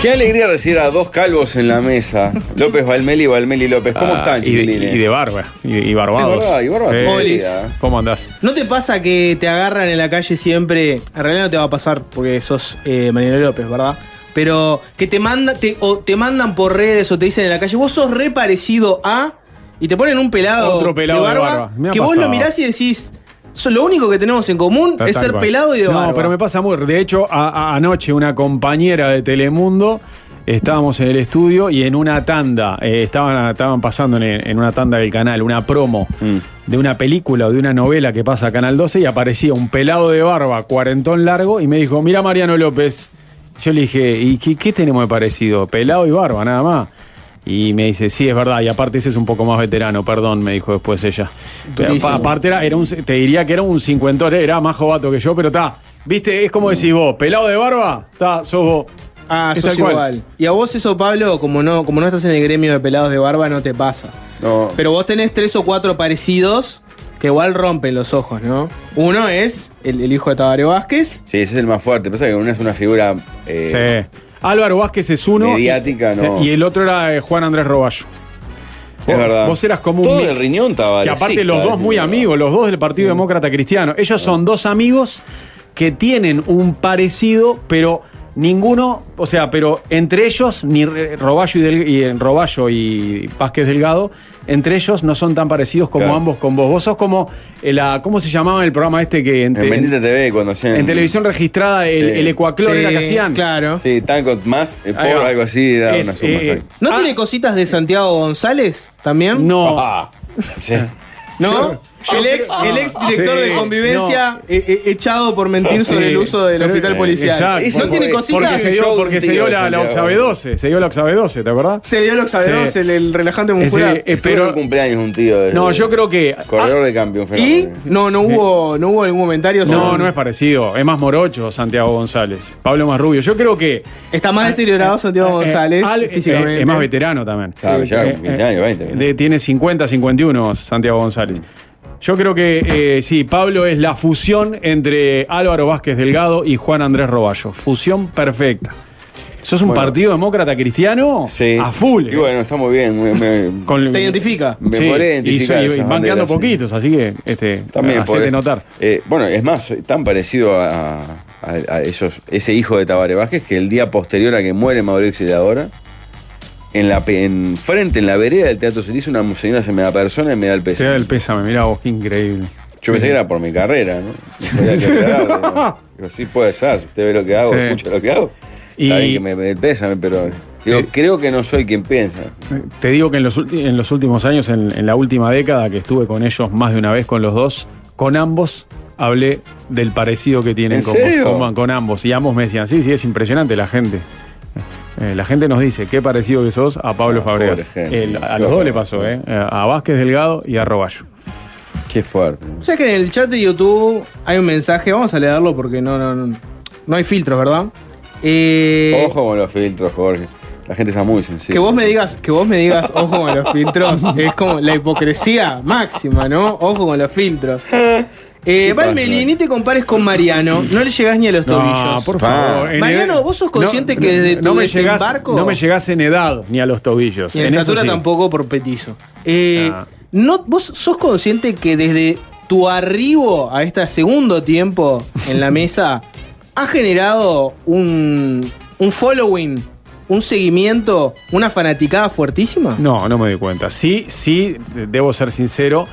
Qué alegría recibir a dos calvos en la mesa. López Valmeli y Valmeli López. ¿Cómo Ah, están, y de, chiquilines? y de barba. Y, y barbados. De barba, y barba, Eh, Olis. ¿Cómo andás? ¿No te pasa que te agarran en la calle siempre? En realidad no te va a pasar porque sos eh, Mariano López, ¿verdad? Pero que te, manda, te, o te mandan por redes o te dicen en la calle, vos sos re parecido a. Y te ponen un pelado, Otro pelado de barba. Me ha que vos pasado. lo mirás y decís, "So- lo único que tenemos en común Tal es ser cual. pelado y de No, barba. pero me pasa muy. De hecho, a- a- anoche una compañera de Telemundo. Estábamos en el estudio y en una tanda, eh, estaban, estaban pasando en, en una tanda del canal, una promo Mm. de una película o de una novela que pasa a Canal 12 y aparecía un pelado de barba, cuarentón largo, y me dijo, mira Mariano López. Yo le dije, ¿y qué, qué tenemos de parecido? Pelado y barba, nada más. Y me dice, sí, es verdad, y aparte ese es un poco más veterano, perdón, me dijo después ella. Pero Durísimo. apa- aparte era, era un, te diría que era un cincuentón, era más jovato que yo, pero está, viste, es como decís vos, pelado de barba, está, sos vos. Ah, Es sos tal cual. igual. Y a vos eso, Pablo, como no, como no estás en el gremio de pelados de barba, no te pasa. No. Pero vos tenés tres o cuatro parecidos que igual rompen los ojos, ¿no? Uno es el, el hijo de Tabaré Vázquez. Sí, ese es el más fuerte. Pasa que uno es una figura. eh, Sí. Álvaro Vázquez es uno. Mediática, y, no. Y el otro era eh, Juan Andrés Roballo. Es Vos- verdad. Vos eras como un Todo mix. del riñón, Tabaré. Que aparte sí, los Tabaré, dos sí, muy verdad. amigos, los dos del Partido Demócrata Cristiano. Ellos Ah. son dos amigos que tienen un parecido, pero ninguno, o sea, pero entre ellos, ni Re- Roballo y, Del- y, eh, Roballo y Vázquez Delgado, entre ellos no son tan parecidos como Claro. ambos con vos. Vos sos como eh, la, ¿cómo se llamaba el programa este que en, En te- Bendita TV, cuando hacían. en televisión registrada el, Sí. el Ecuaclor era que Sí, hacían? Claro. Sí, tan con más, eh, por Ahí va. algo así, era Es, una suma. eh, sí. ¿No Ah. tiene cositas de Santiago González también? No. Ah, sí. ¿No? el, ex, el ex director Sí, de convivencia no. e- e- echado por mentir sobre el uso del Pero- hospital eh, policial. exacto. ¿No tiene cositas? Porque se Show de dio, un porque se tío dio de la, la Santiago. Oxabe 12, se dio la Oxabe 12, ¿te acordás? Se dio el Oxabedos, Sí. el, el relajante Ese, muscular. eh, Pero pero, un cumpleaños un tío. de- no, yo creo que... Corredor de campeón, y fenómeno. no, no hubo, no hubo algún comentario ah, sobre. no, no es parecido. Es más morocho Santiago González. Pablo más rubio. Yo creo que... Ah, Está más deteriorado Santiago eh, González al- eh, físicamente. Es más veterano también. Claro, ya, Eh, 15 años, 20, ¿no? de- tiene 50, 51 Santiago González. Yo creo que eh, sí, Pablo es la fusión entre Álvaro Vázquez Delgado y Juan Andrés Roballo. Fusión perfecta. Sos un Bueno. partido demócrata cristiano Sí. a full. eh. Y bueno, está muy bien. me- me- Con- ¿Te identifica? Me Sí, podría y- identificar y, esas van banderas, quedando sí. poquitos, así que este, También hacete podés- notar. eh, bueno, es más, soy tan parecido a, a- a esos, ese hijo de Tabaré Vázquez que el día posterior a que muere Mauricio Auxiliadora, en la pe- en frente, en la vereda del Teatro Solís, una señora se me da persona y me da el Se peso. da el pésame, mirá vos, qué increíble. Yo pensé que era por mi carrera, ¿no? Tenía que aclararlo, ¿no? Digo, sí puede ser, si usted ve lo que hago, Sí. escucha lo que hago. Y- Está bien que me, me dé el pésame, pero digo, Sí. creo que no soy quien piensa. Te digo que en los, ulti- en los últimos años, en, en la última década que estuve con ellos más de una vez, con los dos, con ambos hablé del parecido que tienen ¿En con, serio? vos, con- con ambos. Y ambos me decían, sí, sí, es impresionante la gente. Eh, la gente nos dice qué parecido que sos a Pablo Ah, Fabregas. pobre gente. El- a los dos le pasó, ¿eh? A Vázquez Delgado y a Roballo. Qué fuerte. ¿Sabes que en el chat de YouTube hay un mensaje? Vamos a leerlo porque no, no, no, no hay filtros, ¿verdad? Eh, Ojo con los filtros, Jorge. La gente está muy sensible. Que vos me digas, que vos me digas, ojo con los filtros, es como la hipocresía máxima, ¿no? Ojo con los filtros. Eh, Valmeli, pasa? ni te compares con Mariano, no le llegás ni a los No, tobillos. por Ah. favor. En Mariano, edad- ¿vos sos consciente que desde tu llegás- desembarco- no me llegás en edad ni a los tobillos. y en, eso estatura sí. tampoco por petizo. Eh, Ah. no, ¿Vos sos consciente que desde tu arribo a este segundo tiempo en la mesa ha generado un, un following, un seguimiento, una fanaticada fuertísima? No, no me doy cuenta. Sí, sí, de- debo ser sincero.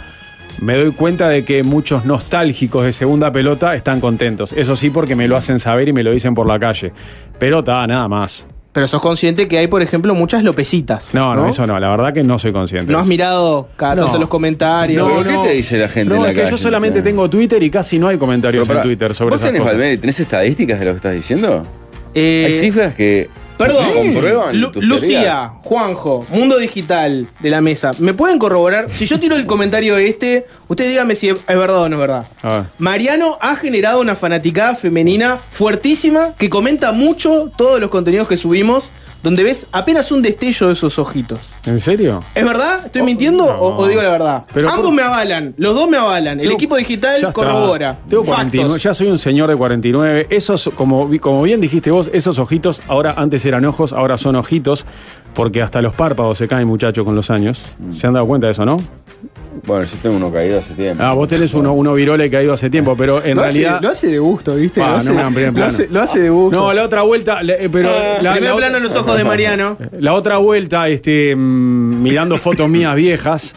Me doy cuenta de que muchos nostálgicos de segunda pelota están contentos. Eso sí, porque me lo hacen saber y me lo dicen por la calle. Pelota, nada más. Pero sos consciente que hay, por ejemplo, muchas lopecitas. No, no, eso no. La verdad que no soy consciente. ¿No has mirado cada No. tanto los comentarios? ¿Pero qué te dice la gente No, en la es que yo calle? solamente tengo Twitter y casi no hay comentarios Pero en pará, Twitter sobre ¿Vos esas tenés, cosas. Valmeri, tenés estadísticas de lo que estás diciendo? Eh, Hay cifras que Perdón, comprueban Lu- tus teorías? Lucía, Juanjo, Mundo Digital de la mesa, ¿me pueden corroborar? Si yo tiro el comentario este, usted dígame si es es verdad o no es verdad. A ver. Mariano ha generado una fanaticada femenina fuertísima que comenta mucho todos los contenidos que subimos. donde ves apenas un destello de esos ojitos. ¿En serio? Oh, ¿Es verdad? ¿Estoy mintiendo no. o, o digo la verdad? Pero Ambos por- me avalan, los dos me avalan. El Tengo- equipo digital Ya está. corrobora. Tengo 49, Factos. ya soy un señor de 49. Esos, como, vi- como bien dijiste vos, esos ojitos, ahora antes eran ojos, ahora son ojitos, porque hasta los párpados se caen, muchachos, con los años. Mm. ¿Se han dado cuenta de eso, no? Bueno, yo tengo uno caído hace tiempo. Ah, vos tenés uno, uno virola y caído hace tiempo, pero en lo, realidad. hace, lo hace de gusto, ¿viste? Pa, lo, no hace, me dan primer lo, plano. hace, lo hace de gusto. No, la otra vuelta, la- eh, pero. la, Ah, Primer plano la otra, Eh, en los ojos de Mariano. la otra vuelta, este, mm, mirando fotos mías viejas,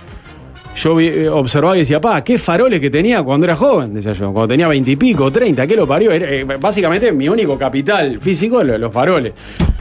yo vi- eh, observaba y decía, pa, qué faroles que tenía cuando era joven, decía yo, cuando tenía veintipico, treinta, ¿qué lo parió? Era, eh, básicamente mi único capital físico, lo- los faroles.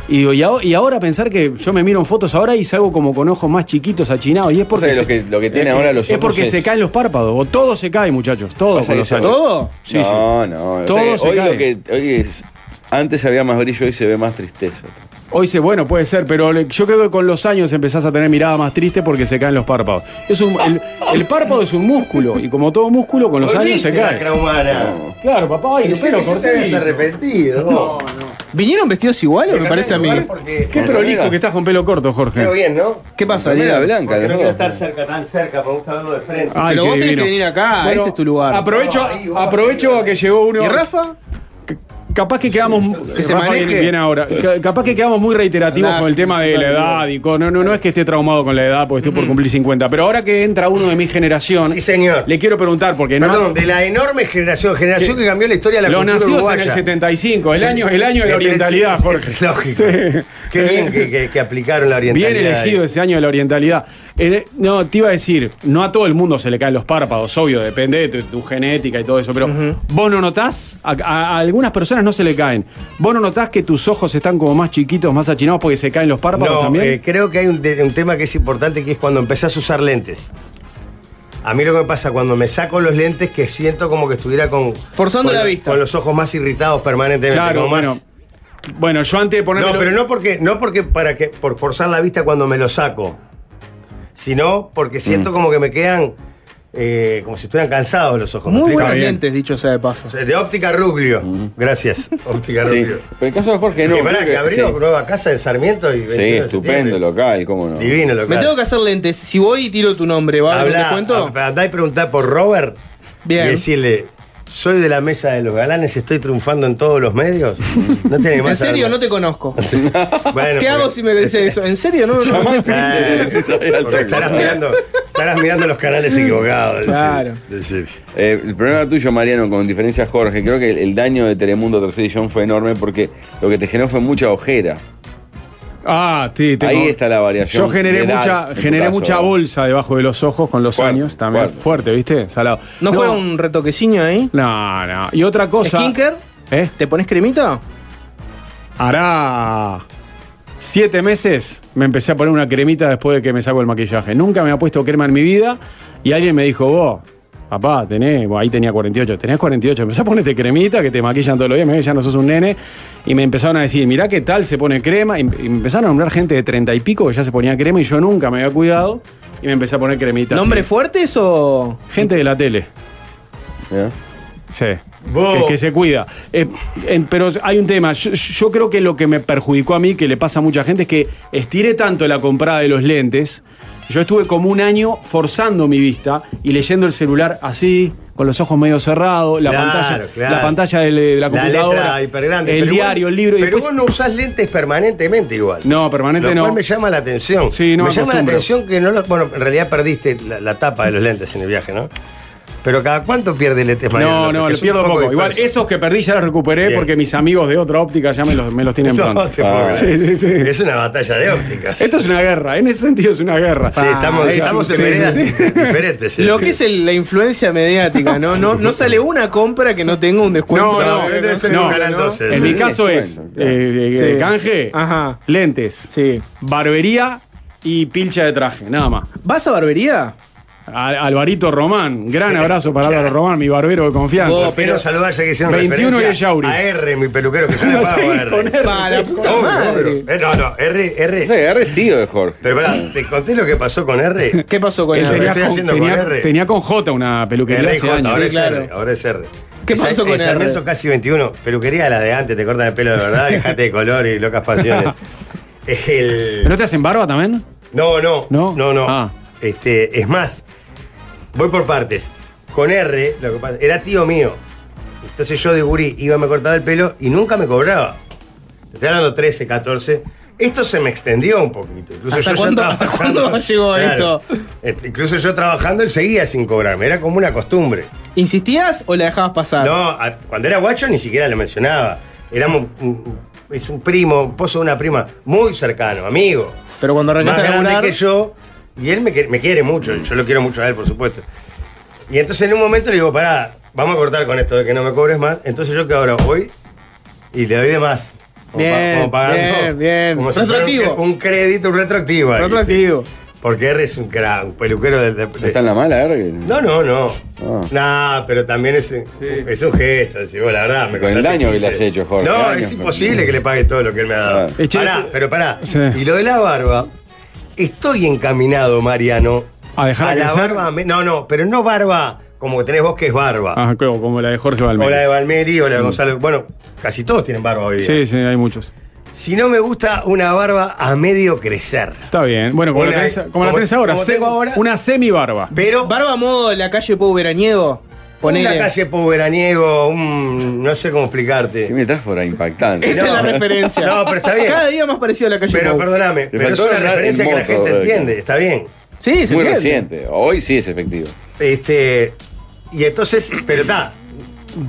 Y, digo, y, aho- y ahora pensar que yo me miro en fotos ahora y salgo como con ojos más chiquitos, achinados, y es porque... que lo se- eh, que- lo que tiene ahora los Es porque ojos se es- caen los párpados, o todo se cae, muchachos, todo Pasa con que los se- años. ¿Todo? Sí, no, sí. no. o Todo sea, se hoy cae. lo que. Hoy es- antes había más brillo, hoy se ve más tristeza. Hoy dice, bueno, puede ser, pero le- yo creo que con los años empezás a tener mirada más triste porque se caen los párpados. Es un, el, el párpado es un músculo y como todo músculo, con los años se cae. Crahumana. Claro, papá, ay, el Pensé pelo que se te habías cortito. arrepentido. No, no. ¿Vinieron vestidos iguales me parece a mí? Qué Qué prolijo que estás con pelo Pero corto, Jorge. bien, ¿no? ¿Qué pasa, Remera Diego? blanca, Porque los no quiero dos. estar cerca, tan cerca, me gusta verlo de frente. Ay, Pero qué Ah, vos tenés divino. que venir acá, Bueno, este es tu lugar. Aprovecho, No, ahí vos, aprovecho ahí, que llegó uno. ¿Y Rafa? Capaz que quedamos. Que se Rafa maneje. viene- viene ahora. Ca- Capaz que quedamos muy reiterativos Andá, con el sí, tema sí, Mm. de la dale, edad dale. y con. No, no, no es que esté traumado con la edad porque estoy por cumplir 50. Pero ahora que entra uno de mi generación. Sí, señor. Le quiero preguntar porque no. Perdón, de la enorme generación, generación Sí. que cambió la historia de la Los cultura nacidos en el uruguaya. 75, el Sí. año, el año de la Pero es- orientalidad, es- Jorge. es lógico. Sí. Qué bien que, que- que aplicaron la orientalidad. Bien elegido ese año de la orientalidad. Eh, no, te iba a decir, no a todo el mundo se le caen los párpados, obvio, depende de tu, tu genética y todo eso, pero vos no notás, a, a- a algunas personas no se le caen. ¿Vos no notás que tus ojos están como más chiquitos, más achinados porque se caen los párpados No, también? eh, creo que hay un, de- un tema que es importante que es cuando empezás a usar lentes. A mí lo que me pasa cuando me saco los lentes que siento como que estuviera con Forzando con la lo- vista. con los ojos más irritados permanentemente. claro, como más- bueno. Bueno, yo antes de ponerme. No, pero no porque no porque para que por forzar la vista cuando me lo saco, sino porque Mm. siento como que me quedan eh, como si estuvieran cansados los ojos. ¿me Muy explico? buenos bien. lentes, dicho sea de paso. Mm. O sea, De óptica Ruglio. Gracias. Óptica Sí. Ruglio. Pero el caso de Jorge no. Que pará, creo que que- abrió sí. nueva casa en Sarmiento y Sí, 21 de estupendo septiembre. local, cómo no. Divino local. Me tengo que hacer lentes. Si voy y tiro tu nombre, ¿va? a haber un Habla, descuento? a- andá y preguntá por Robert Bien. y decirle, soy de la mesa de los galanes, estoy triunfando en todos los medios. No tiene En más serio, no armas. te conozco. Bueno, ¿Qué hago porque- si me dice eso? ¿En serio? No, no, no. Eh, Sí, sabía al porque toque. estarás, mirando, estarás mirando los canales equivocados. es decir, Claro. es decir. Eh, el problema tuyo, Mariano, con diferencia a Jorge, creo que el, el daño de Telemundo Tercera Edición fue enorme porque lo que te generó fue mucha ojera. Ah, sí, tengo- Ahí está la variación Yo generé de edad, mucha, en tu generé caso, mucha ¿no? bolsa debajo de los ojos con los Fuerte, años también. fuerte. Fuerte, ¿viste? Salado. ¿No juega un retoquecillo ahí? No, no. Y otra cosa. ¿Skinker? ¿Eh? ¿Te pones cremita? Hará siete meses me empecé a poner una cremita después de que me saco el maquillaje. Nunca me había puesto crema en mi vida y alguien me dijo, vos, papá, tenés, bueno, ahí tenía 48, tenés 48, empezá a ponerte cremita que te maquillan todos los días, me dice, ya no sos un nene. Y me empezaron a decir, mirá qué tal se pone crema. Y y me empezaron a nombrar gente de 30 y pico que ya se ponía crema y yo nunca me había cuidado y me empecé a poner cremita. ¿Nombres así. fuertes o.? Gente de la tele. ¿Eh? Sí. Vos. Que, que se cuida. Eh, en- pero hay un tema. Yo, yo creo que lo que me perjudicó a mí, que le pasa a mucha gente, es que estiré tanto la comprada de los lentes. Yo estuve como un año forzando mi vista y leyendo el celular así, con los ojos medio cerrados, la Claro, pantalla, claro. la pantalla del- de la La computadora, letra hipergrande. el pero diario, vos- el libro. Y Pero después, vos no usás lentes permanentemente igual. No, permanente Lo cual no. me llama la atención. Sí, no me me llama la acostumbro. atención que no los. Bueno, en realidad perdiste la, la tapa de los lentes en el viaje, ¿no? Pero cada cuánto pierde E lentes no, no, Porque lo es un pierdo poco. Igual disperso. esos que perdí ya los recuperé Bien. porque mis amigos de otra óptica ya me los, me los tienen No, pronto. te puedo Ah. creer. Sí, sí, sí. Es una batalla de ópticas. Esto es una guerra, en ese sentido es una guerra. Sí, estamos, Ah, estamos es en un- sí, veredas sí, sí. diferentes. sí, Lo sí. que es el- la influencia mediática, ¿no? ¿no? No sale una compra que no tenga un descuento. No, este no, Debe debe ser no, un canal ¿no? 12. En Sí, mi sí, caso es descuento, claro. eh, eh, Sí. canje, Ajá. lentes, Sí. barbería y pilcha de traje, nada más. ¿Vas a barbería? Al- Alvarito Román, gran abrazo para Álvaro Román, mi barbero de confianza. Vos, pero Oh, saludarse que hicieron 21 referencia y es Yauri. A R, mi peluquero, que yo le No, pago seguí a R. con R, Pa, la sí. puta Obvio, madre. obvio. Eh, No, no, R, R. O sea, que agarré el tío de Jorge. Pero pará, te conté lo que pasó con R. ¿Qué pasó con Él Lo que él? tenía, estoy con, haciendo tenía- con R. tenía con J una peluquería R y hace J, años. ahora Sí, es claro. R, ahora es R. ¿Qué En pasó San- con en R? Sarmiento casi 21, peluquería la de antes, te cortan el pelo de verdad, dejate de color y locas pasiones. es el. ¿No te hacen barba también? No, no. ¿No? No, no. Ah. Este, es más, voy por partes. Con R, lo que pasa, era tío mío. Entonces yo de gurí iba, me cortaba el pelo y nunca me cobraba. Te Estoy hablando 13, 14. Esto se me extendió un poquito. Incluso ¿Hasta yo ya cuándo- hasta trabajando- cuándo llegó esto? Este, Incluso yo trabajando, él seguía sin cobrarme. Era como una costumbre. ¿Insistías o la dejabas pasar? No, a- cuando era guacho ni siquiera lo mencionaba. Éramos un- un- es un primo, pozo de una prima, muy cercano, amigo. Pero cuando Más arrancaste a grande laburar, que yo. Y él me, que- me quiere mucho, yo lo quiero mucho a él, por supuesto. Y entonces en un momento le digo, pará, vamos a cortar con esto de que no me cobres más. Entonces yo que ahora voy y le doy de más. Bien, bien, bien. como si fuera un- Retroactivo. Un, crédito, un retroactivo. ahí, Retroactivo. ¿viste? Porque R es un crack, un peluquero de- de- de, ¿Está en la mala, R? Que- no, no, no. Ah. Nah, pero también es, es un gesto. decís, vos, la verdad, me Con el contaste daño que hice. le has hecho, Jorge, No, daño, Ah. es imposible Jorge. que le pague todo lo que él me ha dado. Claro. Eh, che, Pará, pero pará. Sí. Y lo de la barba, estoy encaminado, Mariano. ¿A dejarla la crecer? barba. me- No, no, pero no barba como que tenés vos, que es barba. Ah, como como la de Jorge o la de Valmero. Valmeri, o la Mm. de Gonzalo. Bueno, casi todos tienen barba hoy día. Sí, sí, hay muchos. Si no me gusta una barba a medio crecer. Está bien. Bueno, como Hola, la tenés, como la como- tenés ahora, como se- tengo ahora. una semi-barba. Pero. Barba modo la calle Pau Veraniego. Una Ponele. calle poveraniego, un. no sé cómo explicarte. Qué metáfora impactante. Esa es la referencia. No, pero está bien. Cada día más parecido a la calle Pero Pou. perdóname, pero es faltó una hablar en referencia que la moto, gente eh. entiende, está bien. Sí, se Muy entiende. reciente. Hoy sí es efectivo. Este, y entonces, pero está,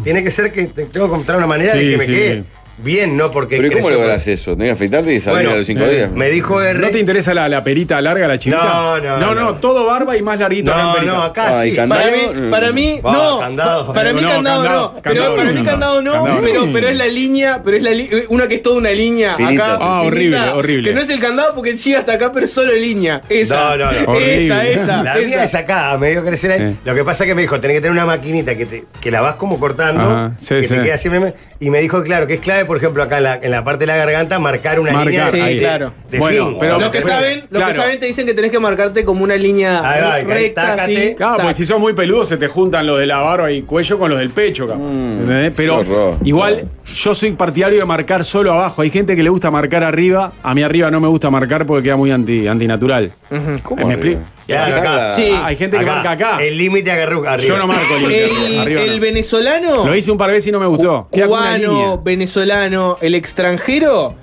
tiene que ser que te- tengo que encontrar una manera Sí, de que me sí. quede bien, no porque. Pero ¿y cómo creció- lográs eso? ¿Tenés que afeitarte y salir Bueno, a los cinco eh, días? Me dijo R. ¿No te interesa la, la perita larga, la chivita? No, no, No, no. todo barba y más larguito. acá en No, perita. no, acá Ay, sí. candado. Para Candado, mí, eh, para mí, Mm. va, no. candado. Pa- Para mí, eh, No, candado, candado, no. Pero candado, para no, mí, no. candado no. Candado. Pero, pero es la línea, pero es la li- una que es toda una línea acá. Finita. Ah, finita, horrible, horrible. Que no es el candado porque sigue hasta acá, pero solo línea. Esa. No, no, no. Esa, Horrible. esa. La mía es esa. acá, me dio crecer ahí. Sí. Lo que pasa es que me dijo, tenés que tener una maquinita que, te- que la vas como cortando, Ajá, sí, que sí. te queda siempre. Y me dijo, claro, que es clave, por ejemplo, acá en la, en la parte de la garganta, marcar una línea. Marcar, sí, de- claro. de Bueno, fin. pero- Los que Bueno, saben, los claro. que saben te dicen que tenés que marcarte como una línea Ahí va, que recta, tácate. así. Claro, tac. porque si sos muy peludo se te juntan los de la barba y cuello con los del pecho, cabrón. Mm, ¿Entendés? Eh, Pero qué horror. igual yo soy partidario de marcar solo abajo. Hay gente que le gusta marcar arriba. A mí arriba no me gusta marcar porque queda muy anti, antinatural. ¿Cómo? ¿Me arriba? explico? Claro, acá. Dejarla- Sí. Ah, Hay gente que marca acá. El límite agarró arriba. Yo no marco el límite El, arriba. el no. venezolano. Lo hice un par de veces y no me gustó. Queda como una línea. cubano, venezolano, el extranjero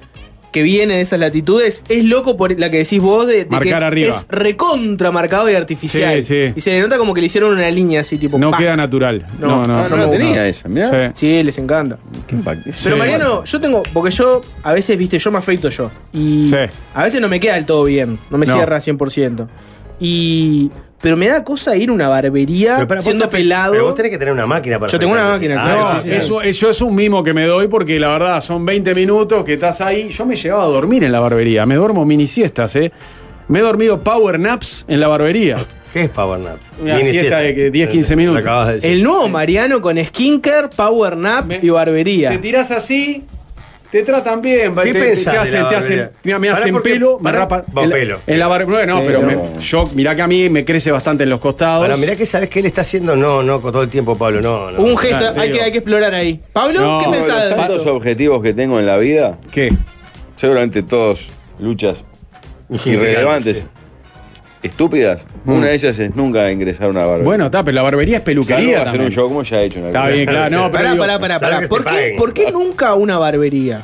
que viene de esas latitudes es loco por la que decís vos de, de que Marcar arriba. es recontra marcado y artificial. Sí, sí. Y se le nota como que le hicieron una línea así tipo. No pa. queda natural. No, no, No, Ah, no. no, me la gusta. tenía esa, mirá. Sí. Sí, les encanta. Qué impacto. Pero Sí. Mariano, yo tengo, porque yo a veces, viste, yo me afeito yo. Y Sí. a veces no me queda del todo bien, no me No. cierra 100%. Y pero me da cosa ir a una barbería Pero para, vos siendo te- pelado. Pero vos tenés que tener una máquina para. Yo tengo una afeitarte. máquina, Ah, claro, No, sí, sí. eso, eso es un mimo que me doy porque la verdad son 20 minutos que estás ahí. Yo me llevaba a dormir en la barbería. Me duermo mini siestas, ¿eh? Me he dormido power naps en la barbería. ¿Qué es Power Nap? Una Mini siesta de que 10, 15 Lo minutos. acabas de decir. El nuevo Mariano con skinker, power nap Me- y barbería. Te tirás así, te tratan bien. ¿Qué te, pensás te de hacen, la te hacen, barbería? mira, me Pará, hacen porque- pelo, me pará, rapan. va, en la- pelo. En la barbería, no, pero Pelo. me- yo, mirá que a mí me crece bastante en los costados. Ahora, mirá que sabes que él está haciendo. No, no, con todo el tiempo, Pablo. No, no. Un gesto, Claro, te hay, digo. que, hay que explorar ahí. Pablo, No, ¿qué Uno de pensás los del tantos pato? objetivos que tengo en la vida, ¿Qué? seguramente todos luchas Insignificantes, irrelevantes, sí. estúpidas. Una de ellas es nunca ingresar a una barbería. Mm. Bueno, está, pero la barbería es Salvo peluquería. hacer también. un show como ya he hecho. en Está algún- bien, claro, no, pero. Pará, digo- pará, Claro pará, pará. que ¿Por te qué, paguen. por qué nunca una barbería?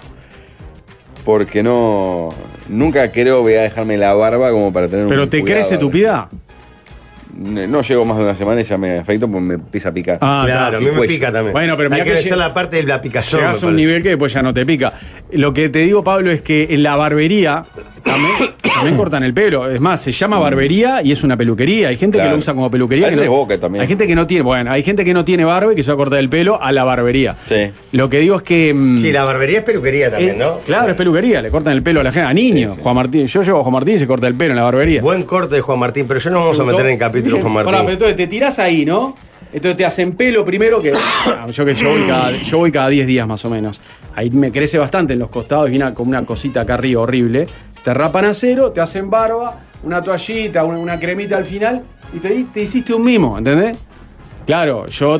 Porque no. Nunca creo voy a dejarme la barba como para tener Pero un te cuidado, crece tu ¿no? pida. No no llego más de una semana y ya me afeito porque me empieza a picar. Ah, Claro, está. a mí el me cuello. pica también. Bueno, pero mirá Hay que que hacer lleg- la parte de la picazón. Llegás a me un parece. nivel que después ya no te pica. Lo que te digo, Pablo, es que en la barbería también, también cortan el pelo. Es más, se llama barbería y es una peluquería. Hay gente que Claro. lo usa como peluquería. A que veces no- boca también. Hay gente que no tiene, bueno, hay gente que no tiene barba y que se va a cortar el pelo a la barbería. Sí. Lo que digo es que. mm, Sí, la barbería es peluquería eh, también, ¿no? Claro, es peluquería, le cortan el pelo a la gente, a niños. sí. Juan Martín, yo llevo a Juan Martín y se corta el pelo en la barbería. Buen corte de Juan Martín, pero yo no vamos a ¿Te meter gustó? en el capítulo Bien. de Juan Pará, pero Martín. entonces te tirás ahí, ¿no? Entonces te hacen pelo primero que. Ah, yo que yo voy, cada, yo voy cada 10 días más o menos. Ahí me crece bastante en los costados y una, como una cosita acá arriba horrible. Te rapan a cero, te hacen barba, una toallita, una, una cremita al final y te, di- te hiciste un mimo, ¿entendés? Claro, yo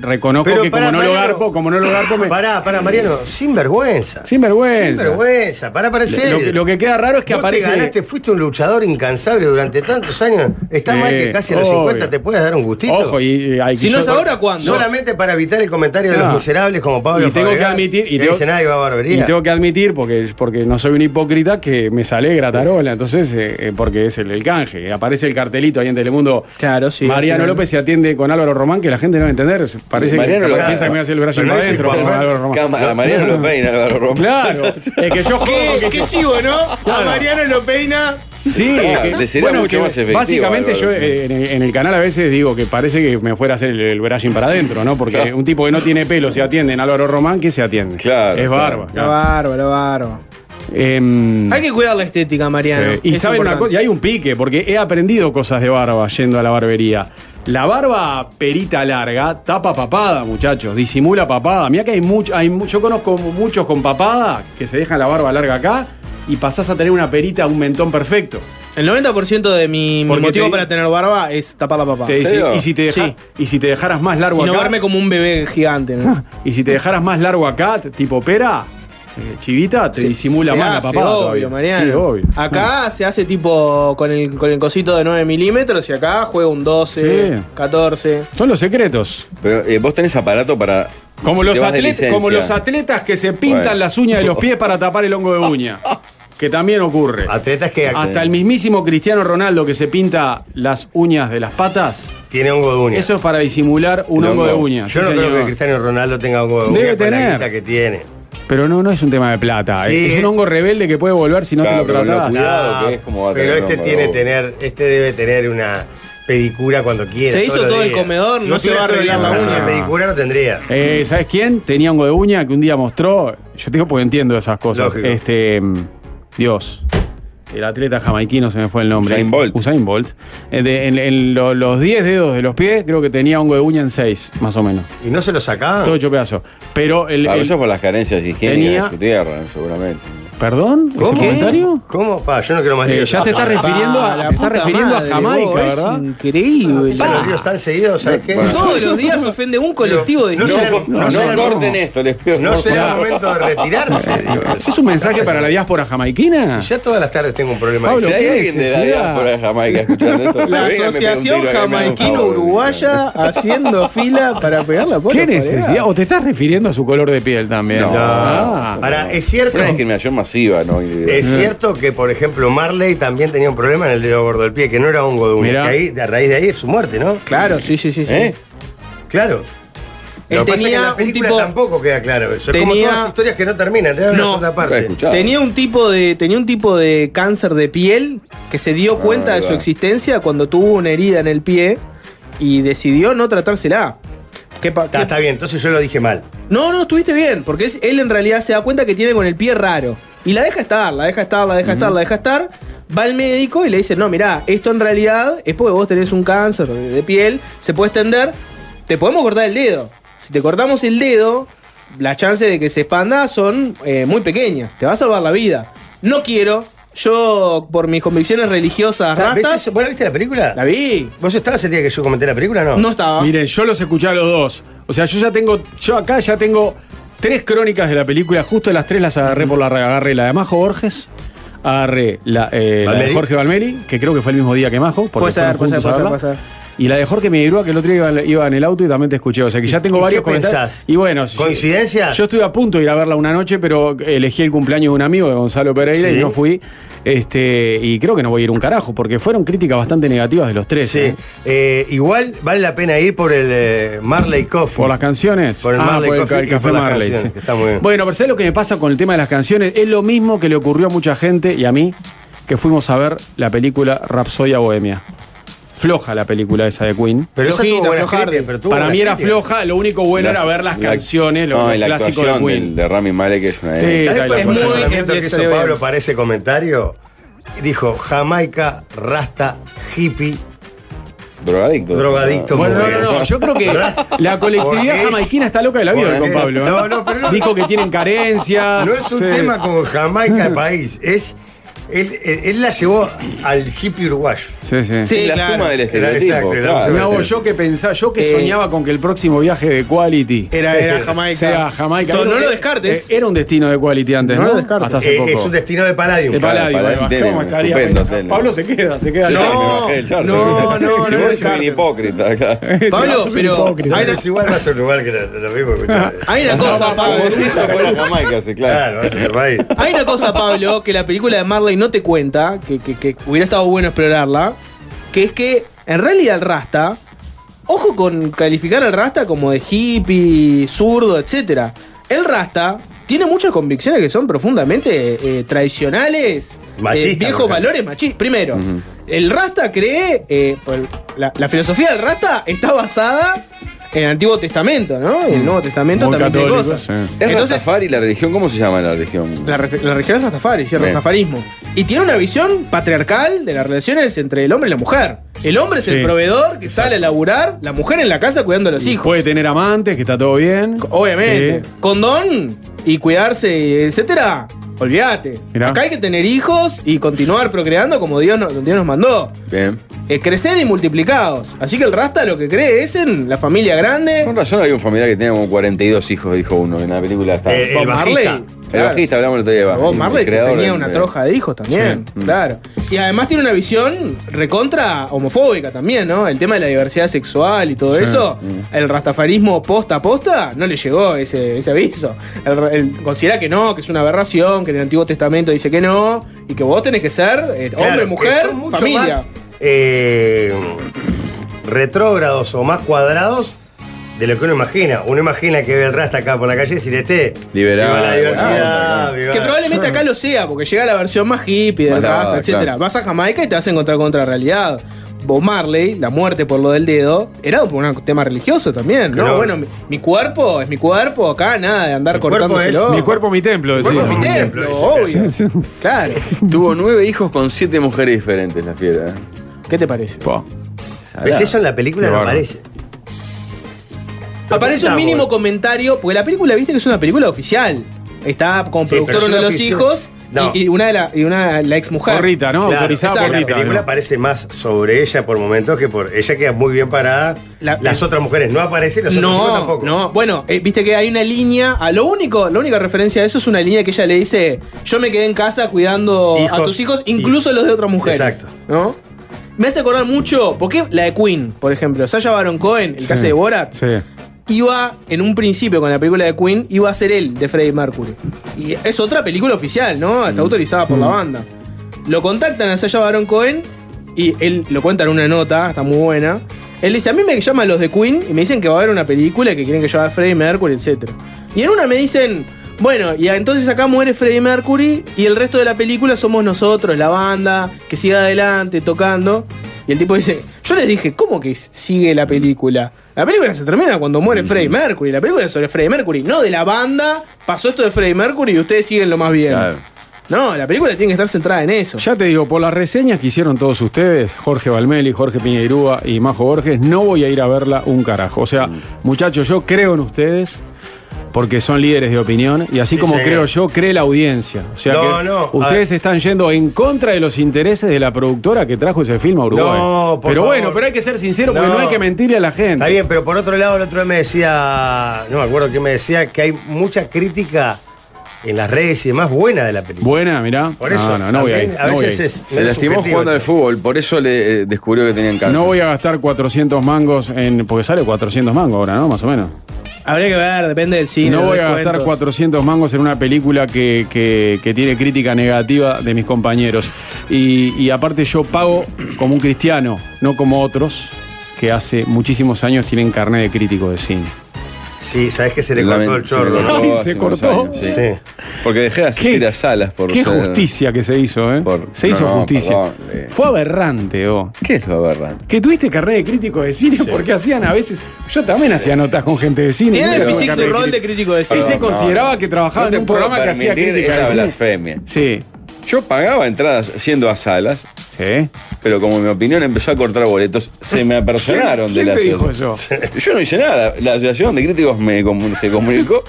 reconozco que pará, como no lo Mariano. garpo, como no lo garpo me. Pará, Ah, pará, Mariano, sin vergüenza. Sin vergüenza. Sin vergüenza, para aparecer. Lo, que- lo que queda raro es que Vos aparece. te ganaste, fuiste un luchador incansable durante tantos años. Está Sí, mal que casi a los obvio. 50 te puedas dar un gustito. Ojo, y, y hay- Si no yo- es ahora, ¿cuándo? Solamente para evitar el comentario de los Ah. miserables como Pablo Y tengo que Fabregat, admitir- y que tengo- dicen, "Ay, va a barbería". Y tengo que admitir, porque, porque no soy un hipócrita, que me sale gratarola. Entonces, eh, eh, porque es el, el canje. Aparece el cartelito ahí en Telemundo. Claro, sí, al Mariano final. López se atiende con Álvaro Román, que la gente no va a entender. Se- Parece Mariano que López- piensa que me va a hacer el brazo Pero para no es el adentro Juan con Fran. Álvaro Román. Cama- a Mariano lo peina, Álvaro Román. Claro, es que yo jodo ¿Qué, que qué chivo, ¿no? A Ah, Mariano lo peina. Sí, Claro, es que- le sería que mucho más efectivo, Básicamente Álvaro. yo eh, en, el- en el canal a veces digo que parece que me fuera a hacer el, el brushing para adentro, ¿no? Porque Claro. un tipo que no tiene pelo se atiende en Álvaro Román, ¿qué se atiende? Claro, Es claro. barba. La barba, la barba. Em, Hay que cuidar la estética, Mariano. eh, y Es saben una importante. cosa, y hay un pique, porque he aprendido cosas de barba yendo a la barbería. La barba perita larga tapa papada, muchachos, disimula papada. Mira que hay mucho, hay mu- yo conozco muchos con papada que se dejan la barba larga acá y pasás a tener una perita, un mentón perfecto. El 90% de mi, mi Porque motivo te- para tener barba es tapar la papá. Te dice, serio? y, si te deja- Sí. y si te dejaras más largo Y no acá. verme como un bebé gigante, ¿no? Y si te dejaras más largo acá, t- tipo pera, eh, chivita, te Se- disimula se más la hace, papada. obvio, todavía. Mariano. Sí, obvio. Acá se hace tipo con el, con el cosito de 9 milímetros y acá juega un 12, Sí. 14. Son los secretos. Pero eh, vos tenés aparato para. Como, si los te vas de atletas, como los licencia. atletas que se pintan Bueno. las uñas de los pies para tapar el hongo de uña. Que también ocurre. Atletas que Hasta el mismísimo Cristiano Ronaldo que se pinta las uñas de las patas, tiene hongo de uña. eso es para disimular un El hongo de hongo. uña. Yo sí, no creo señor. que Cristiano Ronaldo tenga hongo de uña Debe con la tener. guita que tiene. Pero no, no es un tema de plata. eh. Sí. Ah, Es un hongo rebelde que puede volver si no Claro, te pero lo lo tratás. cuida- Cuidado que es como va a pero tener este hongo de tiene uña. tener, este debe tener una pedicura cuando quiera. Se hizo los todo el días. comedor, no vos se va tuvieras a todo el arreglar día la una uña. pedicura no tendría. Eh, ¿Sabes quién? Tenía hongo de uña que un día mostró. Yo te digo porque entiendo esas cosas. Lógico. Este. mm, Dios. El atleta jamaiquino se me fue el nombre. Usain Bolt. Usain Bolt. Eh, de- en en lo- los 10 dedos de los pies, creo que tenía hongo de uña en 6, más o menos. ¿Y no se lo sacaban? Todo hecho pedazos. Pero el. A el- veces por las carencias higiénicas Tenía- de su tierra, seguramente. ¿Perdón? ¿Ese ¿Cómo? comentario? ¿Cómo? Pa, yo no quiero más Eh, líos. ya te está Pa, refiriendo la a- te está puta refiriendo a madre, Jamaica, vos, Es ¿verdad? increíble. Ya los ríos están seguidos, ¿sabes qué? Bueno. Todos los días ofende un colectivo de No, niños. será- No, no no será- corten esto, les pido. No por será favor. momento de retirarse. digo. ¿Es un mensaje para la diáspora jamaiquina? Ya todas las tardes tengo un problema. Pablo, Si hay ¿qué alguien de la necesidad? diáspora de Jamaica escuchando esto, La venga, me pega un Asociación tiro, que me haga un favor. Jamaiquino-Uruguaya haciendo fila para pegar la puerta. ¿Qué necesidad? ¿O te estás refiriendo a su color de piel también? No. Ah. Para, es cierto. Una discriminación masiva, ¿no? Es cierto que, por ejemplo, Marley también tenía un problema en el dedo gordo del pie, que no era hongo de uña. Mirá. Que ahí, a raíz de ahí es su muerte, ¿no? Claro, sí, sí, sí. sí. ¿Eh? Claro. Él Lo que pasa es que en tenía la un película tipo- tampoco queda claro eso. Es como tenía- todas las historias que no terminan, te dan No. una segunda Nunca he parte. escuchado. Tenía un tipo de tenía un tipo de cáncer de piel que se dio cuenta ahí de su va. existencia cuando tuvo una herida en el pie y decidió no tratársela. ¿Qué pa- Está, qué- está bien, entonces yo lo dije mal. No, no, estuviste bien, porque es- él en realidad se da cuenta que tiene con el pie raro. Y la deja estar, la deja estar, la deja estar, la deja estar. Va al médico y le dice, no, mirá, esto en realidad es porque vos tenés un cáncer de de piel, se puede extender, te podemos cortar el dedo. Si te cortamos el dedo, las chances de que se expanda son eh, muy pequeñas, te va a salvar la vida. No quiero, yo por mis convicciones religiosas ¿Ves ratas, eso? ¿Vos la viste la película? la vi, ¿Vos estabas el día que yo comenté la película no? no estaba. Miren, yo los escuché a los dos. O sea, yo ya tengo, yo acá ya tengo tres crónicas de la película, justo las tres las agarré por la agarré la de Majo Borges, agarré la, eh, la de ¿Valmeri? Jorge Valmeri, que creo que fue el mismo día que Majo, porque Puede ser, fueron puede ser, juntos a puede ser, verla. puede ser. Y la de Jorge Migrúa, que el otro día iba, iba en el auto y también te escuché. O sea que ya tengo ¿Y varios qué comentarios. pensás? Y bueno, sí. ¿Coincidencia? Yo estuve a punto de ir a verla una noche, pero elegí el cumpleaños de un amigo de Gonzalo Pereira Sí. y no fui. Este, y creo que no voy a ir un carajo, porque fueron críticas bastante negativas de los tres. Sí. ¿eh? Eh, igual vale la pena ir por el eh, Marley Coffee. ¿Por las canciones? Por el ah, Marley por el, Coffee ca- y café por las Marley. canciones, sí. que está muy bien. Bueno, pero ¿sabes lo que me pasa con el tema de las canciones? Es lo mismo que le ocurrió a mucha gente y a mí que fuimos a ver la película Rapsodia Bohemia. Floja la película esa de Queen. Pero esa Flojita, tuvo buenas flojardi. críticas, pero tuvo Para buenas mí era críticas. floja, lo único bueno era ver las la- canciones, los, no, y los la clásicos de actuación Queen. del- de Rami Malek es una de Sí. ¿Sabes esas. cuál Es fue el muy- razonamiento que es- hizo salió bien. Pablo para ese comentario? Dijo, Jamaica, rasta, hippie, Drogadicto. drogadicto. Bueno, no, como no, no, bien. yo creo que la colectividad Porque- jamaiquina está loca de la vida Porque- con Pablo. ¿eh? No, no, pero no- Dijo que tienen carencias. No es un sí. tema con Jamaica el país, es... Él, él- él la llevó al hippie uruguayo. Sí. Sí, sí. Sí, la claro. suma del Era- estereotipo. exacto, claro, era- Me hago sí. yo que pensaba, yo que Eh, soñaba con que el próximo viaje de Quality Era, era Jamaica. sea Jamaica. To- Era no un- lo descartes. eh, Era un destino de Quality antes, No ¿no? lo descartes. Hasta hace Eh, poco. es un destino de Palladium. de Palladio, Claro, ahí va. Palladio, ¿Cómo estaría? estupendo tele. Pablo se queda, se queda. Sí, ahí. me No, bajé del charco. no, no, Si no vos lo sos un descartes. hipócrita, claro. Pablo, Sí, pero soy un hipócrita. hay una, Es igual va a ser un lugar que lo, lo mismo que ustedes. hay una cosa, Pablo. Como si eso fuera Jamaica, sí, claro. Claro, va a ser país. Hay una cosa, Pablo, que la película de Marley no te cuenta, que, que- que hubiera estado bueno explorarla, que es que en realidad el Rasta, ojo con calificar al Rasta como de hippie, zurdo, etc. El Rasta tiene muchas convicciones que son profundamente eh, tradicionales, Machistas, eh, viejos por ejemplo. valores machistas. Primero, el Rasta cree, eh, por- la, la filosofía del Rasta está basada en el Antiguo Testamento, ¿no? El Nuevo Testamento Mm. Muy también tiene católico, cosas. sí. ¿Es Entonces, Rastafari la religión? ¿Cómo se llama la religión? la, re- la religión es Rastafari, sí, el Bien. rastafarismo. Y tiene una visión patriarcal de las relaciones entre el hombre y la mujer. El hombre es el Sí. proveedor que sale a laburar, la mujer en la casa cuidando a los hijos. Puede tener amantes, que está todo bien. Obviamente. Sí. Condón y cuidarse, etcétera. Olvídate. Mirá. Acá hay que tener hijos y continuar procreando como Dios nos, Dios nos mandó. Bien. Eh, crecer y multiplicados. Así que el rasta lo que cree es en la familia grande. Con razón había un familiar que tenía como 42 hijos, dijo uno, en la película está. Eh, Bob el bajista. el claro. bajista, hablamos el otro día de Bob Bob, Marley el que creador tenía del- una troja de hijos también, Sí. Mm. claro. Y además tiene una visión recontra homofóbica también, ¿no? El tema de la diversidad sexual y todo Sí. eso, Mm. el rastafarismo posta a posta no le llegó ese, ese aviso. El ra- el- considera que no, que es una aberración, que en el Antiguo Testamento dice que no, y que vos tenés que ser eh, Claro, hombre, que mujer, son mucho familia. más, eh, retrógrados o más cuadrados de lo que uno imagina. Uno imagina que ve el rasta acá por la calle y dice, "Este, Liberal, viva la buena diversidad. onda, viva". Que probablemente acá lo sea, porque llega la versión más hippie del Más lavada, rasta, etcétera. claro. Vas a Jamaica y te vas a encontrar con otra realidad. Bob Marley, la muerte por lo del dedo, era por un tema religioso también, ¿no? Claro. Bueno, mi, mi cuerpo es mi cuerpo, acá nada de andar Mi cuerpo cortándoselo. es- Mi cuerpo, mi templo, cuerpo decía. es mi mi templo, templo, obvio. Sí, sí. Claro. Tuvo nueve hijos con siete mujeres diferentes, la fiera. ¿eh? ¿Qué te parece? Po. ¿Ves? Eso en la película Qué no bárbaro. aparece. Aparece un Está, mínimo bueno. comentario, porque la película, viste que es una película oficial. Está con Sí, productor pero es uno de una los ficción. hijos No. y, y una de la, y una la ex mujer. Porrita, ¿no? Claro, Autorizada exacto. la porrita. película ¿no? parece más sobre ella por momentos que por ella queda muy bien parada. La- las otras mujeres no aparecen, los otros hijos No, tampoco. no. Bueno, eh, viste que hay una línea. A lo único, la única referencia a eso es una línea que ella le dice: Yo me quedé en casa cuidando Hijos. a tus hijos, incluso los de otras mujeres. Exacto. ¿No? Me hace acordar mucho, porque la de Queen, por ejemplo, Sasha Baron Cohen, el Sí. caso de Borat, Sí. iba en un principio con la película de Queen, iba a ser él, de Freddie Mercury. Y es otra película oficial, ¿no? Mm. Está autorizada por la banda. Lo contactan a Sasha Baron Cohen y él lo cuenta en una nota, está muy buena. Él dice, a mí me llaman los de Queen y me dicen que va a haber una película que quieren que yo haga Freddie Mercury, etc. Y en una me dicen, bueno, y entonces acá muere Freddie Mercury y el resto de la película somos nosotros, la banda, que siga adelante, tocando. Y el tipo dice, yo les dije, ¿cómo que sigue la película? La película se termina cuando muere Freddie Mercury. La película es sobre Freddie Mercury, no de la banda. Pasó esto de Freddie Mercury y ustedes siguen lo más bien. Claro. No, la película tiene que estar centrada en eso. Ya te digo, por las reseñas que hicieron todos ustedes, Jorge Valmeli, Jorge Piñeirúa y Majo Borges, no voy a ir a verla un carajo. O Mm. sea, muchachos, yo creo en ustedes porque son líderes de opinión y así Sí, como señor. creo yo, cree la audiencia. O sea No, que no, a ustedes están yendo en contra de los intereses de la productora que trajo ese film a Uruguay. No, por pero favor. bueno, pero hay que ser sincero porque no, No. hay que mentirle a la gente. Está bien, pero por otro lado, el otro día me decía, no me acuerdo quién me decía, que hay mucha crítica en las redes y demás buena de la película. Buena, mirá. Por eso, no, no, no voy a ir. también, a no voy a veces ir. es- no Se es lastimó subjetivo, jugando al ¿sí? fútbol, por eso le eh, descubrió que tenían cáncer. No voy a gastar 400 mangos en. Porque sale 400 mangos ahora, ¿no? Más o menos. Habría que ver, depende del cine. no los voy a gastar descuentos. 400 mangos en una película que, que- que tiene crítica negativa de mis compañeros. Y, y aparte yo pago como un cristiano, no como otros que hace muchísimos años tienen carne de crítico de cine. Sí, sabés que se le Lament- cortó el se le chorro. cortó ¿no? Ay, se hace unos cortó. años, sí. Sí. Porque dejé de asistir Qué- a salas por Qué ser- justicia que se hizo, ¿eh? Por- se no, hizo no, justicia. perdón, eh. Fue aberrante, oh. ¿Qué es lo aberrante? Que tuviste carne de crítico de cine porque hacían a veces. Yo también hacía notas con gente de cine. Tiene Nunca el tuve físico carne de rol de crítico de Sí, cine. se Perdón, no, consideraba no. que trabajaba No en te un puedo programa que hacía permitir crítica esa de cine. blasfemia. Sí, Yo pagaba entradas yendo a salas, sí. pero como mi opinión empezó a cortar boletos, se me apersonaron de ¿Quién la te dijo asociación. eso? Yo no hice nada. La asociación de críticos me comu- se comunicó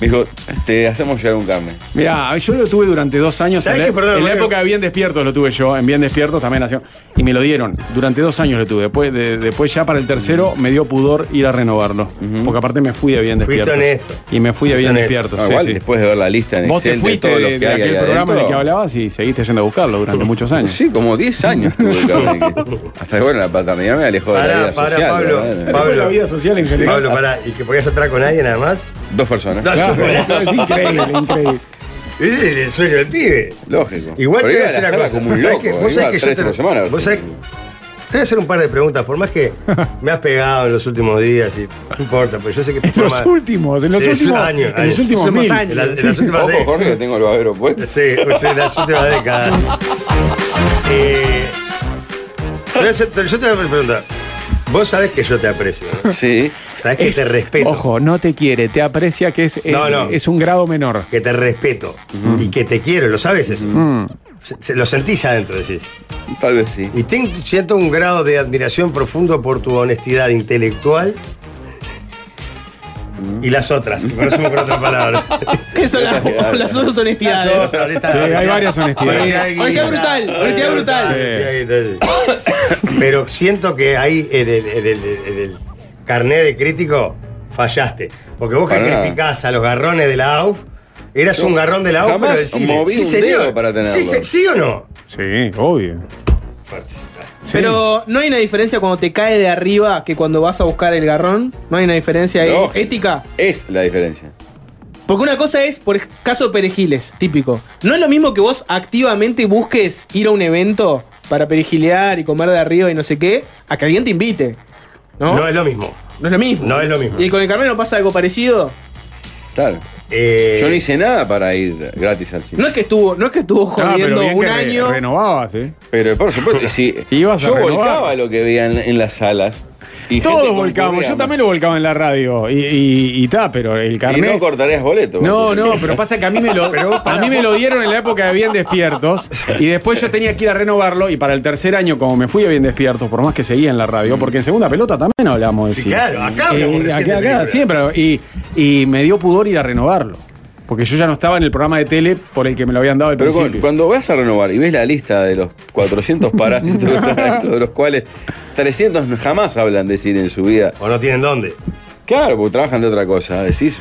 Me dijo, te hacemos llegar un carne. Mira, yo lo tuve durante dos años. En ¿Sabes la, qué? Perdón, eh. en la Mario. época de Bien Despiertos lo tuve yo, en Bien Despiertos también nació. Y me lo dieron. Durante dos años lo tuve. Después, de- después ya para el tercero me dio pudor ir a renovarlo. Porque aparte me fui de Bien Fuiste Despiertos. honesto. Y me fui de Fuiste Bien honesto. Despiertos. Ah, sí, igual, sí. después de ver la lista en Vos te Excel de fuiste todo lo de, que de hay ahí aquel programa en el que adentro. hablabas y seguiste yendo a buscarlo durante muchos años. Sí, como 10 años tuve el carne. Hasta que, bueno, la paternidad me alejó de la Pará, vida pará, social. Pablo. ¿verdad? Pablo. Después la vida social en general. Pablo, pará, ¿y que podías entrar con alguien nada más? Dos personas. No, Claro, Pablo. no, es increíble, increíble. Ese es el sueño del pibe. Lógico. Igual te Pero voy iba a a la hacer una sala cosa. como un ¿Vos sabés loco. que- vos iba sabés que yo tres te- a la semana. a ver vos si- sabés- Te voy a hacer un par de preguntas, por más que me has pegado en los últimos días y no importa, porque yo sé que tu En los programa- últimos, en los Sí, es últimos. año, en los año. últimos Somos mil. años. En la- en las últimas Ojo, décadas. Jorge, que tengo el babero puesto. Sí, o sea, las Ah, últimas décadas. Eh, pero yo, pero yo te voy a hacer una pregunta. Vos sabés que yo te aprecio, ¿no? Sí. Sabés que Es- te respeto. Ojo, no te quiere, te aprecia que es, es, No, no. es un grado menor. Que te respeto. Y que te quiero, lo sabes eso. Se- se- lo sentís adentro, decís. Tal vez sí. Y ten- siento un grado de admiración profundo por tu honestidad intelectual. Y las otras, que conocemos con otra palabra. ¿Qué son las, las otras honestidades? Sí, hay varias honestidades. Honestidad brutal, honestidad brutal. Sí. Pero siento que ahí en el, en el- en el carnet de crítico fallaste. Porque vos que Para nada. criticás a los garrones de la AUF, eras Yo un garrón de la AUF, jamás pero del cine. moví un señor. dedo para tenerlo. Sí, se- ¿Sí o no? Sí, obvio. Ah, Pero no hay una diferencia cuando te cae de arriba que cuando vas a buscar el garrón. No hay una diferencia ahí Lógico. ética. Es la diferencia. Porque una cosa es, por ej- caso de perejiles, típico. No es lo mismo que vos activamente busques ir a un evento para perejilear y comer de arriba y no sé qué, a que alguien te invite. ¿No? No, es lo mismo. No es lo mismo. No es lo mismo. ¿Y con el carnet no pasa algo parecido? Claro. Eh, Yo no hice nada para ir gratis al cine. No es que estuvo, no es que estuvo Ah, pero jodiendo bien un que re- año. renovabas, ¿eh? Pero por supuesto, sí. Ibas a yo renovar. volcaba lo que veía en, en las salas. Y Todos gente volcamos, yo concurría, también lo volcaba en la radio. Y, y, y ta, pero el Y no carnet. cortarías boleto. No, porque- no, pero pasa que a mí me lo, a mí me lo dieron en la época de Bien Despiertos y después yo tenía que ir a renovarlo y para el tercer año, como me fui a Bien Despiertos, por más que seguía en la radio, porque en segunda pelota también hablamos de Mm. Sí, cine. claro, acá hablamos Eh, recién acá, de acá, películas. siempre. Y, y me dio pudor ir a renovarlo, porque yo ya no estaba en el programa de tele por el que me lo habían dado al Pero cu- principio. cuando vas a renovar y ves la lista de los 400 parásitos que están adentro, de los cuales 300 jamás hablan de cine en su vida, O no tienen dónde. claro, porque trabajan de otra cosa, decís,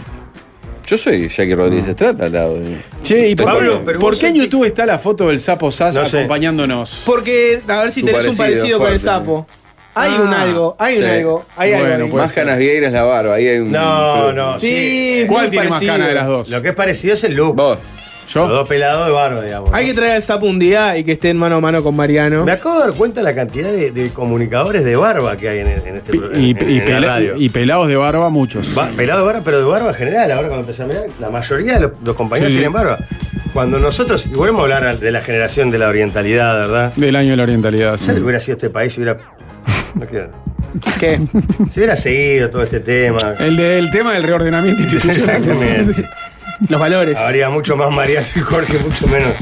yo soy Jackie Rodríguez Estrada al lado de... Mm. Che, ¿y por, Pablo, pero por vos qué en sentí- YouTube está la foto del sapo Sas No sé. acompañándonos? Porque, a ver si Tu tenés un parecido parecido con el fuerte, sapo. Hay Ah. un algo, hay un Sí. algo, hay Bueno, pues. algo. ahí. puede Más ser. canas vieiras la barba, ahí hay un... No, no. Sí, ¿Cuál muy tiene parecido. más cana de las dos? Lo que es parecido es el look. Vos, Los ¿Yo? dos pelados de barro, digamos. Hay ¿no? que traer al sapo un día y que estén mano a mano con Mariano. Me acabo de dar cuenta de la cantidad de, de comunicadores de barba que hay en, en este pro- Y, en- en y la pela- radio. y pelados de barba muchos. Ba- pelado de barba, pero de barba general. Ahora cuando empecé a mirar, la mayoría de los, los compañeros Sí, sí. tienen barba. Cuando nosotros, y volvemos a hablar al- de la generación de la orientalidad, ¿verdad? Del año de la orientalidad. sí. ¿Sabes lo que hubiera sido este país si hubiera. No quiero. ¿Qué? Si hubiera seguido todo este tema. El del tema del reordenamiento institucional. Exactamente. Los valores. Habría mucho más Mariano y Jorge, mucho menos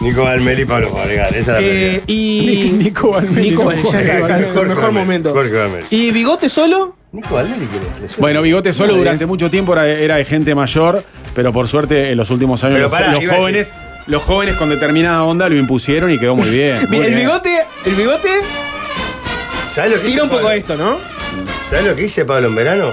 Nico Almeli y Pablo Fabregal. Esa es la Eh, realidad. y Nico Valmeli, Nico no Valmeli, Jorge ya está, Valmeli. en su mejor Valmeli, momento. Jorge Valmeli. ¿Y bigote solo? Nico Almeli, ¿quién es? ¿Le suena? Bueno, Bigote eh. solo durante mucho tiempo era, era de gente mayor, pero por suerte en los últimos años Pero los, pará, los iba a jóvenes, los jóvenes con determinada onda lo impusieron y quedó muy bien. muy el bien. bigote, el bigote ¿Sabés lo que hizo tira un poco Pablo? esto, ¿no? ¿Sabés lo que hice, Pablo, en verano?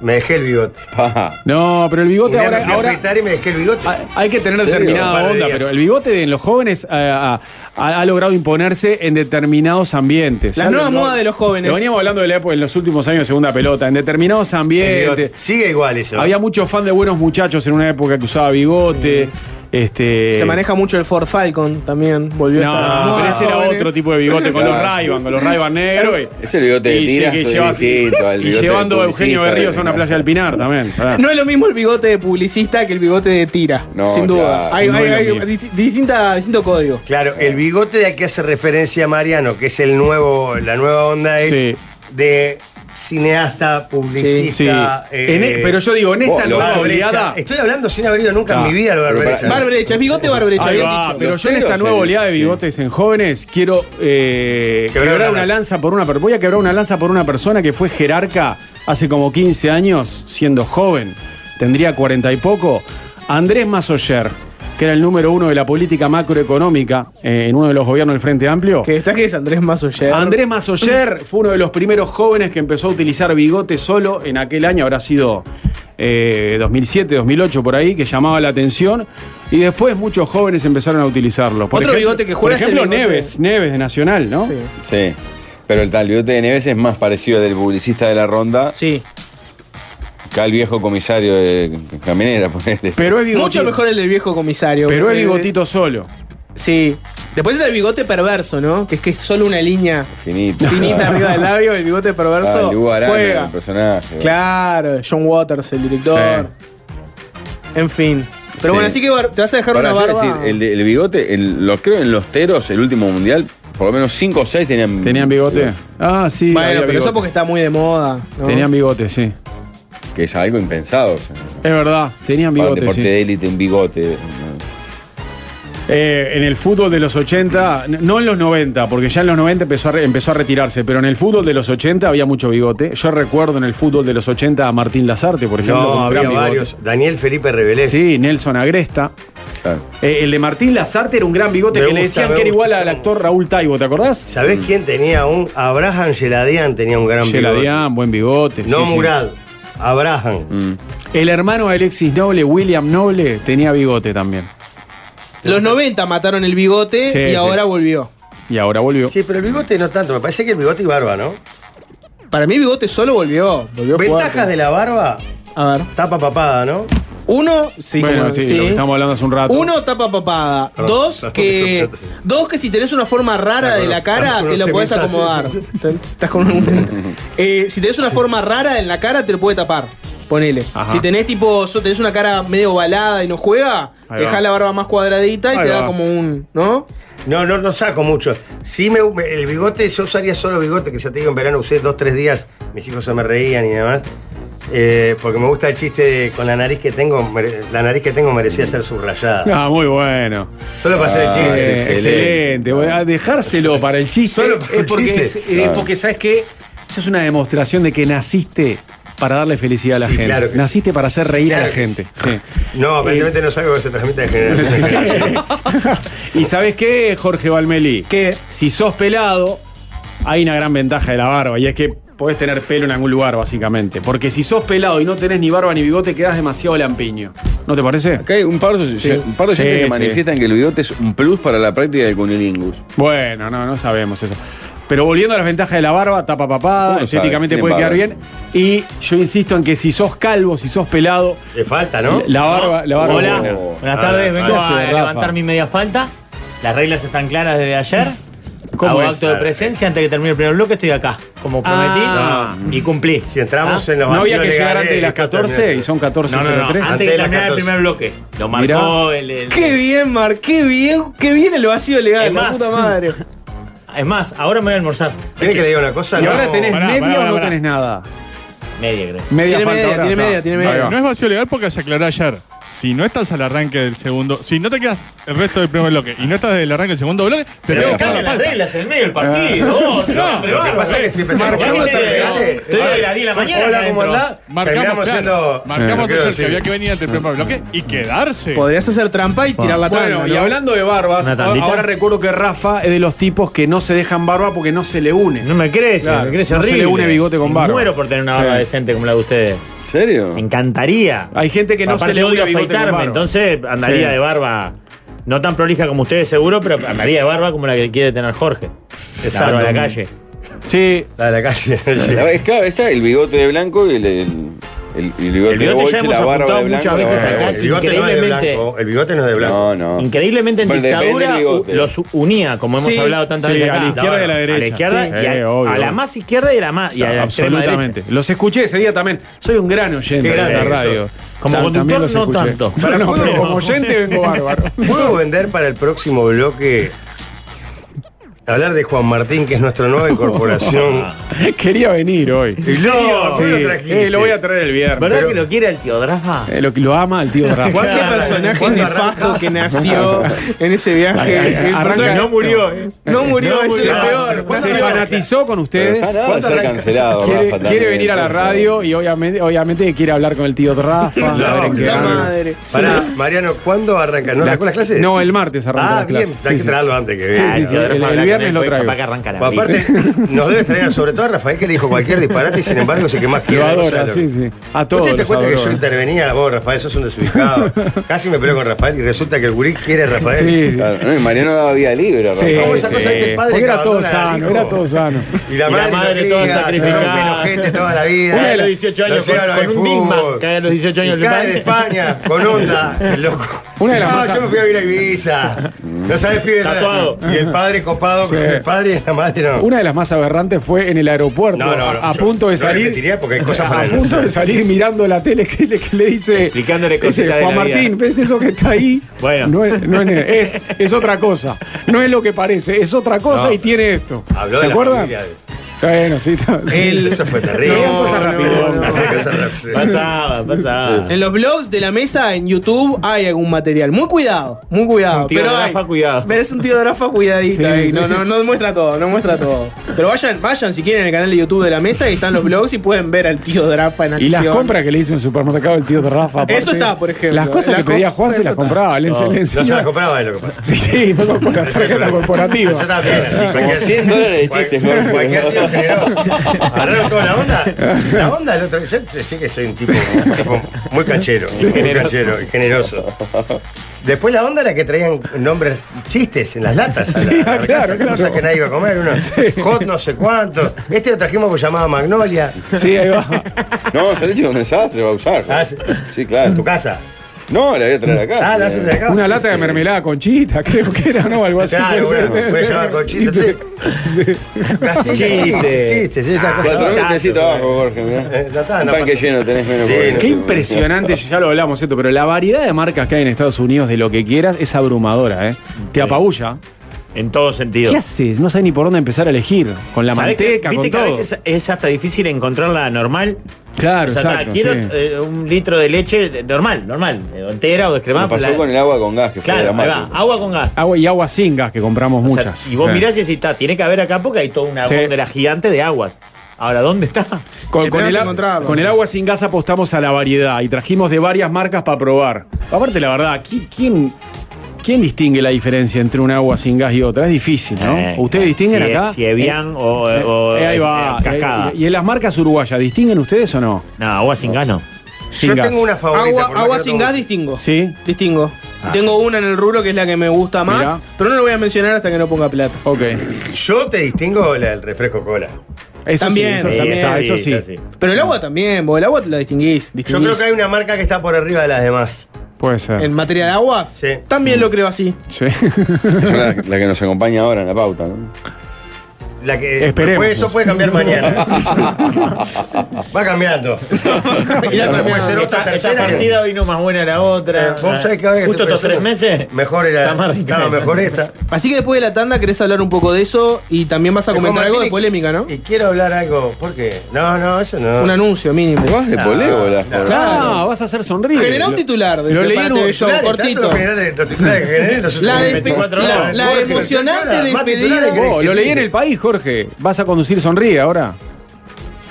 Me dejé el bigote. pa, No, pero el bigote Ahora, ahora, ahora y me dejé el bigote. ha- hay que tener ¿En serio? Un par determinada de onda, días. pero el bigote de- en los jóvenes eh, ha, ha- ha logrado imponerse en determinados ambientes. La Ya nueva lo- lo- moda de los jóvenes. Lo veníamos hablando de la época en los últimos años de segunda pelota, en determinados El bigote. ambientes. Sigue igual eso. Había mucho fan de buenos muchachos en una época que usaba bigote. Este, Se maneja mucho el Ford Falcon también. Volvió a estar. No, muy pero de ese era jóvenes. otro tipo de bigote, con Ah, los Claro. Ray-Ban, con los Ray-Ban negros. y- Ese bigote de y tiras sí, que es llevas- distinto al y bigote de llevando a Eugenio publicista, Berríos a una ¿verdad? playa del Pinar también. ¿verdad? No es lo mismo el bigote de publicista que el bigote de tira. Ah. No, sin duda. claro, hay no hay- es lo hay mismo. disti- distinta, distinto código. Claro, el bigote al que hace referencia Mariano, que es el nuevo, la nueva onda es Sí. de cineasta, Sí. publicista. eh, En e- pero yo digo, en esta vos, lo Bar nueva vas Brecha. oleada. Estoy hablando sin haber ido nunca Ah, en mi vida al pero barbero. para- Barbrecha, es bigote o barbrecha, Ahí bien va, dicho. pero Los yo en esta teros, nueva el- oleada de sí. bigotes en jóvenes quiero eh, Quebrar quebrar una una lanza. lanza por una per- voy a quebrar una lanza por una persona que fue jerarca hace como 15 años siendo joven tendría 40 y poco, Andrés Masoyer, que era el número uno de la política macroeconómica eh, en uno de los gobiernos del Frente Amplio. Que destaque es Andrés Masoyer. Andrés Masoyer fue uno de los primeros jóvenes que empezó a utilizar bigote solo en aquel año, habrá sido eh, 2007, 2008 por ahí, que llamaba la atención. Y después muchos jóvenes empezaron a utilizarlo. Por Otro bigote que juega es Por el ejemplo, bigote- Neves, Neves de Nacional, ¿no? Sí. Sí. Pero el tal bigote de Neves es más parecido al del publicista de la ronda Sí. que al viejo comisario de Caminera, ponele. Pero es bigotito. Mucho mejor el del viejo comisario. Pero es porque- bigotito solo. Sí. Después está el bigote perverso, ¿no? Que es que es solo una línea Finito. finita arriba del labio, el bigote perverso. Ah, Lugo Arana, juega. el personaje. Claro, John Waters, el director. En fin. Pero Sí. bueno, así que bar- te vas a dejar Pará, una yo iba a barba. decir, el, de- el bigote, el- lo creo en los teros, el último mundial, por lo menos 5 o 6 tenían. ¿Tenían bigote? Ah, sí. bueno, había pero bigote. eso porque está muy de moda. ¿no? Tenían bigote, sí. Que es algo impensado. o sea, Es verdad, tenían para un bigote, deporte sí. de élite, un bigote. Eh, en el fútbol de los 80, n- no en los 90, porque ya en los 90 empezó a, re- empezó a retirarse, pero en el fútbol de los 80 había mucho bigote. Yo recuerdo en el fútbol de los 80 a Martín Lazarte, por ejemplo, No, con un había gran bigote. varios. Daniel Felipe Revelés. Sí, Nelson Agresta. Claro. Eh, el de Martín Lazarte era un gran bigote Me que le gusta, decían me que era gusta. igual al actor Raúl Taibo, ¿te acordás? Mm. ¿Sabés quién tenía un? Abraham Geladian tenía un gran bigote. Geladian, buen bigote. No sí, sí. Murad, Abraham. Mm. El hermano de Alexis Noble, William Noble, tenía bigote también. Los 90 mataron el eh, bigote Sí, y sí. ahora volvió. Y ahora volvió. Sí, pero el bigote no tanto. Me parece que el bigote y barba, ¿no? Para mí, el bigote solo volvió. volvió Ventajas fuerte. de la barba, A ver. tapa papada, ¿no? Uno, sí, bueno, como- sí, sí. lo que estamos hablando hace un rato. Uno, tapa papada. Perdón, dos, perdón, que. perdón. Dos, que si tenés una forma rara Perdón, de la cara, perdón, te lo se podés me sale. acomodar. Estás con un. Eh, si tenés una forma rara en la cara, te lo puede tapar. Ponele. Ajá. Si tenés tipo. so- tenés una cara medio ovalada y no juega, Ahí te va. dejás la barba más cuadradita y Ahí te da va. como un. ¿No? No, no, no saco mucho. Sí, me, me- el bigote, yo usaría solo bigote, que ya te digo, en verano usé dos, tres días, mis hijos se me reían y demás. Eh, porque me gusta el chiste de con la nariz que tengo, mere- la nariz que tengo merecía ser subrayada. Ah, muy bueno. Solo para hacer el Ah, Eh, es chiste. excelente. Ah, Voy Ah. a dejárselo para el chiste. Solo para el es porque, chiste. es- eh, Claro. porque, ¿sabes qué? Eso es una demostración de que naciste para darle felicidad a la Sí, gente. claro que naciste para hacer reír Claro a la que gente. sí. No, aparentemente no es algo que se transmite de generación en generación. ¿Y sabes qué, Jorge Valmeli? ¿Qué? Si sos pelado, hay una gran ventaja de la barba y es que podés tener pelo en algún lugar, básicamente. Porque si sos pelado y no tenés ni barba ni bigote, quedás demasiado lampiño. ¿No te parece? Acá hay un par de, un par de Sí, gente que sí. manifiestan que el bigote es un plus para la práctica del cunilingus. Bueno, no, no sabemos eso. Pero volviendo a las ventajas de la barba, tapa papada, Uno estéticamente sabe, puede quedar tiene bien. Y yo insisto en que si sos calvo, si sos pelado, Le falta, ¿no? la barba, la barba. Hola, Bueno. buenas tardes. Hola, Vengo ¿qué hace, a Rafa? levantar mi media falta. Las reglas están claras desde ayer. ¿Cómo Hago es? acto de presencia antes de que termine el primer bloque. Estoy acá, como prometí, Ah. y cumplí. Si entramos ¿Ah? en los No había que vacíos llegar legales, antes de las esto 14 también. y son 14 No, no, no, Antes Antes de de las terminar el 14. primer bloque. Lo Mirá. marcó el, el- ¡Qué bien, Mar! ¡Qué bien! ¡Qué bien el vacío legal! Es ¡La más. puta madre! Es más, ahora me voy a almorzar. ¿Quieres que le diga una cosa? Y No. ahora tenés pará, media pará, o no pará. tenés nada. Media, creo. Media Tiene falta media, ahora, tiene está. media, tiene Ahí media. va. No es vacío legal porque se aclaró ayer. Si no estás al arranque del segundo, si no te quedas el resto del primer bloque y no estás desde el arranque del segundo bloque, te Pero tengo que cambia dar cambian la las reglas falta. en el medio del Ah. Ah. partido. No, No, Lo que pasa es que siempre se Marcamos marcamos las legales. reglas. Te doy las 10 de la mañana Hola, acá ¿cómo adentro. andás? Marcamos, Terminamos claro, siendo. marcamos Quiero ayer decir, que había que venir ante el primer bloque y quedarse. Podrías hacer trampa y tirar la tanda. Bueno, y ¿no? hablando de barbas, ¿Una tandita? ahora recuerdo que Rafa es de los tipos que no se dejan barba porque no se le une. No me crece, Claro, me crece no se horrible. le une bigote con Me barba. Muero por tener una barba Sí. decente como la de ustedes. ¿En serio? Me encantaría. Hay gente que no Aparte se le une odio bigote con afeitarme, barba. entonces andaría Sí. de barba. No tan prolija como ustedes seguro, pero andaría de barba como la que quiere tener Jorge. Esa Exacto. barba de la calle. Sí, La de la calle. La- es claro, está el bigote de blanco y el, el, el- el bigote El bigote de ya bolche, hemos la barba apuntado de blanco. muchas la veces barba de acá. El bigote no es de Increíblemente- blanco. El bigote no es de bolche. blanco. No, no. Increíblemente en Bueno, depende del dictadura bigote. u- los unía, como hemos Sí, hablado tantas sí, veces. a acá. la izquierda y a la A la derecha. izquierda Sí, y a, obvio. a la más izquierda y a la más. Y a la extrema absolutamente. derecha. Los escuché ese día también. Soy un gran oyente Qué de la grande que radio. sos. Como Tam- también conductor, los no escuché. tanto. No, no, pero Pero- como oyente vengo bárbaro. ¿Puedo vender para el próximo bloque Hablar de Juan Martín, que es nuestra nueva incorporación. Quería venir hoy. Y no, Sí, ¿por qué lo trajiste? eh, lo voy a traer el viernes. ¿Verdad que lo quiere el tío Drafa? Eh, lo, lo ama el tío Rafa. Cualquier Claro, personaje ¿cuándo nefasto arranca? que nació en ese viaje. Ay, ay, el arranca- personaje- no murió, ¿eh? No murió, No ese es murió. el peor. ¿Cuándo Se arranca? fanatizó con ustedes. Está nada de ser arranca? cancelado, Quiere, Rafa, quiere también, venir a la por favor. radio y obviamente, obviamente quiere hablar con el tío Rafa. a ver en qué puta anda. madre. Pará, Mariano, ¿cuándo arranca? ¿No La- arrancó las clases? No, el martes arranca Ah, las bien, clases. hay Sí, que sí. traerlo antes que Sí, viene. Ah, sí, sí, tío el- Drafa el habla con viernes él, lo pues, traigo. Capaz que arranca la Pues vida. aparte, nos debe extrañar sobre todo a Rafael, que le dijo cualquier disparate y sin embargo es el que más quiere. Lo no adora, sabe lo sí, que- sí. A todos. ¿Usted te los cuenta que adora. yo intervenía? Vos, Rafael, sos un desubicado. Casi me peleo con Rafael y resulta que el gurí quiere a Rafael. Sí, sí. Claro, no, y Mariano daba vía libre, Rafa. Sí, Como esa cosa, sí. ¿viste? El padre Porque era que todo abandona al sano, hijo. era todo sano. Y la Y la madre, madre lo toda cría, se sacrificada. rompe el ojete toda la vida. Cae a los 18 años Lo llevan con- al con un fútbol. Discman, cae a los 18 años Y en el cae de España, con onda, el loco. Una de las no, más- yo me fui a vivir a Ibiza. No sabes, pibe. Tatuado. Y el padre copado Sí. con el padre y la madre no. Una de las más aberrantes fue en el aeropuerto, No, no, no, a a yo punto de no salir. repetiría porque hay cosas A para punto de salir mirando la tele que le, que le dice. Explicándole dice, cositas de Juan la Martín, ¿ves eso que está ahí? Bueno. No es, no es, es, es otra cosa. No es lo que parece, es otra cosa No. y tiene esto. Habló ¿Se de la acuerdan? familia de- Bueno, sí. está- sí. Él, eso fue terrible. Eran cosas rapidón. Hacía cosas rápidas. Pasaba, pasaba. En los blogs de la mesa en YouTube hay algún material. Muy cuidado, muy cuidado. Un tío pero de hay. Rafa, cuidado. Pero es un tío de Rafa cuidadito Sí, ahí. sí. No, no, no muestra todo, no muestra todo. Pero vayan, vayan si quieren al canal de YouTube de la mesa y están los blogs y pueden ver al tío de Rafa en acción. Y las compras que le hizo en el supermercado el tío de Rafa. aparte. Eso está, por ejemplo. Las cosas Las que pedía com- Juan se eso las está. compraba, le, ense- No, le No se enseñaba. las compraba, es lo que pasa. Sí, sí, fue con, con la tarjeta corporativa. Yo también, así, cualquier- 100 dólares de chiste, cual- Jorge. Cualquier tío generoso. Agarraron toda la onda. La onda del otro. Yo sé que soy un tipo, un tipo muy canchero. muy Generoso. canchero y generoso. Después la onda era que traían nombres chistes en las latas. a la- Sí, a la ah, casa, claro, claro. Cosas que nadie iba a comer. Uno, hot no sé cuánto. Este lo trajimos que llamaba Magnolia. Sí, ahí va. No, esa leche condensada se va a usar. Ah, sí. Sí, En claro. tu casa. No, la voy a traer acá. Ah, la haces de acá. Una lata de mermelada conchita, creo que era, ¿no? Algo así. Claro, bueno, puede llamar con chistes. Sí. Chistes, Chistes. Chistes, sí, esta cosa. Cuatro mil pesitos Tazo, abajo, Jorge, mirá. Eh, ya está, Un no tanque pasa. lleno tenés menos. Sí, por- no. Qué impresionante, ya lo hablamos esto, pero la variedad de marcas que hay en Estados Unidos de lo que quieras es abrumadora, ¿eh? Te apabulla. En todo sentido. ¿Qué haces? No sabes ni por dónde empezar a elegir. Con la ¿Sabés que- manteca, Viste con que a todo. veces es hasta difícil encontrar la normal. Claro, O sea, exacto. quiero sí. eh, un litro de leche normal, normal, eh, entera o Me descremada. pasó la- con el agua con gas que fue Claro, ahí va, dramático. agua con gas. Agua y agua sin gas, que compramos O sea, muchas. y vos Sí. mirás y decís, está, tiene que haber acá porque hay toda una Sí. góndola gigante de aguas. Ahora, ¿dónde está? Con, con el, Esperamos a- encontrarlo. con el agua sin gas apostamos a la variedad y trajimos de varias marcas para probar. Aparte, la verdad, ¿qui- ¿quién, ¿quién distingue la diferencia entre un agua sin gas y otra? Es difícil, ¿no? Eh, ¿Ustedes si distinguen es- acá? Si es Bian o, Eh, o- eh, ahí es- va. eh, cascada. Eh, y en las marcas uruguayas, ¿distinguen ustedes o no? no, agua sin gas no. Sin Yo gas. tengo una favorita. Agua, por más agua que Ah. no sin te gas guste. distingo. ¿Sí? Distingo. Tengo una en el rubro que es la que me gusta más, Mirá. pero no la voy a mencionar hasta que no ponga plata. Ok. Yo te distingo la del refresco cola. Eso También, sí, eso, sí, también, esa eso sí. esa Pero el agua también, vos el agua te la distinguís. Yo distinguís. creo que hay una marca que está por arriba de las demás. Puede ser. Mm. En materia de agua, Sí. también lo creo así. Sí. Esa es la, la que nos acompaña ahora en la pauta, ¿no? La que Esperemos. Después eso puede cambiar mañana. Va cambiando. Mirá, pero puede ser otra Esta- esta tercera. que- partida vino más buena la otra. Eh, Vos sabés que ahora que Justo estoy estos tres pensando, meses. Mejor era. Está más rica. Claro, mejor esta. Así que después de la tanda querés hablar un poco de eso y también vas a Juan comentar algo Martín, de polémica, ¿no? Y quiero hablar algo. ¿Por qué? No, no, eso no. Un anuncio mínimo. Vas de poleo, la no. joder. Ah, vas a hacer sonríe. Generá un Lo- titular de lo este leí para en un- TV Show, Claro, tanto cortito. los generales, los titulares generales, los La, últimos despe- 24 la- horas. la Jorge, emocionante más titulares despedida. que- Oh, lo leí en el país, Jorge. Vas a conducir sonríe ahora.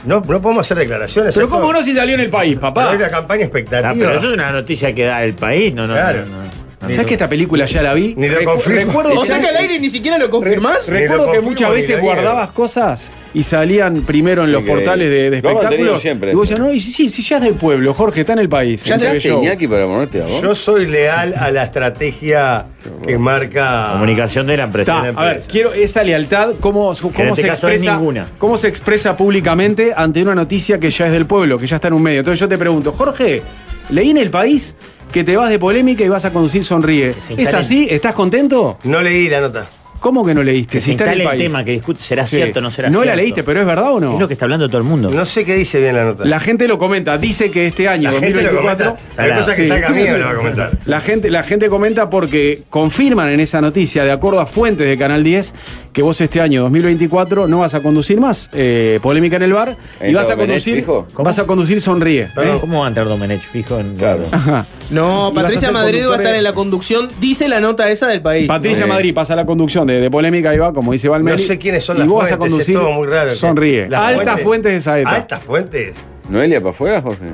No, no podemos hacer declaraciones. Pero esto- cómo no si salió en el país, Pero papá. Hay una campaña expectativa. Ah, pero eso es una noticia que da el país, no, no. Claro. no, no. ¿Sabes que esta película ya la vi? Ni lo Recu- confirmo. Recuerdo, O sea que al aire ni siquiera lo confirmás. Re- Ni recuerdo lo que confirmo, muchas ni veces lo niego. guardabas cosas y salían primero en los que portales de, de lo han mantenido espectáculos. siempre. Y vos decías, no, y sí, sí, sí, ya es del pueblo, Jorge, está en el país. ¿Ya en TV entraste, Show. Iñaki, para ponerte a vos? Yo soy leal a la estrategia que marca. Comunicación de la Está, empresa. a ver, quiero esa lealtad, cómo, cómo en este se caso es expresa, ninguna. cómo se expresa públicamente ante una noticia que ya es del pueblo, que ya está en un medio. Entonces yo te pregunto, Jorge, leí en el país que te vas de polémica y vas a conducir sonríe. Se ¿Es instalen- así? ¿Estás contento? No leí la nota. ¿Cómo que no leíste? Si está en el el país. tema que discute, será Sí. cierto o no será No cierto. la leíste, pero es verdad o no? Es lo que está hablando todo el mundo. No sé qué dice bien la nota. La gente lo comenta, dice que este año, La gente lo 2024, comenta. La cosa que Sí. saca mía lo va a comentar. La gente, la gente comenta porque confirman en esa noticia, de acuerdo a fuentes de Canal 10, que vos este año 2024 no vas a conducir más eh, polémica en el bar y ¿Entró vas a Domenech, conducir, dijo? vas a conducir sonríe. Perdón, ¿eh? ¿Cómo va a entrar Domenech? Fijo en. Claro. Ajá. No, Y vas a Patricia ser Madrid va a conductora estar de- en la conducción, dice la nota esa del país. Patricia Sí. Madrid pasa la conducción de, de polémica y va, como dice Valmeri. No sé quiénes son y las vos fuentes, vas a conducir es todo muy raro. sonríe. Las Altas fuentes, de Saeta. Altas fuentes. ¿Noelia para afuera, Jorge? ¿Eh?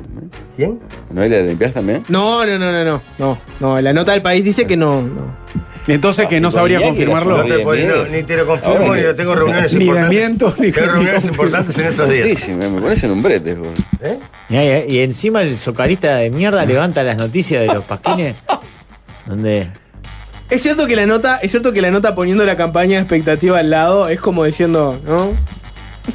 ¿Quién? ¿Noelia limpias también? No, no, no, no, no, no, no, la nota del país dice que no, no. Entonces Ah, que no sabría Bonilla, que era confirmarlo. No te Bien, puedo- bien. no, ni te lo Ah, confirmo, Ahora ni que- lo tengo reuniones Ni importantes. desmiento, ni- Tengo ni reuniones confirmo. importantes en estos días. Sí, me, me pones en un brete. Jorge. ¿Eh? Y, ahí- y encima el socarista de mierda levanta las noticias de los pasquines. donde. Es cierto que la nota, es cierto que la nota poniendo la campaña de expectativa al lado es como diciendo, ¿no?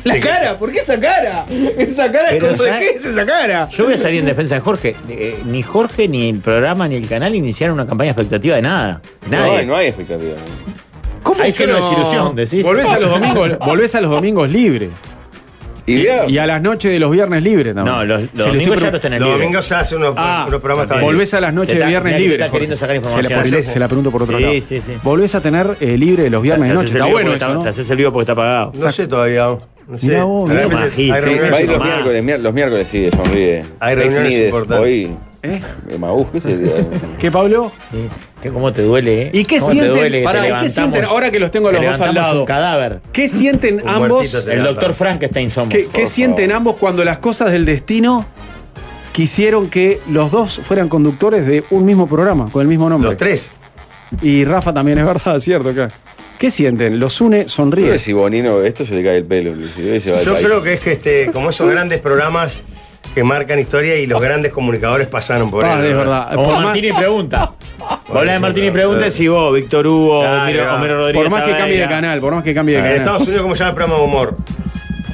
La Sí, que- cara, ¿por qué esa cara? Esa cara es Pero, como, ¿de ¿sabes? qué es esa cara? Yo voy a salir en defensa de Jorge. Eh, ni Jorge, ni el programa, ni el canal iniciaron una campaña expectativa de nada. Nadie. No, hay, no hay expectativa. ¿Cómo Hay que solo no? desilusión, decís. Volvés a los domingos, volvés a los domingos libres. Y, vea- Y a las noches de los viernes libres también. No, los, los Se lo estoy domingos ya pre- los tenés Los libres. domingos se hace unos, Ah, unos programas también. volvés a las noches Te de está- viernes mirá que libres. está queriendo Jorge. sacar información. Se la, Sí, pregunto- sí. se la pregunto por otro Sí, lado. sí, sí. Volvés a tener eh, libre los viernes de Te noche. haces el Está vivo bueno porque eso, está- ¿no? Te haces el vivo porque está pagado. No sé todavía. aún. No sé. Mirá vos, Hay mirá. reuniones- Imagínate. hay Sí, Va a ir reuniones- los Tomá. miércoles, mier- los miércoles sigue, sonríe. Hay reuniones Exnides, importantes. Hoy, ¿Eh? Maús, ¿qué te digo? ¿Qué, Pablo? Sí. ¿Qué- ¿Cómo te duele, eh? ¿Y qué ¿Cómo te sienten? duele que te Pará, ¿y qué levantamos- sienten ahora que los tengo a te los dos al levantamos lado? un cadáver. ¿Qué sienten Un muertito ambos? se El levanta. doctor Frankenstein somos. ¿Qué, qué Por sienten favor. ambos cuando las cosas del destino quisieron que los dos fueran conductores de un mismo programa, con el mismo nombre? Los tres. Y Rafa también es verdad, cierto, claro. ¿Qué sienten? Los une, Yo creo sonríe. que si Bonino ve esto se le cae el pelo, inclusive, y se va del Yo país. creo que es que este, como esos grandes programas que marcan historia y los grandes comunicadores pasaron por Ah, él. es ¿no? verdad. O Por más, Martini pregunta. Vos hablás de Martini pregunta Eh. si vos, Víctor Hugo, Claro. Homero, Homero Rodríguez. por más que cambie de Tavera, canal, por más que cambie de En canal. Estados Unidos, ¿cómo se llama el programa de humor?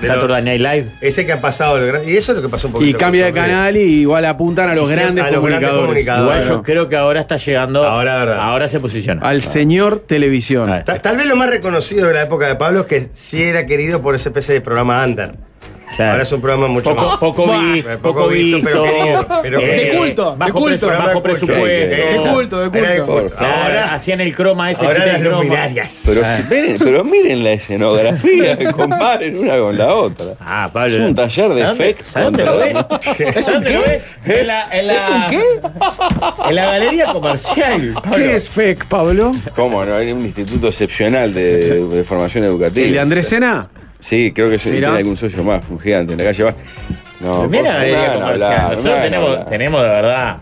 De los- Saturday Night Live. ese que han pasado. los gran- Y eso es lo que pasó un poquito. Y cambia de con Sonríe. canal y igual apuntan a los Y sí, grandes a los grandes comunicadores. comunicadores. Igual Claro. yo creo que ahora está llegando. Ahora, ahora. se posiciona. Al señor televisión. Claro. Ta- Tal vez lo más reconocido de la época de Pablo es que sí era querido por esa especie de programa Andar. Claro. Ahora es un programa mucho poco, más. poco, vi- Bah, poco visto, pero querido, pero De culto, de eh, bajo culto. presu- Programa bajo de culto. presupuesto. Eh, De culto, de Era de culto. culto. Claro, Ahora, hacían el croma Ah, ese, el ahora chiste las de croma. luminarias. Pero, Ah. si- miren, pero miren la escenografía, comparen una con la otra. Ah, Pablo. Es un taller de ¿Sabes dónde- fake. ¿Sabes dónde lo ves? ¿Sabes dónde lo ves? En la- en la- ¿Es un qué? En la galería comercial. ¿Qué es FEC, Pablo? ¿Cómo no? Hay un instituto excepcional de, de formación educativa. ¿El de Andrés Sena? Sí, creo que es Mirá. tiene algún socio más, un gigante en la calle va. No, Mira la por- galería no, no comercial. hablar, Nosotros no tenemos, hablar. tenemos de verdad.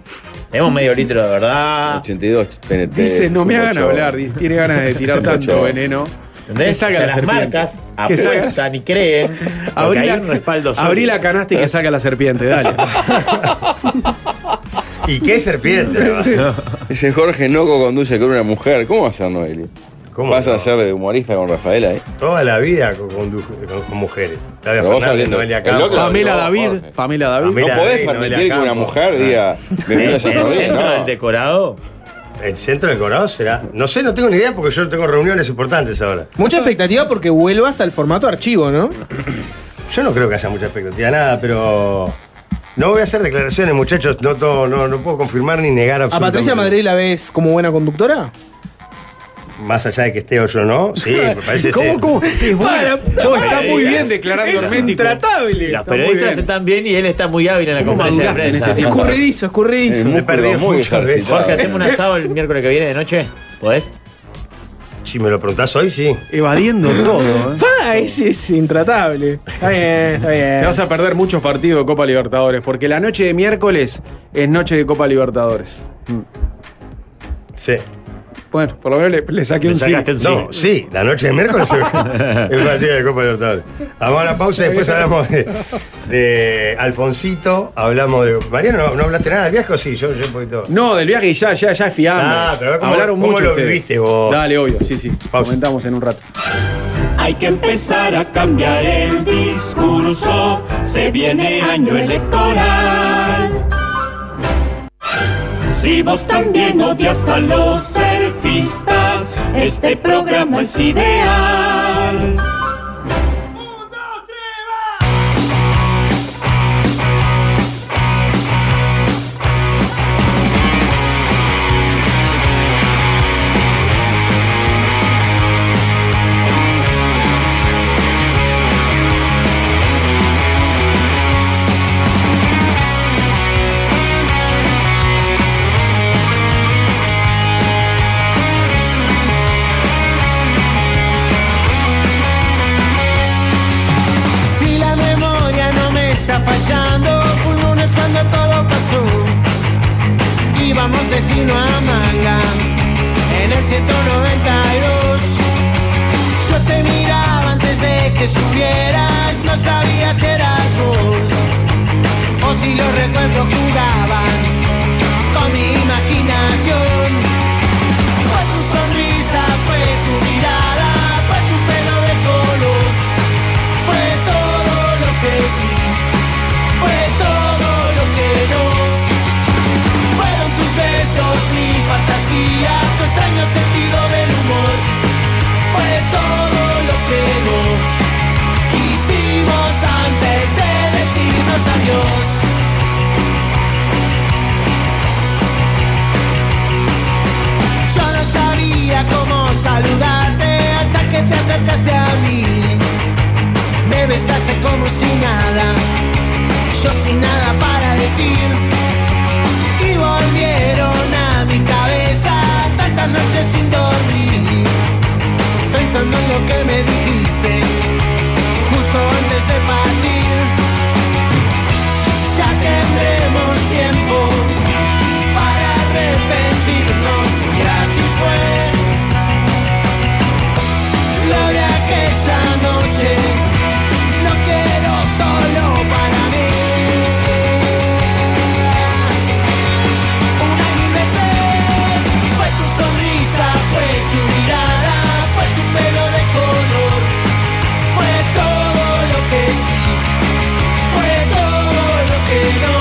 Tenemos medio litro de verdad. 82 PNT. Dice, no me hagan ocho. hablar. dice, Tiene ganas de tirar Es un tanto ocho. veneno. ¿Entendés? Que O salga sea, la las serpiente. marcas Que salga- apuestan y creen. porque Abrí hay la, un respaldo sólido. abrí la canasta y que saca la serpiente, dale. Y qué serpiente. ¿no? Dice Jorge Noco conduce con una mujer. ¿Cómo vas a ser Noeli? ¿Cómo Vas a no? ser de humorista con Rafaela, ¿eh? Toda la vida con, con- con- con mujeres. Flavia Pero vamos Fernández, abriendo. Noelia El Campos. loco- Pamela no, David. Jorge. Pamela David. Mira, no podés Rey, Noelia permitir que una Campos. Ah. mujer diga, En el, bienvenidos a Noeli, centro del ¿no? decorado. El centro del Colorado será. No sé, no tengo ni idea porque yo no tengo reuniones importantes ahora. Mucha expectativa porque vuelvas al formato archivo, ¿no? Yo no creo que haya mucha expectativa, nada, pero. No voy a hacer declaraciones, muchachos. No, to- no, no puedo confirmar ni negar ¿A absolutamente. Patricia Madrid la ves como buena conductora? Más allá de que esté o yo no, sí, me parece sí. Para, puta No, madre. está muy bien declarando Es hermético. intratable. Los Está muy periodistas bien. están bien y él está muy hábil en la ¿Cómo conferencia de maduraste en prensa. este tiempo? Escurridizo, El escurridizo. músculo perdido muy muchas veces. ejercitado. Jorge, hacemos un asado el miércoles que viene de noche. ¿Podés? Si me lo preguntás hoy, sí. Evadiendo todo. ¿eh? Pa, es, es intratable. Está bien, está bien. Te vas a perder muchos partidos de Copa Libertadores, porque la noche de miércoles es noche de Copa Libertadores. Mm. Sí. Bueno, por lo menos le, le saqué Le un sí. sacaste un sí. No, sí, la noche de miércoles es el partido de Copa Libertadores. Vamos a la pausa y después hablamos de, de Alfonsito, hablamos de. Mariano, ¿no, no hablaste nada del viaje o sí? Yo, yo un poquito. No, del viaje y ya, ya, ya es fiable. Ah, pero a ver cómo- Hablaron cómo mucho lo ustedes. viviste vos. Dale, obvio, sí, sí. Pausa. Comentamos en un rato. Hay que empezar a cambiar el discurso, se viene año electoral. Si vos también odias a los surfistas, Este programa es ideal. Si la memoria no me está fallando, pulmones cuando todo pasó. Íbamos destino a Manga en el 192. Yo te miraba antes de que supieras, no sabía si eras vos. O si los recuerdos jugaban con mi imaginación. Fue tu sonrisa, fue tu mirada, fue tu pelo de color. Fue todo lo que sí, fue todo lo que no. Fueron tus besos, mi fantasía, tu extraño sentido del humor. Fue todo lo que no hicimos antes de decirnos adiós. Yo no sabía cómo saludarte hasta que te acercaste a mí. Me besaste como si nada, yo sin nada para decir. Y volvieron a mi cabeza tantas noches sin dormir, pensando en lo que me dijiste justo antes de partir. Ya tendremos tiempo para arrepentirnos, y así fue. Lo de aquella noche. Lo quiero solo para mí. Una y mil veces fue tu sonrisa, fue tu mirada, fue tu pelo de color, fue todo lo que sí, fue todo lo que no.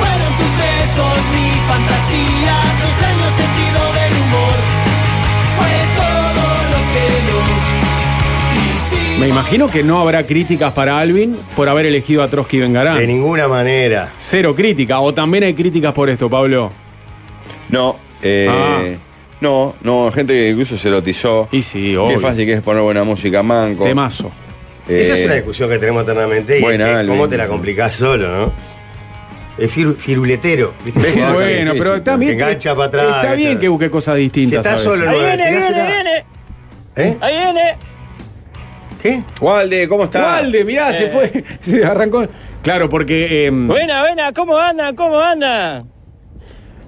Fueron tus besos, mi fantasía, tu extraño sentido del humor, fue todo lo que no. Me imagino que no habrá críticas para Alvin por haber elegido a Trotsky y De Bengarán. ninguna manera. Cero crítica. O también hay críticas por esto, Pablo. No, eh, Ah. no, no, gente que incluso se erotizó. Y sí, Qué obvio. fácil que es poner buena música, manco. Temazo. Eh, Esa es una discusión que tenemos eternamente y Buena, es que cómo Alvin. te la complicás solo, ¿no? Es fir- firuletero. ¿viste? Ves que Cuando- no es tan Bueno, pero difícil, está bien. que- engancha para atrás, Está bien engancha. que busque cosas distintas. Si estás a solo, veces. no es. Tirásela. ¿Eh? ahí viene. ¿Qué? Walde, ¿cómo está? Valde, mirá, Eh. se fue. Se arrancó. Claro, porque. eh, Buena, buena, ¿cómo andan? ¿Cómo andan?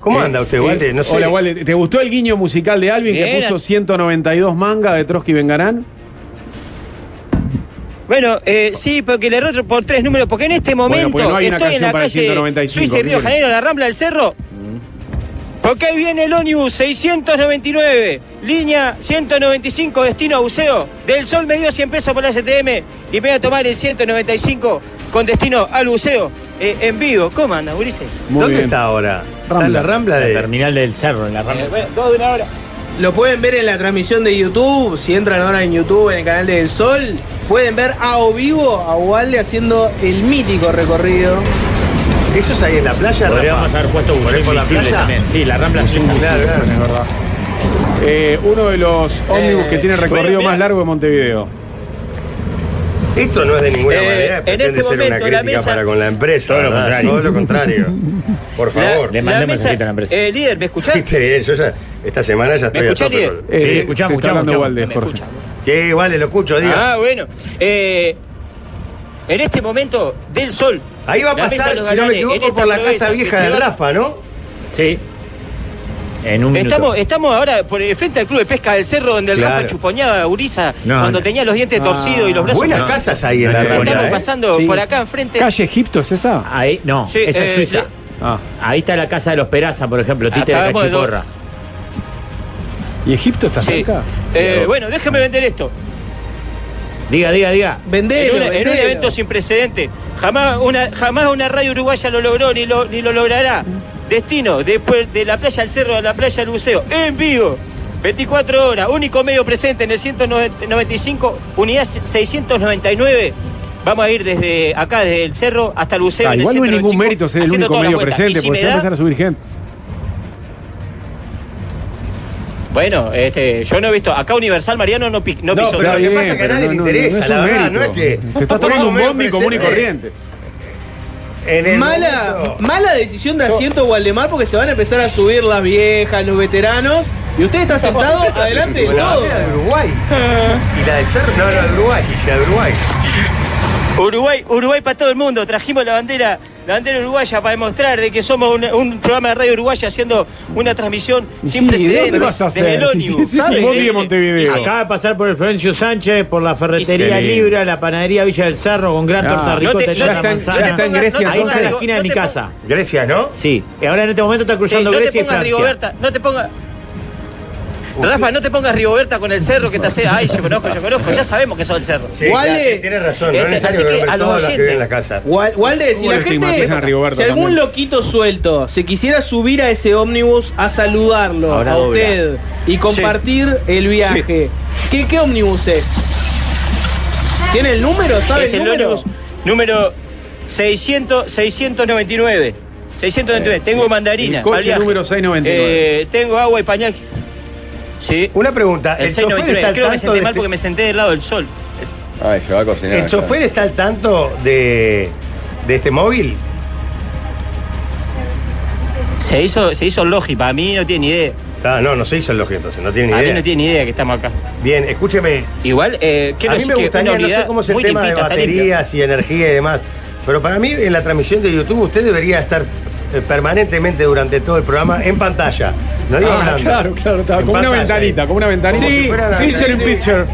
¿Cómo eh, anda usted, eh, Walde? No sé. Hola, Walde. ¿Te gustó el guiño musical de Alvin que Bien. puso 192 manga de Trotsky y Bengarán? Bueno, eh, sí, porque le roto por tres números, porque en este momento porque no hay una estoy en canción la para el calle 195, Suiza y Río Miguel. Janeiro, en la Rambla del Cerro. Porque ahí viene el ómnibus 699, línea 195, destino a Buceo. Del Sol me dio 100 pesos por la STM y me voy a tomar el 195 con destino al Buceo eh, en vivo. ¿Cómo anda, Ulises? Muy ¿Dónde bien. está ahora? ¿Está en Rambla. la rambla de.? Terminal del Cerro, en la Rambla. bueno, todo de una hora. Lo pueden ver en la transmisión de YouTube. Si entran ahora en YouTube, en el canal del Sol, pueden ver a o vivo a Ubalde haciendo el mítico recorrido. ¿Eso es ahí en la playa, Podríamos Rafa? haber puesto Por ahí Buceo por la Invisible playa. también. Sí, la Rambla Suiza. Claro, claro. Eh, uno de los ómnibus que tiene el Eh, bueno, recorrido mira. más largo de Montevideo. Esto no es de ninguna Eh, manera. en pretende este ser momento una la crítica mesa- para con la empresa. Todo lo ¿verdad? contrario. Todo lo contrario. Por favor. Le mandé un mensajito a la empresa. Eh, líder, ¿me escuchás? Viste bien, yo ya- esta semana ya estoy a escuchá, tope. líder? con- Sí, Eh, escuchamos, te está hablando escuchamos, Walde, me Jorge. escuchan. Que vale, lo escucho, diga. Ah, bueno. Eh, en este momento, del sol. Ahí va a la mesa pasar, de los si no me galanes, en equivoco, esta por la proeza casa que vieja se de da- Rafa, ¿no? Sí. En un minuto. Estamos, estamos ahora por el frente al club de pesca del cerro donde el Claro. Rafa chuponeaba a Uriza No, cuando no. tenía los Ah. dientes torcidos y los brazos. Buenas No. casas ahí en la No, Rambla, Estamos Buena, ¿eh? pasando Sí. por acá enfrente. ¿Calle Egipto es esa? Ahí, no, Sí, esa es eh, Suiza. sí. Ah. Ahí está la casa de los Peraza, por ejemplo, Tite de la Acabamos de do- Cachiporra. ¿Y Egipto está Sí. cerca? Eh, Sí, a vos. bueno, déjeme vender esto. Diga, diga, diga. En, Vendelo, una- en vendelo. un evento sin precedente. Jamás una, jamás una radio uruguaya lo logró ni lo, ni lo logrará. Destino, después de la playa al cerro, de la playa al buceo, en vivo. 24 horas, único medio presente en el 195, unidad 699. Vamos a ir desde acá, desde el cerro hasta el buceo. Ah, en el igual no hay ningún 195, mérito ser el haciendo único todas las medio vueltas. presente, Y si me porque se va a da- empezar a subir gente. Bueno, este, yo no he visto. Acá Universal Mariano no, pi- no No, pisó. pero lo nada. que pasa es que a pero nadie no, le no, no, interesa, no es la un verdad, mérito. no es que. Te estás tomando un bondi común y corriente. Eh, En el Mala, momento- mala decisión de asiento Gualdemar porque se van a empezar a subir las viejas, los veteranos. Y usted está sentado adelante de Con la bandera de todo. Uruguay. Y la de Cerro, no, la de Uruguay, la de Uruguay. Uruguay, Uruguay para todo el mundo. Trajimos la bandera, la bandera uruguaya para demostrar de que somos un, un programa de radio uruguaya haciendo una transmisión sin Sí, precedentes ¿dónde vas a hacer? desde el Sí, sí, ónibus. sí, es un ¿Sabe? Eh, Eh, bondi de Montevideo. Acaba de pasar por el Florencio Sánchez, por la Qué ferretería lindo. Libra, la panadería Villa del Cerro, con gran Ah, torta no ricota te- y torta ya está en- manzana. ya está en Grecia, Ahí está entonces. la esquina de No mi te casa. Grecia, ¿no? Sí. Y ahora en este momento está Sí, cruzando eh, no te Grecia y pongas Francia. Rigoberta, no te pongas. Rafa, no te pongas Rigoberta con el cerro que te hace. Ay, yo conozco, yo conozco, ya sabemos que sos el cerro. Sí, Guale. claro, Tienes razón, no es Este, así necesario que que a nombre los todos los que viven en la oyentes. casa. Gual- Walde, si Uy, la lo estigmatizan a gente, Rigoberto si algún también. loquito suelto se quisiera subir a ese ómnibus a saludarlo Ahora a dobla. usted y compartir el viaje, ¿qué, qué ómnibus es? ¿Tiene el número? ¿Sabe es el el número? ónibus número 600, 699. Eh, 699. tengo mandarina. el coche para viaje. número 699. Eh, tengo agua y pañal. Sí. Una pregunta, El ¿el chofer está 699. al Creo que me tanto senté de mal este- porque me senté del lado del sol. Ay, se va a cocinar. el chofer está al tanto de de este móvil? Se hizo, se hizo lógico. Para mí no tiene ni idea. Está- Ah, no, no se hizo el lógico entonces, no tiene ni A mí idea. no tiene ni idea que estamos acá. Bien, escúcheme, Igual, eh, quiero a mí decir me que gustaría, una no unidad sé cómo es el muy tema de limpita, está limpia. baterías y energía y demás, pero para mí en la transmisión de YouTube usted debería estar eh, permanentemente durante todo el programa en pantalla. No digo Ah, hablando. claro, claro, estaba En como una pantalla, ventanita, ahí. como una ventanita. Como si fuera la- picture in sí. picture.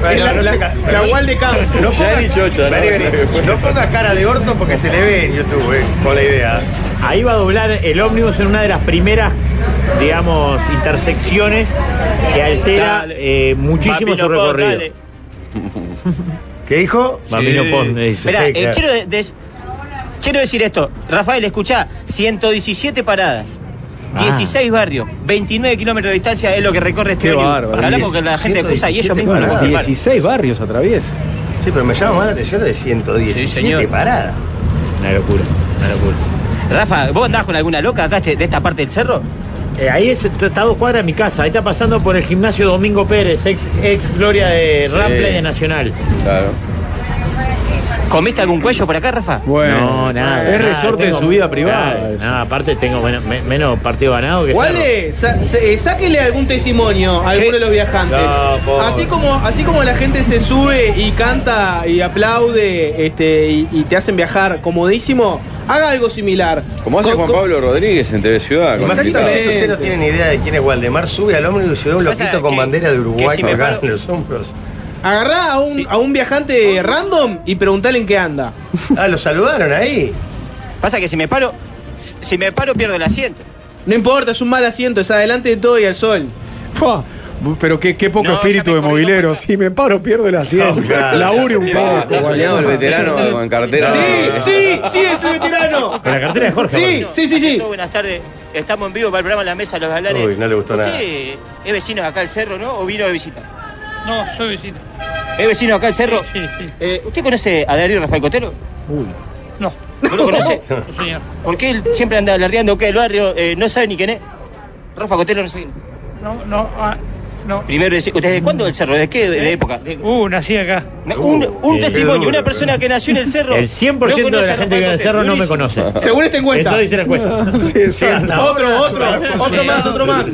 Bueno, La, no la, se ca- la la Walde- Walde Camp. no ponga- ni chocha, ¿no? Vení, vení. No ponga cara de orto porque se le ve en YouTube, eh, con la idea. Ahí va a doblar el ómnibus en una de las primeras, digamos, intersecciones que altera eh, muchísimo Papi, su no puedo, recorrido. dale. ¿Qué dijo? Mami, no puedo, me dice. Esperá, Sí, eh, claro. quiero, de- des- quiero decir esto. Rafael, escuchá, 117 paradas. 16 barrios, 29 kilómetros de distancia es lo que recorre este Qué ómnibus. bárbaro. Hablamos con la gente de Cusa y ellos mismos Bueno, nos Bueno, Claro. confirmaron. 16 barrios atraviesa. Sí, pero me llama más la atención de Sí, 117 señor. paradas. Una locura, una locura. Rafa, ¿vos andás con alguna loca acá este- de esta parte del cerro? Eh, ahí es, está está a dos cuadras de mi casa. Ahí está pasando por el gimnasio Domingo Pérez, ex, ex gloria de Rample y de Nacional. Claro. ¿Comiste algún cuello por acá, Rafa? Bueno, no, nada. Es nada, resorte tengo- de su vida privada. Nada, eso. nada, aparte tengo bueno, me- menos partido ganado que Cerro. Guale, sa- sa- eh, sáquele algún testimonio a alguno de los viajantes. No, por- así, como, así como la gente se sube y canta y aplaude este, y, y te hacen viajar comodísimo, haga algo similar. Como hace Con- Juan con- Pablo Rodríguez en TV Ciudad. con Exactamente. invitados. Exactamente. Usted no tiene ni idea de quién es Waldemar. Sube al ómnibus y se ve un Pasa loquito con que- bandera de Uruguay que si me colgada paro- en los hombros. Agarrá a un, Sí. a un viajante random y preguntale en qué anda. Ah, lo saludaron ahí. Pasa que si me paro, si si me paro pierdo el asiento. No importa, es un mal asiento, es adelante de todo y al sol. Fua, Pero qué, qué poco No, ya espíritu me de corrigió movilero. Juanca. Si me paro, pierdo el asiento. No, gracias. Labure un Sí, poco. Está soñado el veterano Eh, con cartera. Sí, sí, sí, es un veterano. Con la cartera de Jorge. Sí. aparte. Bueno, Ernesto, Buenas tardes. Estamos en vivo para el programa La Mesa de los Galanes. Uy, no le gustó nada. ¿Usted es vecino de acá del cerro, no? ¿O vino de visita? No, soy vecino. ¿Es vecino de acá del cerro? Sí, sí. Eh, ¿Usted conoce a Darío Rafael Cotelo? No, ¿No lo conoce? no, señor. Porque él siempre anda alardeando que el barrio eh, no sabe ni quién es. Rafa Cotelo no sabe quién es. No, no, ah, no. Primero, decí- ¿usted desde cuándo del cerro? ¿De qué de época? De- Uh, nací acá. No, un un qué eh. testimonio, duro, una persona que nació en el cerro. El no 100% de conoce la gente que a Rafael vive en el Cotelo. cerro no me Durísimo. conoce. Según esta Eso encuesta. dice la encuesta. Sí, exacto. Hasta ahora, Otro, otro, superamos. otro Sí. más, otro más.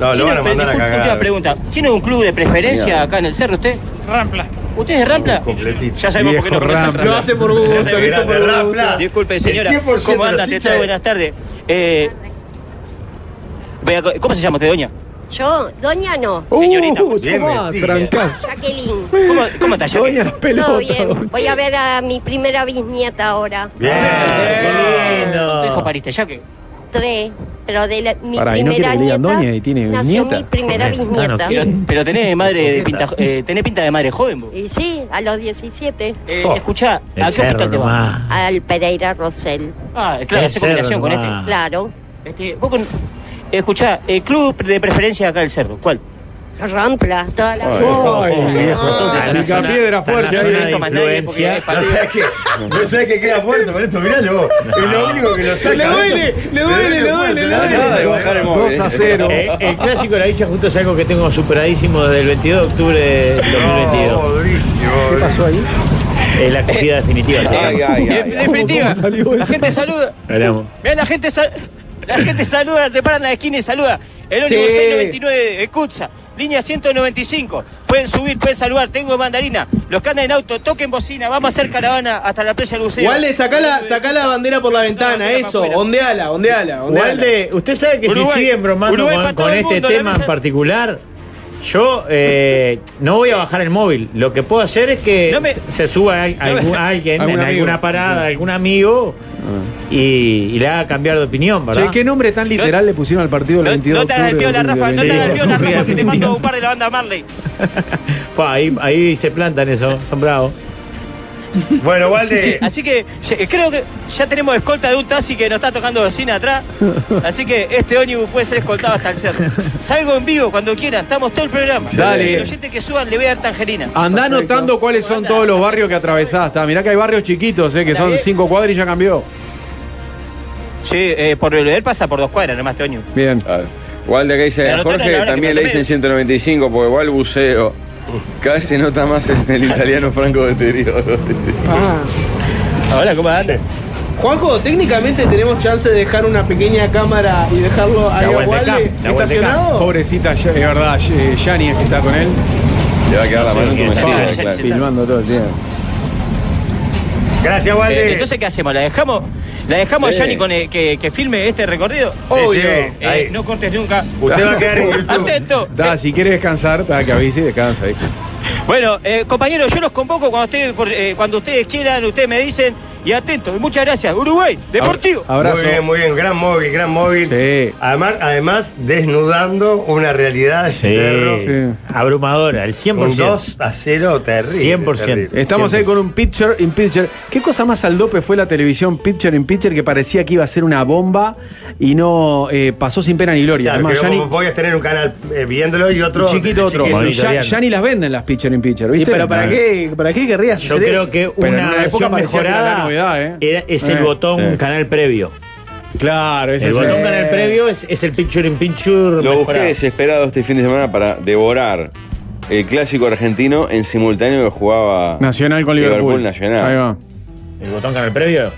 No, lo ¿Tiene, van a pre- mandar a disculpe, última cagar. pregunta. ¿Tiene un club de preferencia acá en el cerro usted? Rampla. ¿Usted es de Rampla? Completito. Ya sabemos por qué no Viejo conoce al Rampla. Lo hace por gusto, Grande, lo hizo por grande, gusto. Rampla. Disculpe, señora. El 100% ¿Cómo anda? de los Te traigo buenas tardes. Eh, vea, ¿Cómo se llama usted, doña? Yo, doña no, Señorita, Uh, bien tomá, metida. trancás. Jacqueline. ¿Cómo, cómo está, Jackie? Doña las Todo pelotas. bien. Voy a ver a mi primera bisnieta ahora. Bien. Qué ¿Qué hijo lindo. pariste, Jackie? Tres, pero de la, mi Pará, ¿y no primera quiere que le nieta. digan doña y tiene nació bisnieta? mi primera Joder, no, no bisnieta. Pero, pero tenés, madre de pinta, Coqueta. eh, tenés pinta de madre joven. vos. y sí, a los 17, Eh, Oh, escuchá, ¿a El qué hospital cerro te vas? nomás. al Pereira Rosell. Ah, claro, El hace combinación cerro con este. nomás. Claro. Este, vos con, Escuchá, el club de preferencia acá del cerro, ¿cuál? Oh, Rampla, toda la Ah, Ah, pica piedra fuerte. No he visto más nadie porque es No sabes que, no sabes que queda muerto con esto, miralo vos. Es lo único que lo saca. Le duele, le duele, le duele, le duele. móvil. 2 a 0. Eh, el clásico de la dicha justo es algo que tengo superadísimo desde el 22 de octubre de 2022. ¿Qué pasó ahí? Es la acogida definitiva. Ay, ay, ay. En definitiva, la gente saluda. Veremos. Vean, la gente, sal- la gente saluda, se paran en la esquina y saluda. El ómnibus Sí. 699 de Cutsa, línea 195. Pueden subir, pueden saludar. Tengo mandarina. Los que andan en auto, toquen bocina. Vamos a hacer caravana hasta la playa del buceo. Walde, sacá la, sacá la bandera por la ventana, eso. Ondeala, ondeala, ondeala. Walde, usted sabe que si Uruguay. siguen bromando Uruguay con, para todo con el este mundo, la tema en mesa- particular, yo eh, no voy a bajar el móvil. Lo que puedo hacer es que No me- se- se suba a- algún- alguien Algún en amigo. alguna parada, algún amigo, y, y le haga cambiar de opinión, ¿verdad? Che, ¿qué nombre tan literal le pusieron al partido el No, 22 no te hagas el de piola, octubre? Rafa. No te hagas el piola, Sí. Rafa, que te mando un par de la banda Marley. Pa, ahí, ahí se plantan eso, son bravos. Bueno, Walde, Así que ya- eh, creo que ya tenemos escolta de un taxi que nos está tocando bocina atrás. Así que este ómnibus puede ser escoltado hasta el cerro. Salgo en vivo cuando quieran, estamos todo el programa. Dale. Ah. Los oyentes que suban le voy a dar tangerina. Andá anotando cuáles son todos los barrios que atravesás. Está, Mirá que hay barrios chiquitos, eh, que son cinco cuadras y ya cambió. Che, eh, por Belvedere pasa por dos cuadras nomás este ómnibus. Bien. A ver. Walde acá dice, La a notó la Jorge hora que también me le tomé. dicen 195 porque va al buceo. Cada vez se nota más el, el italiano franco deterioro. Hola, ¿cómo andan? Ah. Juanjo, técnicamente tenemos chance de dejar una pequeña cámara y dejarlo ahí a Walde Cam, Walde la Walde estacionado. Pobrecita, ya- es verdad, eh, Yanni es que está con él. Le va a quedar la mano en tu Sí, mesilla, sí, claro. sí. Filmando todo el tiempo. gracias, Walde. Eh, entonces, ¿qué hacemos? ¿La dejamos, la dejamos Sí. a Johnny con el- que, que filme este recorrido? Sí, sí, Obvio. ahí. Eh, no cortes nunca. Usted va a quedar en YouTube. Atento. Da, si quieres descansar, da, que avise y descansa. hijo. Bueno, eh, compañeros, yo los convoco cuando, ustedes- por- eh, cuando ustedes quieran, ustedes me dicen. Y atentos, y muchas gracias. Uruguay, Deportivo. Abrazo. Muy bien, muy bien. Gran móvil, gran móvil. Sí. Además, además, desnudando una realidad de cerro. Sí. Abrumadora, el 100%. Un 2 a 0 terrible. 100%. terrible. Estamos ahí con un pitcher in pitcher. ¿Qué cosa más al dope fue la televisión pitcher in pitcher que parecía que iba a ser una bomba y no eh, pasó sin pena ni gloria? Claro, Además, que Gianni- vos podías tener un canal eh, viéndolo y otro. chiquito otro. chiquito. Y Ya, ya ni las venden las pitcher in pitcher, Sí, ¿viste? pero ¿para qué, ¿para qué querrías Yo hacer creo eso? que Pero en una, una época versión parecía que era la mejorada novedad, ¿eh? Ah, era- es el Eh, botón sí. canal previo. Claro, Eh, ese El es botón el- canal previo es, es el picture in picture. Lo busqué mejorado. desesperado este fin de semana para devorar el clásico argentino en simultáneo que jugaba Nacional con Liverpool. Nacional. Ahí va. El botón canal previo.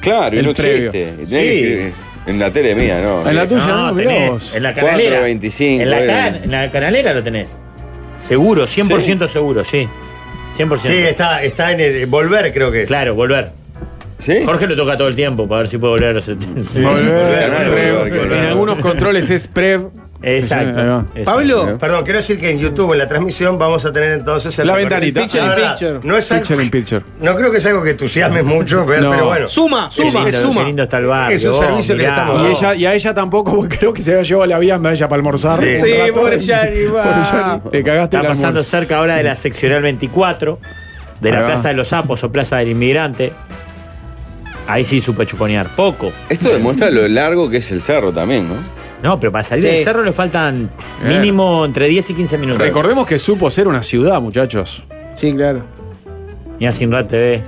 Claro, y El no previo. existe. Tenés Sí. que escribir. En la tele mía, ¿no? En la tuya, no, mirá tenés, vos. En la canalera. 4.25, en, la eh. can- en la canalera lo tenés. Seguro, 100% seguro, sí. 100%. Sí, está, está en el. Volver, creo que es. Claro, volver. ¿Sí? Jorge lo toca todo el tiempo para ver si puede volver a los 70. Volver, Volver, prev. volver, volver. En algunos controles es prev. Ahí va. Exacto. exacto. Pablo, Perdón, quiero decir que en YouTube, en la transmisión, vamos a tener entonces. el La recorrido. ventanita. Picture La in verdad, picture. No es algo- Pitcher in pitcher. No creo que sea algo que Mm. entusiasmes mucho, pero, No. pero bueno. suma, Qué suma, lindo, qué suma. lindo está el barrio. Es un vos, servicio que le mirá, estamos Y, No. ella, y a ella tampoco, porque creo que se había llevado la vianda a ella para almorzar. Sí. Un Sí, rato. pobre Yanni, Pobre va. Yanni. Le cagaste Está el almuerzo. pasando cerca ahora de la seccional 24, de Ahí la va. Plaza de los Sapos o Plaza del Inmigrante. Ahí sí supe chuponear. Poco. Esto demuestra lo largo que es el cerro también, ¿no? No, pero para salir Sí. del cerro le faltan Bien. mínimo entre 10 y 15 minutos. Eh. Recordemos que supo ser una ciudad, muchachos. Sí, claro. Mirá Sinrat TV.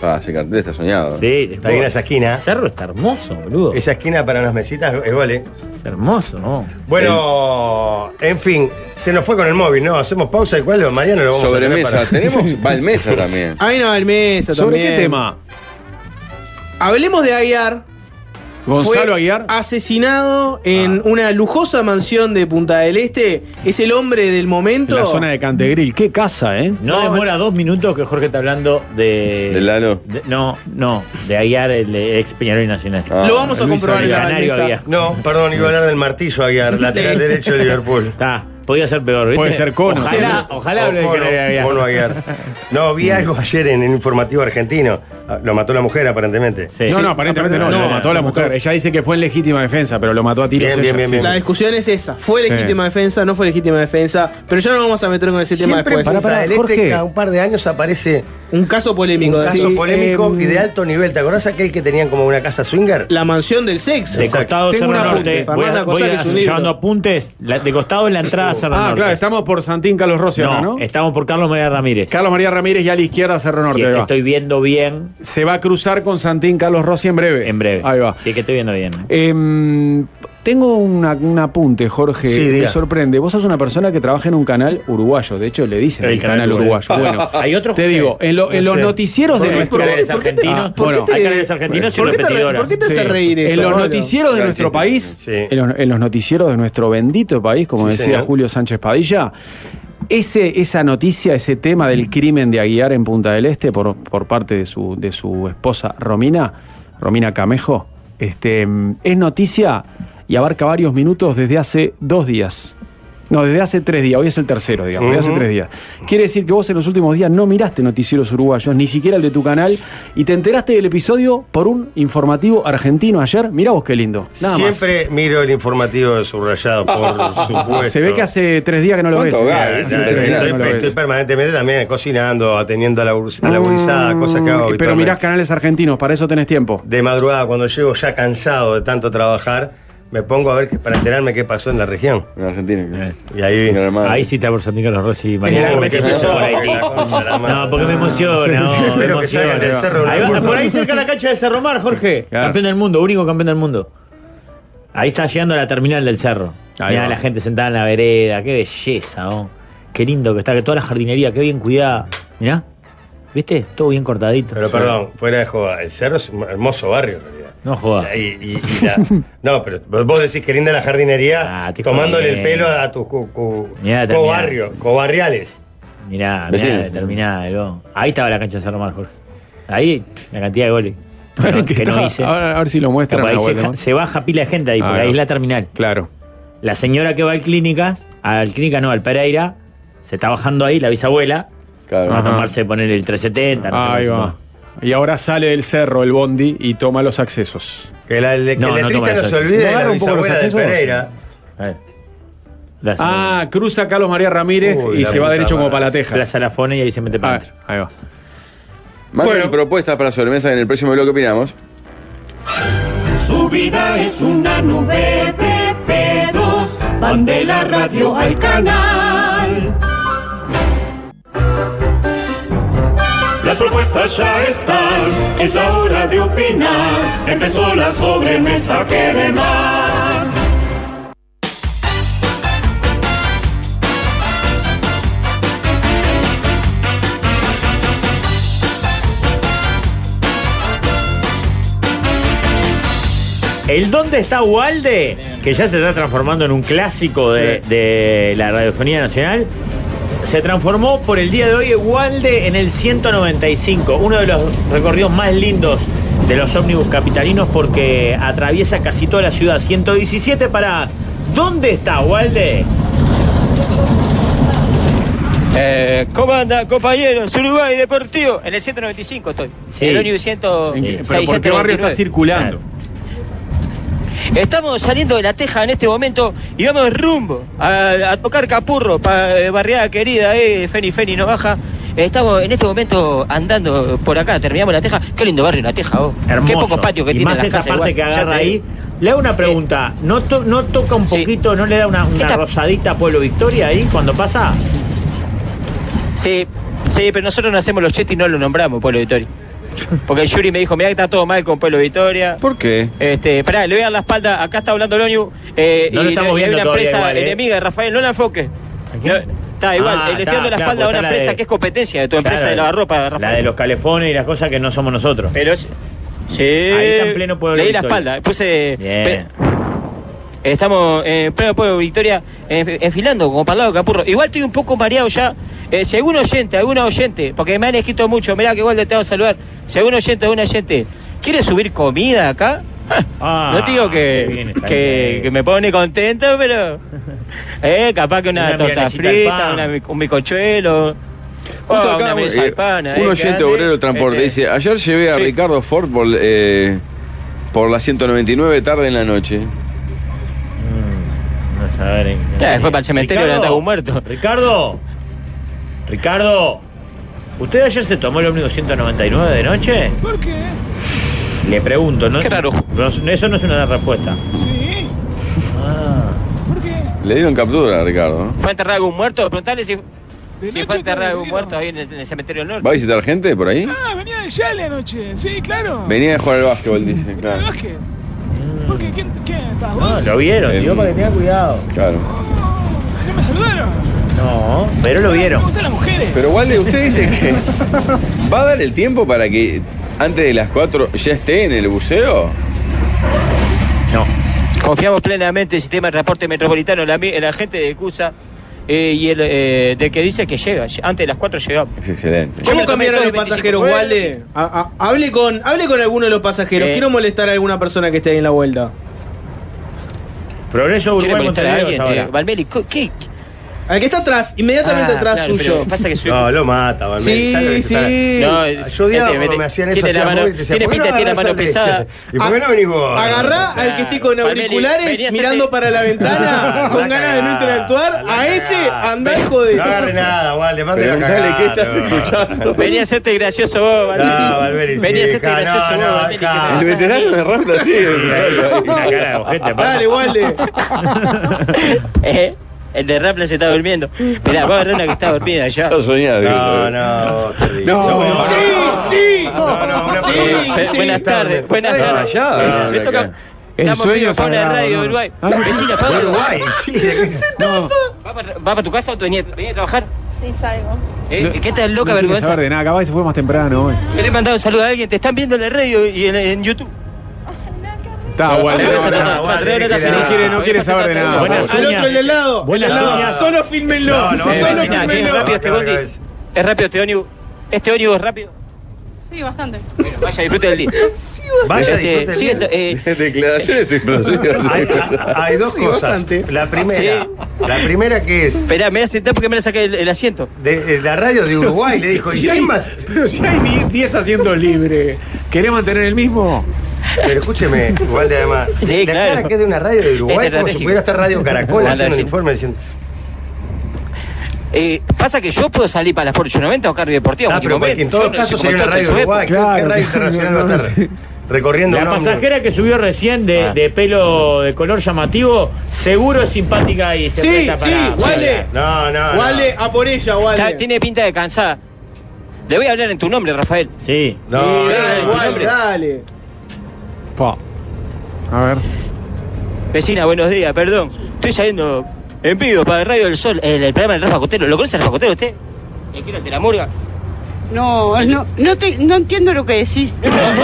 Ah, ese cartel está soñado. Sí, Está bien esa esquina. El cerro está hermoso, boludo. Es, Esa esquina para las mesitas es gol, ¿eh? hermoso, ¿no? Bueno, en fin, se nos fue con el móvil, ¿no? Hacemos pausa y cuál, Mariano lo vamos a Sobremesa. tener para- Tenemos Valmesa también. Hay una Valmesa ¿Sobre también. qué tema? Hablemos de Aguiar. Gonzalo Fue Aguiar. Ah. Asesinado en una lujosa mansión de Punta del Este. Es el hombre del En momento. la zona de Cantegril. Qué casa, ¿eh? No, demora dos minutos que Jorge está hablando de. ¿De Lalo? de- no, no, de Aguiar, el de ex Peñarol Nacional. Ah. Lo vamos a Luis comprobar en el la canario Valmesa. Aguiar. No, perdón, iba a hablar del martillo Aguiar, lateral derecho de Liverpool. Está, podía ser peor. ¿viste? Puede ser cono. Ojalá, ojalá hable de O Bono, Canario Aguiar. Bono Aguiar. No, Mm. vi algo ayer en el informativo argentino. Ah, Lo mató la mujer, aparentemente. Sí. No, Sí. no, aparentemente no. No, Lo mató a la lo mató. mujer. Ella dice que fue en legítima defensa, pero lo mató a tiros. Bien, ella, bien, bien, sí. bien. La discusión es esa. ¿Fue legítima defensa? ¿No fue legítima defensa? Pero ya nos vamos a meter con ese tema Siempre después. en Punta Pará, pará, del Este, Jorge. cada un par de años aparece Un caso polémico. ¿eh? Un caso Sí, polémico em, y de alto nivel. ¿Te acordás aquel que tenían como una casa swinger? La mansión del sexo. De costado Tengo Cerro una Norte. Voy, apunte. a- Fernanda voy Cosal a- es un libro. llevando apuntes. La- de costado es la entrada a Cerro Ah, Norte. claro, estamos por Santín Carlos Rossi no, ahora, ¿no? estamos por Carlos María Ramírez. Carlos María Ramírez y a la izquierda Cerro si Norte. es ahí que va. estoy viendo bien. Se va a cruzar con Santín Carlos Rossi en breve. En breve. Ahí va. Si es que estoy viendo bien. Em, tengo una- un apunte, Jorge. Sí, me diga. sorprende. Vos sos una persona que trabaja en un canal uruguayo. De hecho, le dicen el, canal, uruguayo. Bueno, hay otros. te digo, en, lo- en los noticieros de nuestro país. argentinos. Ah, bueno. Hay canales argentinos y repetidoras. Sí. En los noticieros de nuestro país, en, los, en los noticieros de nuestro bendito país, como Sí, decía señor. Julio Sánchez Padilla, ese, esa noticia, ese tema del crimen de Aguiar en Punta del Este por, por parte de su, de su esposa Romina, Romina Camejo, este, mm, es noticia y abarca varios minutos desde hace dos días. No, desde hace tres días, hoy es el tercero, digamos, desde hace Ujú. tres días. Quiere decir que vos en los últimos días no miraste noticieros uruguayos, ni siquiera el de tu canal, y te enteraste del episodio por un informativo argentino ayer. Mirá vos qué lindo. Nada más. Siempre miro el informativo de subrayado, por supuesto. Ah, Se ve que hace tres días que no lo ves. ¿Cuánto Claro, gana? hace Claro, tres días que estoy, no lo estoy ves. permanentemente también cocinando, atendiendo a la, bur- a la gurizada, cosas que hago. Mm, Pero mirás habitualmente. canales argentinos, para eso tenés tiempo. De madrugada, cuando llego ya cansado de tanto trabajar, me pongo a ver que- para enterarme qué pasó en la región. En Argentina. Y ahí, Ahí sí está por Santín Carlos Rossi y Mariana. No, Me metiste porque- por Haití. No, porque me emociona. Sí, sí, no, me espero que salgan emociona. del Cerro Ahí va, Largo. por ahí cerca de la cancha de Cerro Mar, Jorge. Claro. Campeón del mundo, único campeón del mundo. Ahí está llegando a la terminal del cerro. Ahí Mirá va. la gente sentada en la vereda. Qué belleza, oh. Qué lindo que está, que toda la jardinería, qué bien cuidada. Mirá. ¿Viste? Todo bien cortadito. Pero perdón, fuera de joda, el cerro es un hermoso barrio en realidad. No joda. Y, y- y la- no, pero vos decís que linda la jardinería Ah, te tomándole el jodí. pelo a tus co- co- Mirá, terminal. cobarrio, cobarriales. Mirá, Decime. mirá, la terminal, oh. Ahí estaba la cancha de Cerro Mar, Jorge. Ahí, la cantidad de goles. Que no, Que que no está- hice. ahora- a ver si lo muestran. Capaz ahí Nahuel, se, ¿no? se baja pila de gente ahí, porque Ah, ahí no. es la terminal. Claro. La señora que va al clínicas, al clínica no, al Pereira, se está bajando ahí, la bisabuela. Va a Ajá. tomarse, poner el 370, no sé Ahí qué va. Y ahora sale del cerro el bondi y toma los accesos. Que la, el, No, que no la toma triste no los se olvide de accesos. ¿No la agarra un poco los bisabuela de accesos? Pereira. Ah, cruza Carlos María Ramírez Uy, y la se va puta derecho como madre. para la teja. Plaza Lafone y ahí se mete para adentro. Ahí va. Manden propuestas para sobremesa en el próximo bloque opinamos. Su vida es una nube de pedos. Van de la radio al canal. Las propuestas ya están, es la hora de opinar. Empezó la sobremesa que de más. ¿El dónde está Walde? Que ya se está transformando en un clásico de, de la radiofonía nacional. Se transformó por el día de hoy Walde en el 195, uno de los recorridos más lindos de los ómnibus capitalinos porque atraviesa casi toda la ciudad. 117 paradas. ¿Dónde está Walde? Eh, ¿Cómo anda, compañeros? Uruguay Deportivo. En el 195 estoy. Sí. En el ómnibus 100 ¿En qué- ¿Pero por qué 699. barrio está circulando? Estamos saliendo de la Teja en este momento y vamos rumbo a, a tocar Capurro, pa, eh, barriada querida, eh, Feni Feni no baja. Estamos en este momento andando por acá, terminamos la Teja. Qué lindo barrio la Teja, oh. Hermoso. Qué pocos patios que y tiene más las esa casas parte igual. que Ya agarra te ahí. digo. Eh, Le hago una pregunta. ¿No, to- no toca un poquito, no le da una, una Esta- rosadita a Pueblo Victoria ahí cuando pasa? Sí, sí, pero nosotros no hacemos los chetos y no lo nombramos Pueblo Victoria. Porque el Yuri me dijo, mirá que está todo mal con Pueblo Victoria. ¿Por qué? Este, pará, le voy a dar la espalda, acá está hablando Loniu. eh, No lo y estamos hay viendo una todavía empresa igual, ¿eh? enemiga de Rafael, no la enfoque. No, está igual, Ah, eh, le estoy dando está, la claro, espalda a está una la empresa de- que es competencia de tu empresa Claro, de lavarropa, La de Rafael. los calefones y las cosas que no somos nosotros. Pero es- Sí, Ahí está en pleno Pueblo le di la Victoria. espalda, puse... Bien. Estamos en pleno pueblo de Victoria, enf- enfilando como para el lado de Capurro. Igual estoy un poco mareado ya. Eh, si algún oyente, alguna oyente, porque me han escrito mucho, mirá que igual te hago saludar. Si algún oyente, algún oyente, ¿quiere subir comida acá? Ja, Ah, no te digo qué bien que, está que, ahí. que me pone contento, pero. Eh, capaz que una, Una torta milanesita al frita, pan. una mi- un bicochuelo. Justo oh, Ah, acá, una milanesa eh, al pan, ahí, un que oyente ande, obrero del transporte este, dice, ayer llevé a Ricardo Ford por, eh, por la 199 tarde en la noche. Mm, No saben. Ya, fue para el cementerio, levantaba un muerto. Ricardo. Ricardo. ¿Usted ayer se tomó el ómnibus 199 de noche? ¿Por qué? Le pregunto, ¿no? Qué raro. eso no es una respuesta. Sí. Le dieron captura a Ricardo, ¿no? ¿Fue enterrado algún muerto? Preguntale si, si fue enterrado algún muerto ahí en el, en el cementerio del norte. ¿Va a visitar gente por ahí? Ah, venía de Yale anoche. Sí, claro. Venía a jugar al básquetbol, dice. ¿Al Claro. básquet? ¿Por qué? ¿Quién, quién estás No, vos? lo vieron, El- digo para que tenga cuidado. Claro. ¿No me saludaron? No, pero lo vieron. ¿Cómo están las mujeres? Pero Walde, usted dice que va a dar el tiempo para que antes de las 4 ya esté en el buceo. No. Confiamos plenamente en el sistema de transporte metropolitano, la, mi- la gente de CUSA eh, y el eh, de que dice que llega. Antes de las 4 llegamos. Es excelente. Yo me ¿Cómo tomé cambiaron los todo el 25 pasajeros, jueves. Walde? A- a- Hable con, hable con alguno de los pasajeros. Eh. Quiero molestar a alguna persona que esté ahí en la vuelta. Progreso ¿Quiere Uruguay molestar a Montevideo alguien? ahora. Eh, Valmeli, ¿co- ¿qué? Al que está atrás, inmediatamente Ah, atrás claro, suyo. pero pasa que soy- No, lo mata, Valmeli. Sí, ¿Sabes lo que sí. se está- No, Yo odiaba cuando mete- me hacían eso. tiene la hacía mano- móvil, yo decía, tiene ¿por qué no pinta de que tiene agarrás al la mano de- pesada. ¿Y por qué no venís vos? Agarrá Claro, al que esté con Valmeli, auriculares vení a hacerte- mirando para la ventana Claro, con la ganas de no cagada, interactuar. la A ese cagada. andá y No agarre joder. nada, Walde. Mate la Preguntale cagada. qué estás no. escuchando. Venía a serte gracioso vos, Valmeli. No, Valmeli, sí, Venía a serte ja, gracioso no, vos, no, Valmeli, que ja. me- El veterano de Rampla sí. Una cara de ojete, aparte. Dale, Walde. Eh, El de Rapla se está durmiendo. Mirá, va a agarrar una que está dormida ya. Está eh. soñado, No, Ricardo. no, te digo. No, bueno, sí, sí. No, no, una Sí, pregunta. pe- buenas tardes, buenas Está tardes. rayado. Me Ricardo, toca- acá. El Estamos sueño vivo, Fauna de sagrado, Radio no. de Uruguay. Ah, Vecina, Fauna. Uruguay, sí. No, ¿Va para, va para tu casa o te venía, venía a trabajar? Sí, salgo. Eh, No- ¿Qué tal loca no quiere vergüenza? saber de nada, capaz se fue más temprano hoy. Yo Le he mandado un saludo a alguien, te están viendo en la radio y en, en YouTube. Está bueno. Pero no, esa no. tata- bueno, tatra- tiene que tatra- ser- No quiere- no quiere Pasa saber de tatra- nada. Bueno, Buenas Al uñas. otro y al lado. Buenas al lado. uñas. Solo fílmenlo. No, no, eh, Solo sí, vecina, sí, primero. es fílmenlo. rápido este Acá, bondi. acá es. Es rápido este ómnibus. Este ómnibus es rápido. Sí, bastante. Bueno, vaya, disfrute del día. Vaya, Este, sí, disfruten. eh, Declaraciones explosivas. Hay, hay dos Sí, cosas. bastante. La primera, la primera que es Esperá, me voy a sentar porque me voy a sacar el, el asiento. de, de eh, la radio de Uruguay le dijo, ¿y Si hay- quién más? pero si hay die- 10 haciendo libre, ¿querés mantener el mismo? Pero escúcheme, igual de además. Sí, la claro. Este cara que es de una radio de Uruguay, Es como si estratégico. pudiera estar Radio Caracol Anda, haciendo un sí. informe diciendo. Eh, pasa que yo puedo salir para las Porsche 90 o Carri Deportiva Ah, pero en cualquier porque momento. en todo Yo no caso soy como sería una tonto radio en su de época. Uruguay. ¿Qué- Claro, ¿Qué radio internacional va a estar recorriendo La un ómnibus? pasajera que subió recién de, Ah. de pelo de color llamativo, seguro es simpática y se Sí, presta sí, para. Walde. No, no, no. Walde, a por ella, Está- Walde. tiene pinta de cansada. Le voy a hablar en tu nombre, Rafael. Sí. No, Sí, no, dale, no, Walde, dale. Pa. A ver. Vecina, buenos días, perdón. Estoy saliendo en vivo para el Radio del Sol, el, el programa del Rafa Cotero. ¿Lo conoce Rafa Cotero usted? ¿El que era el de la murga? No, no, no, te- no entiendo lo que decís. Ah,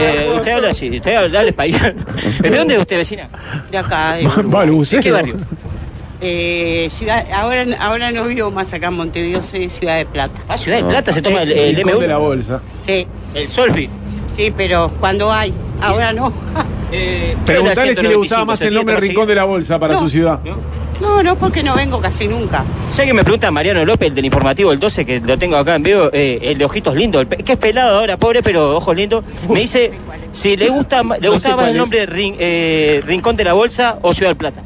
Eh, usted habla así, usted habla, habla español. ¿De dónde es usted, vecina? De acá, de Va, ¿De qué barrio? Eh, ciudad- ahora, ahora no vivo más acá en Montevideo, soy de Ciudad de Plata. Ah, Ciudad del Plata se toma el, el El de la M1. bolsa. Sí, El Solfi. sí, pero cuando hay, ahora no. Eh, Preguntale si le gustaba más el nombre Rincón de la Bolsa para No. su ciudad. No, no, porque no vengo casi nunca. Ya que me pregunta Mariano López, el del informativo el 12, que lo tengo acá en vivo, eh, el de ojitos lindos, el pe- que es pelado ahora, pobre, pero ojos lindos, me dice si le gusta ma- le No sé gustaba más cuál el es. nombre Rin- eh, Rincón de la Bolsa o Ciudad del Plata.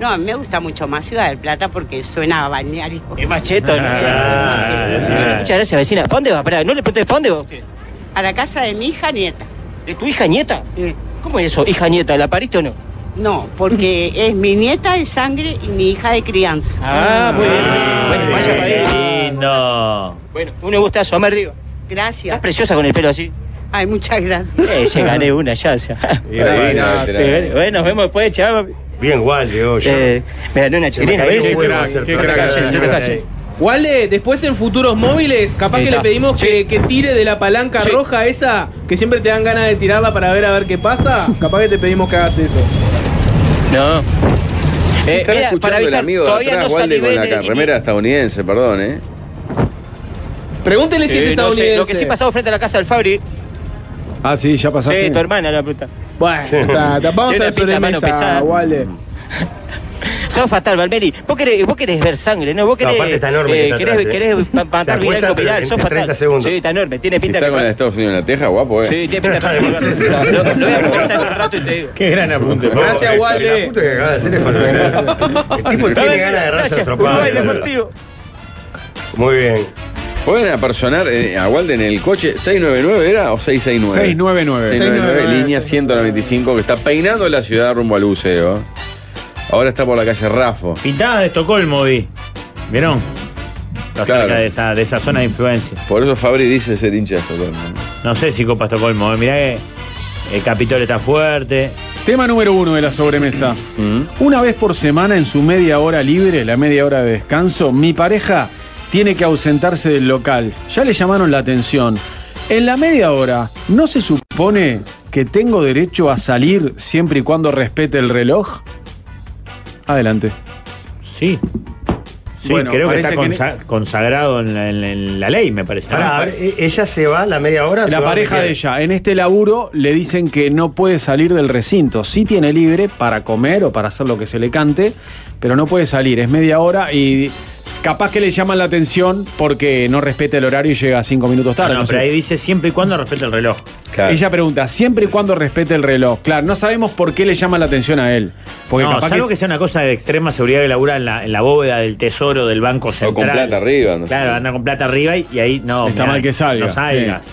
No, a mí me gusta mucho más Ciudad del Plata porque suena a balneario. Es macheto, ¿no? Ah, Muchas gracias, vecina. ¿Para dónde va? Pará, no le preguntes, ¿para dónde va usted? A la casa de mi hija nieta. ¿De tu hija nieta? Eh, ¿Cómo es eso? ¿Hija nieta? ¿La pariste o no? No, porque es mi nieta de sangre y mi hija de crianza. Ah, muy bien. Bueno, vaya para qué ahí. lindo. Bueno, un gustazo, me arriba. Estás Gracias. preciosa con el pelo así. Ay, muchas gracias. Eh, ya gané una, ya, o sea. Bueno, nos vemos después, chaval. Bien, Walde, oye. Eh, me gané una chiquilina, Qué ¿ves? bueno, crack, acertó. qué crack, Acertó, acertó, acertó. Eh. acertó. Walde, después en futuros móviles, capaz Ahí que le está. pedimos que, que tire de la palanca Sí. roja esa, que siempre te dan ganas de tirarla para ver a ver qué pasa. Capaz que te pedimos que hagas eso. No. Eh, Están mira, escuchando para avisar, el amigo de todavía atrás, no Walde, salí con la bien, eh, remera estadounidense, perdón, ¿eh? Pregúntele si eh, es no sé, estadounidense. Lo que sí pasado frente a la casa del Fabri. Ah, sí, ya Sí, pasaste. tu hermana, la puta. Bueno, o sea, tapamos Tiene la pinta de mano sobremesa, pesada. Walde. Sos fatal, Valmeri. Vos querés, vos querés ver sangre, ¿no? Vos No, querés. aparte está enorme que está querés, atrás, ¿eh? querés pa- Te matar viral acuestas, con viral. pero Sos en 30 fatal. segundos. Sí, está enorme. Tiene Si pinta está que- con la de Estados Unidos en la teja, guapo, ¿eh? Sí, tiene pinta para Lo, lo voy a conversar en un rato y te digo. Qué gran apunte. por favor. Gracias, La Walde. puta que acaba de hacer es fenomenal. El tipo tiene ganas de raza Gracias, atropada. Uruguay Deportivo. Muy bien. Pueden apersonar eh, a Walde en el coche 699 era o 669? 699. 699, línea 195 que está peinando la ciudad rumbo al buceo. Ahora está por la calle Rafo. Pintadas de Estocolmo, vi. ¿Vieron? Está Claro. cerca de esa, de esa zona de influencia. Por eso Fabri dice ser hincha de Estocolmo. No sé si Copa Estocolmo. eh. Mirá que el Capitol está fuerte. Tema número uno de la sobremesa. Mm. Una vez por semana, en su media hora libre, la media hora de descanso, mi pareja tiene que ausentarse del local. Ya le llamaron la atención. En la media hora, ¿no se supone que tengo derecho a salir siempre y cuando respete el reloj? Adelante. Sí. Sí, Bueno, creo que parece está que- e- consa- consagrado en la, en la- en la ley, me parece. Pará, Ahora, ¿e-, ¿Ella se va la media hora? La pareja de ella, en este laburo le dicen que no puede salir del recinto. Sí tiene libre para comer o para hacer lo que se le cante, pero no puede salir. Es media hora y capaz que le llaman la atención porque no respeta el horario y llega cinco minutos tarde. No, no pero sé. ahí dice siempre y cuando respete el reloj. Ella pregunta, siempre y cuando respete el reloj. Claro, no sabemos por qué le llama la atención a él. Porque no, capaz salvo que que, sea una cosa de extrema seguridad que labura en la, en la bóveda del tesoro del Banco Central. con plata arriba, no sé. Claro, anda con plata arriba y, y ahí no. Está mal que salga, No salgas. sí.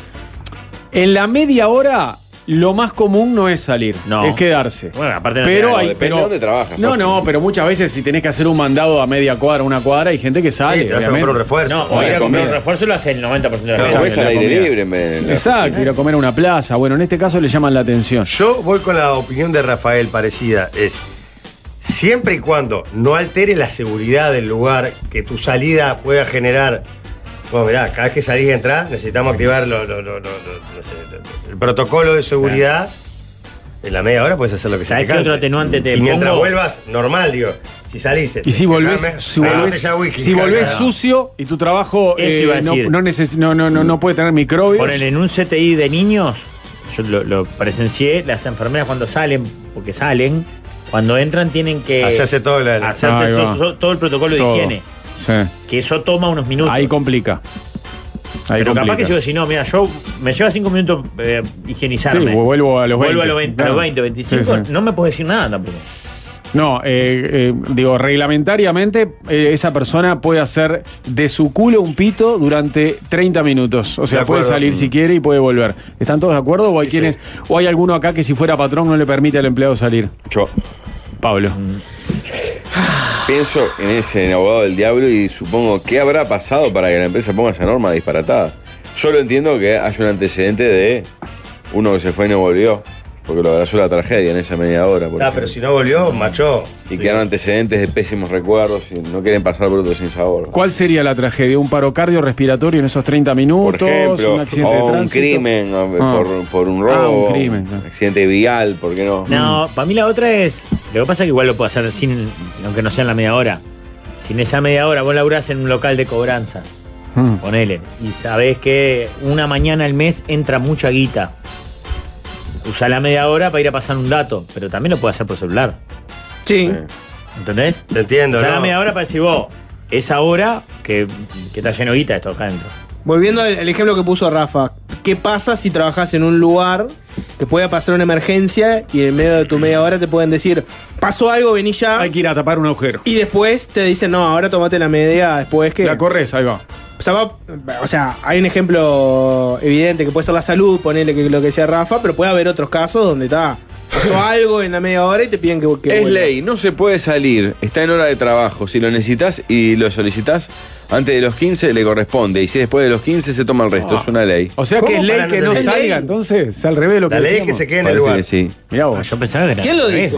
en la media hora lo más común no es salir, No. es quedarse. Bueno, aparte no pero te- hay, no, depende pero- de dónde trabajas, No, ojo. no, pero muchas veces si tenés que hacer un mandado a media cuadra, una cuadra, hay gente que sale. obviamente. No, o Bueno, ir a comprar comida. un refuerzo lo hace el 90% de la Pero gente. comés al La aire comida. libre en vez Exacto, ir a comer a una plaza. Bueno, en este caso le llaman la atención. Yo voy con la opinión de Rafael parecida. Es siempre y cuando no altere la seguridad del lugar, que tu salida pueda generar. Bueno, mirá, cada vez que salís y entrás, necesitamos activar lo- lo- lo- lo- lo- no sé, lo- el protocolo de seguridad. En la media hora puedes hacer lo que ¿Sabés se te qué cante. otro atenuante te Y mientras pongo? vuelvas, normal, digo. Si saliste. Y este, si te volvés, calmes, si una volvés, botella de whisky, si volvés cagada. sucio y tu trabajo Eso eh, iba a no, decir. no neces- no, no, no- no puede tener microbios. Ponele, en un CTI de niños, yo lo, lo presencié, las enfermeras cuando salen, porque salen, cuando entran tienen que Hacerse todo la- hacerte Ahí so- va. so- todo el protocolo Todo. de higiene, Sí. que eso toma unos minutos. Ahí complica. Ahí Pero complica. capaz que si yo decís, no, mira, yo me lleva cinco minutos eh, higienizarme. Sí, vuelvo a los 20. Vuelvo a los 20, a los Claro. 20, 25, Sí, sí. no me puedes decir nada tampoco. No, eh, eh, digo, reglamentariamente eh, esa persona puede hacer de su culo un pito durante 30 minutos. O sea, De puede acuerdo. salir si quiere y puede volver. ¿Están todos de acuerdo? ¿O hay, quienes, o hay alguno acá que si fuera patrón no le permite al empleado salir? Yo. Mm. Pablo. Pienso en ese abogado del diablo y supongo qué habrá pasado para que la empresa ponga esa norma disparatada. Yo lo entiendo que hay un antecedente de uno que se fue y no volvió, porque lo abrazó la tragedia en esa media hora. por Ah, ejemplo. pero si no volvió, macho. Y quedaron antecedentes de pésimos recuerdos y no quieren pasar por otro sin sabor. ¿Cuál sería la tragedia? ¿Un paro cardiorrespiratorio en esos 30 Por minutos? ejemplo, ¿Un accidente o de un tránsito? crimen o Ah. por, por un Ah, robo, un crimen, un accidente vial, ¿por qué no? No, para mí la otra es. Lo que pasa es que igual lo puedo hacer sin. Aunque no sea en la media hora. Sin esa media hora, vos laburás en un local de cobranzas. Hmm. Mm. Ponele. Y sabés que una mañana al mes entra mucha guita. Usa la media hora para ir a pasar un dato. Pero también lo puede hacer por celular. Sí. ¿Entendés? Te entiendo, Usa ¿no? la media hora para decir vos. Esa hora que, que está lleno de guita esto acá adentro. Volviendo al, al ejemplo que puso Rafa, ¿qué pasa si trabajas en un lugar que pueda pasar una emergencia y en medio de tu media hora te pueden decir, pasó algo, vení ya? Hay que ir a tapar un agujero. Y después te dicen, no, ahora tomate la media después que... La corres, ahí va. O sea, va- o sea, hay un ejemplo evidente que puede ser la salud, ponele que lo que decía Rafa, pero puede haber otros casos donde está... Pasó algo en la media hora y te piden que... que Es vuelvas. ley, no se puede salir, está en hora de trabajo. Si lo necesitas y lo solicitas antes de los 15, le corresponde. Y si después de los 15, se toma el resto. Es una ley. Ah. O sea que es ley que no Es ley. salga, entonces, al revés de lo que La ley es decíamos. que se quede en el Parece lugar. que sí. Mirá vos. Ah, yo pensaba que era ¿Quién lo dice?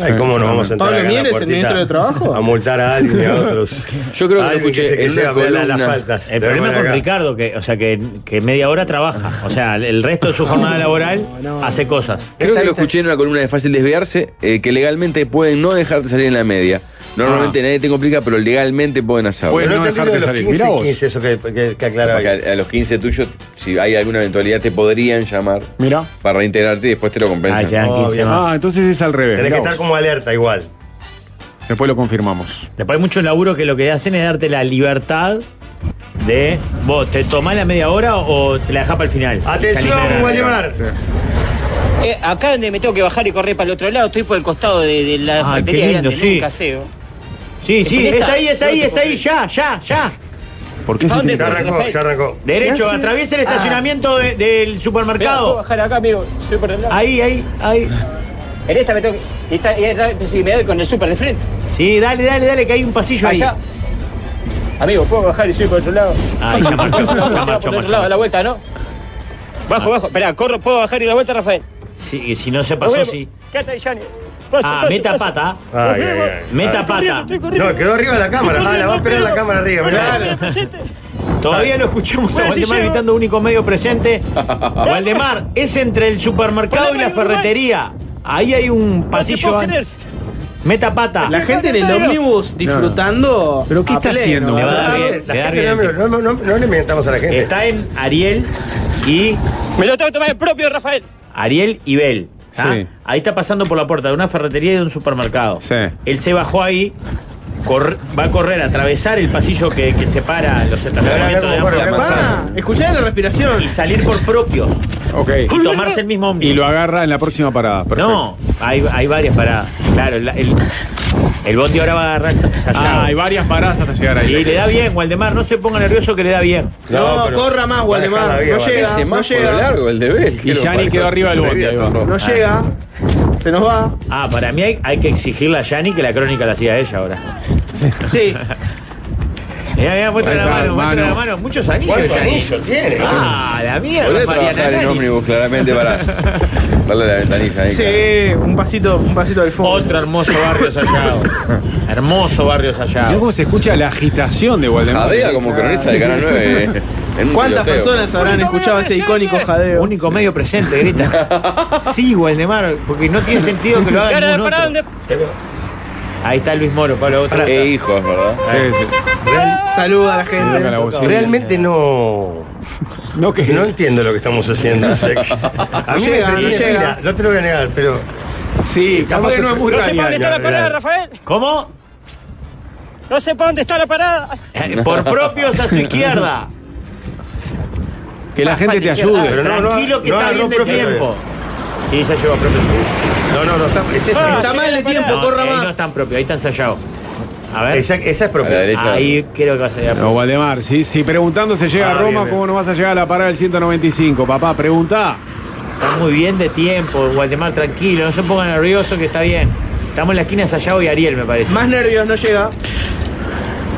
Ay, ¿cómo nos vamos a entrar acá Pablo en la Mieres, el puertita? ministro de Trabajo. A multar a alguien y a otros. Yo creo que lo Alguien escuché se- en se una habla de las columna. faltas. El Lo problema vemos con acá. Ricardo, que, o sea, que, que media hora trabaja. O sea, el resto de su jornada laboral hace cosas. Creo que lo escuché en una columna de Fácil Desviarse, eh, que legalmente pueden no dejarte salir en la media. Ah. Normalmente nadie te complica, pero legalmente pueden hacerlo. Pueden Pero no no entendí dejarte lo de los salir. 15, Mirá vos. 15, eso que, aclaraba. A, a los 15 tuyos, si hay alguna eventualidad, te podrían llamar Mirá. para reintegrarte y después te lo compensan. Ah, entonces es al revés. Tenés mirá que estar vos. como alerta igual. Después lo confirmamos. Después hay muchos laburos que lo que hacen es darte la libertad de vos, ¿te tomás la media hora o te la dejás para el final? Y salís media hora. Eh, acá donde me tengo que bajar y correr para el otro lado, estoy por el costado de, de la Ah, factoría qué lindo, grande, en sí. un caseo. Sí, sí, ¿Es es esta? ahí, es Este No ahí, te es ahí, ya, ya, ya. ¿Por qué ¿A se dónde tiene que- está? Ya arrancó. Derecho, ¿Qué hace? atraviesa el Ah. estacionamiento de- del supermercado. bajar acá, amigo. Soy para atrás. Ahí, ahí, ahí. En esta me tengo que. y está- y está- si me doy con el súper de frente. Sí, dale, dale, dale, que hay un pasillo ahí. Allá. Amigo, puedo bajar y subir por otro lado. Ahí ya marchó, ya marchó, Por marchó, otro marchó. lado, a la vuelta, ¿no? Bajo, bajo. Esperá, corro, puedo bajar y la vuelta, Rafael. Sí, y si no se Nos pasó, vemos. sí. Quédate ahí, Gianni. Paso, Ah, paso, meta paso. pata. Ay, ay, ay. Meta Estoy pata. corriendo, estoy corriendo. No, quedó arriba de la cámara. Estoy Ah, la va a corriendo, esperar la cámara arriba. Bueno, mirá. mira, presente. Todavía no escuchamos a Bueno, si Waldemar llego. gritando único medio presente. Waldemar, es entre el supermercado y la ferretería. Ahí hay un pasillo. puedo creer. Meta pata. La gente en el ómnibus disfrutando. ¿Pero qué Ah, Oh, a está pleno. haciendo? Le va a dar bien, La le va a dar gente bien. no, no, no, no le mentamos a la gente. Está en Ariel y. Me lo tengo que tomar el propio, Rafael. Ariel y Bel. ¿ah? Sí. Ahí está pasando por la puerta de una ferretería y de un supermercado. Sí. Él se bajó ahí, corre- va a correr, a atravesar el pasillo que, que separa los estacionamientos de ambos. Escuchá la respiración. Y salir por propio. Ok. Y tomarse el mismo ómnibus. Y lo agarra en la próxima parada. Perfecto. No, hay, hay varias paradas. Claro, el, el, el bondi ahora va a agarrar esa- esa Ah, llave. hay varias paradas hasta llegar ahí. Y le da bien, Waldemar. No se ponga nervioso que le da bien. No, pero- corra más, Guatemala. No llega. Ese No más llega. largo, el de Bel. Y Gianni quedó arriba del bote. ahí va. No llega. Se nos va. Ah, para mí hay, hay que exigirle a Yanni que la crónica la hacía ella ahora. Sí. Mirá, mirá, muestra la mano, Muestra la muestra la mano. mano. Muchos anillos, ¿Cuántos Yanni. anillos tiene? Ah, la mierda, Podés trabajar Mariana en Nanis. ómnibus claramente para darle la ventanilla ahí. Sí, un pasito, un pasito del fondo. Otro hermoso barrio sallado. hermoso barrio Mirá sallado. cómo se escucha la agitación de Waldemar. Jadea como cronista de Canal 9. eh, en un ¿Cuántas tiroteo. personas habrán escuchado ese icónico jadeo? Único medio presente, grita. Sí, Waldemar, porque no tiene sentido que lo haga Cara de ningún parada, otro. ¿dónde? Ahí está Luis Moro, Pablo. Otro. E hijos, ¿verdad? Sí, sí. Real- Saluda a la Le toca la gente. bocina. realmente no. No, que No entiendo lo que estamos haciendo. o sea, que- A mí me llega, no tenía- llega. mira, no te lo voy a negar, pero. Sí, capaz Capaz que no es muy no No sé para dónde está la ya, parada, ya. Rafael. ¿Cómo? No sé para dónde está la parada. Eh, Por propios a su izquierda. Que la gente te Pero ayude. no, no, Tranquilo que no está agarró bien de propio tiempo. Sí, ya lleva propio. No, no, no, está, Ah, es esa. Está mal de tiempo, No, corra ahí no más. están propios, ahí están sallados. A ver. Esa, esa es A la propia. derecha. Ahí creo que va a salir. No, Waldemar, si, si preguntando se llega Ah, a Roma, bien, bien. ¿cómo no vas a llegar a la parada del 195? Papá, pregunta. Está muy bien de tiempo, Waldemar, tranquilo, no se ponga nervioso que está bien. Estamos en la esquina de Sayago y Ariel, me parece. Más nervios no llega.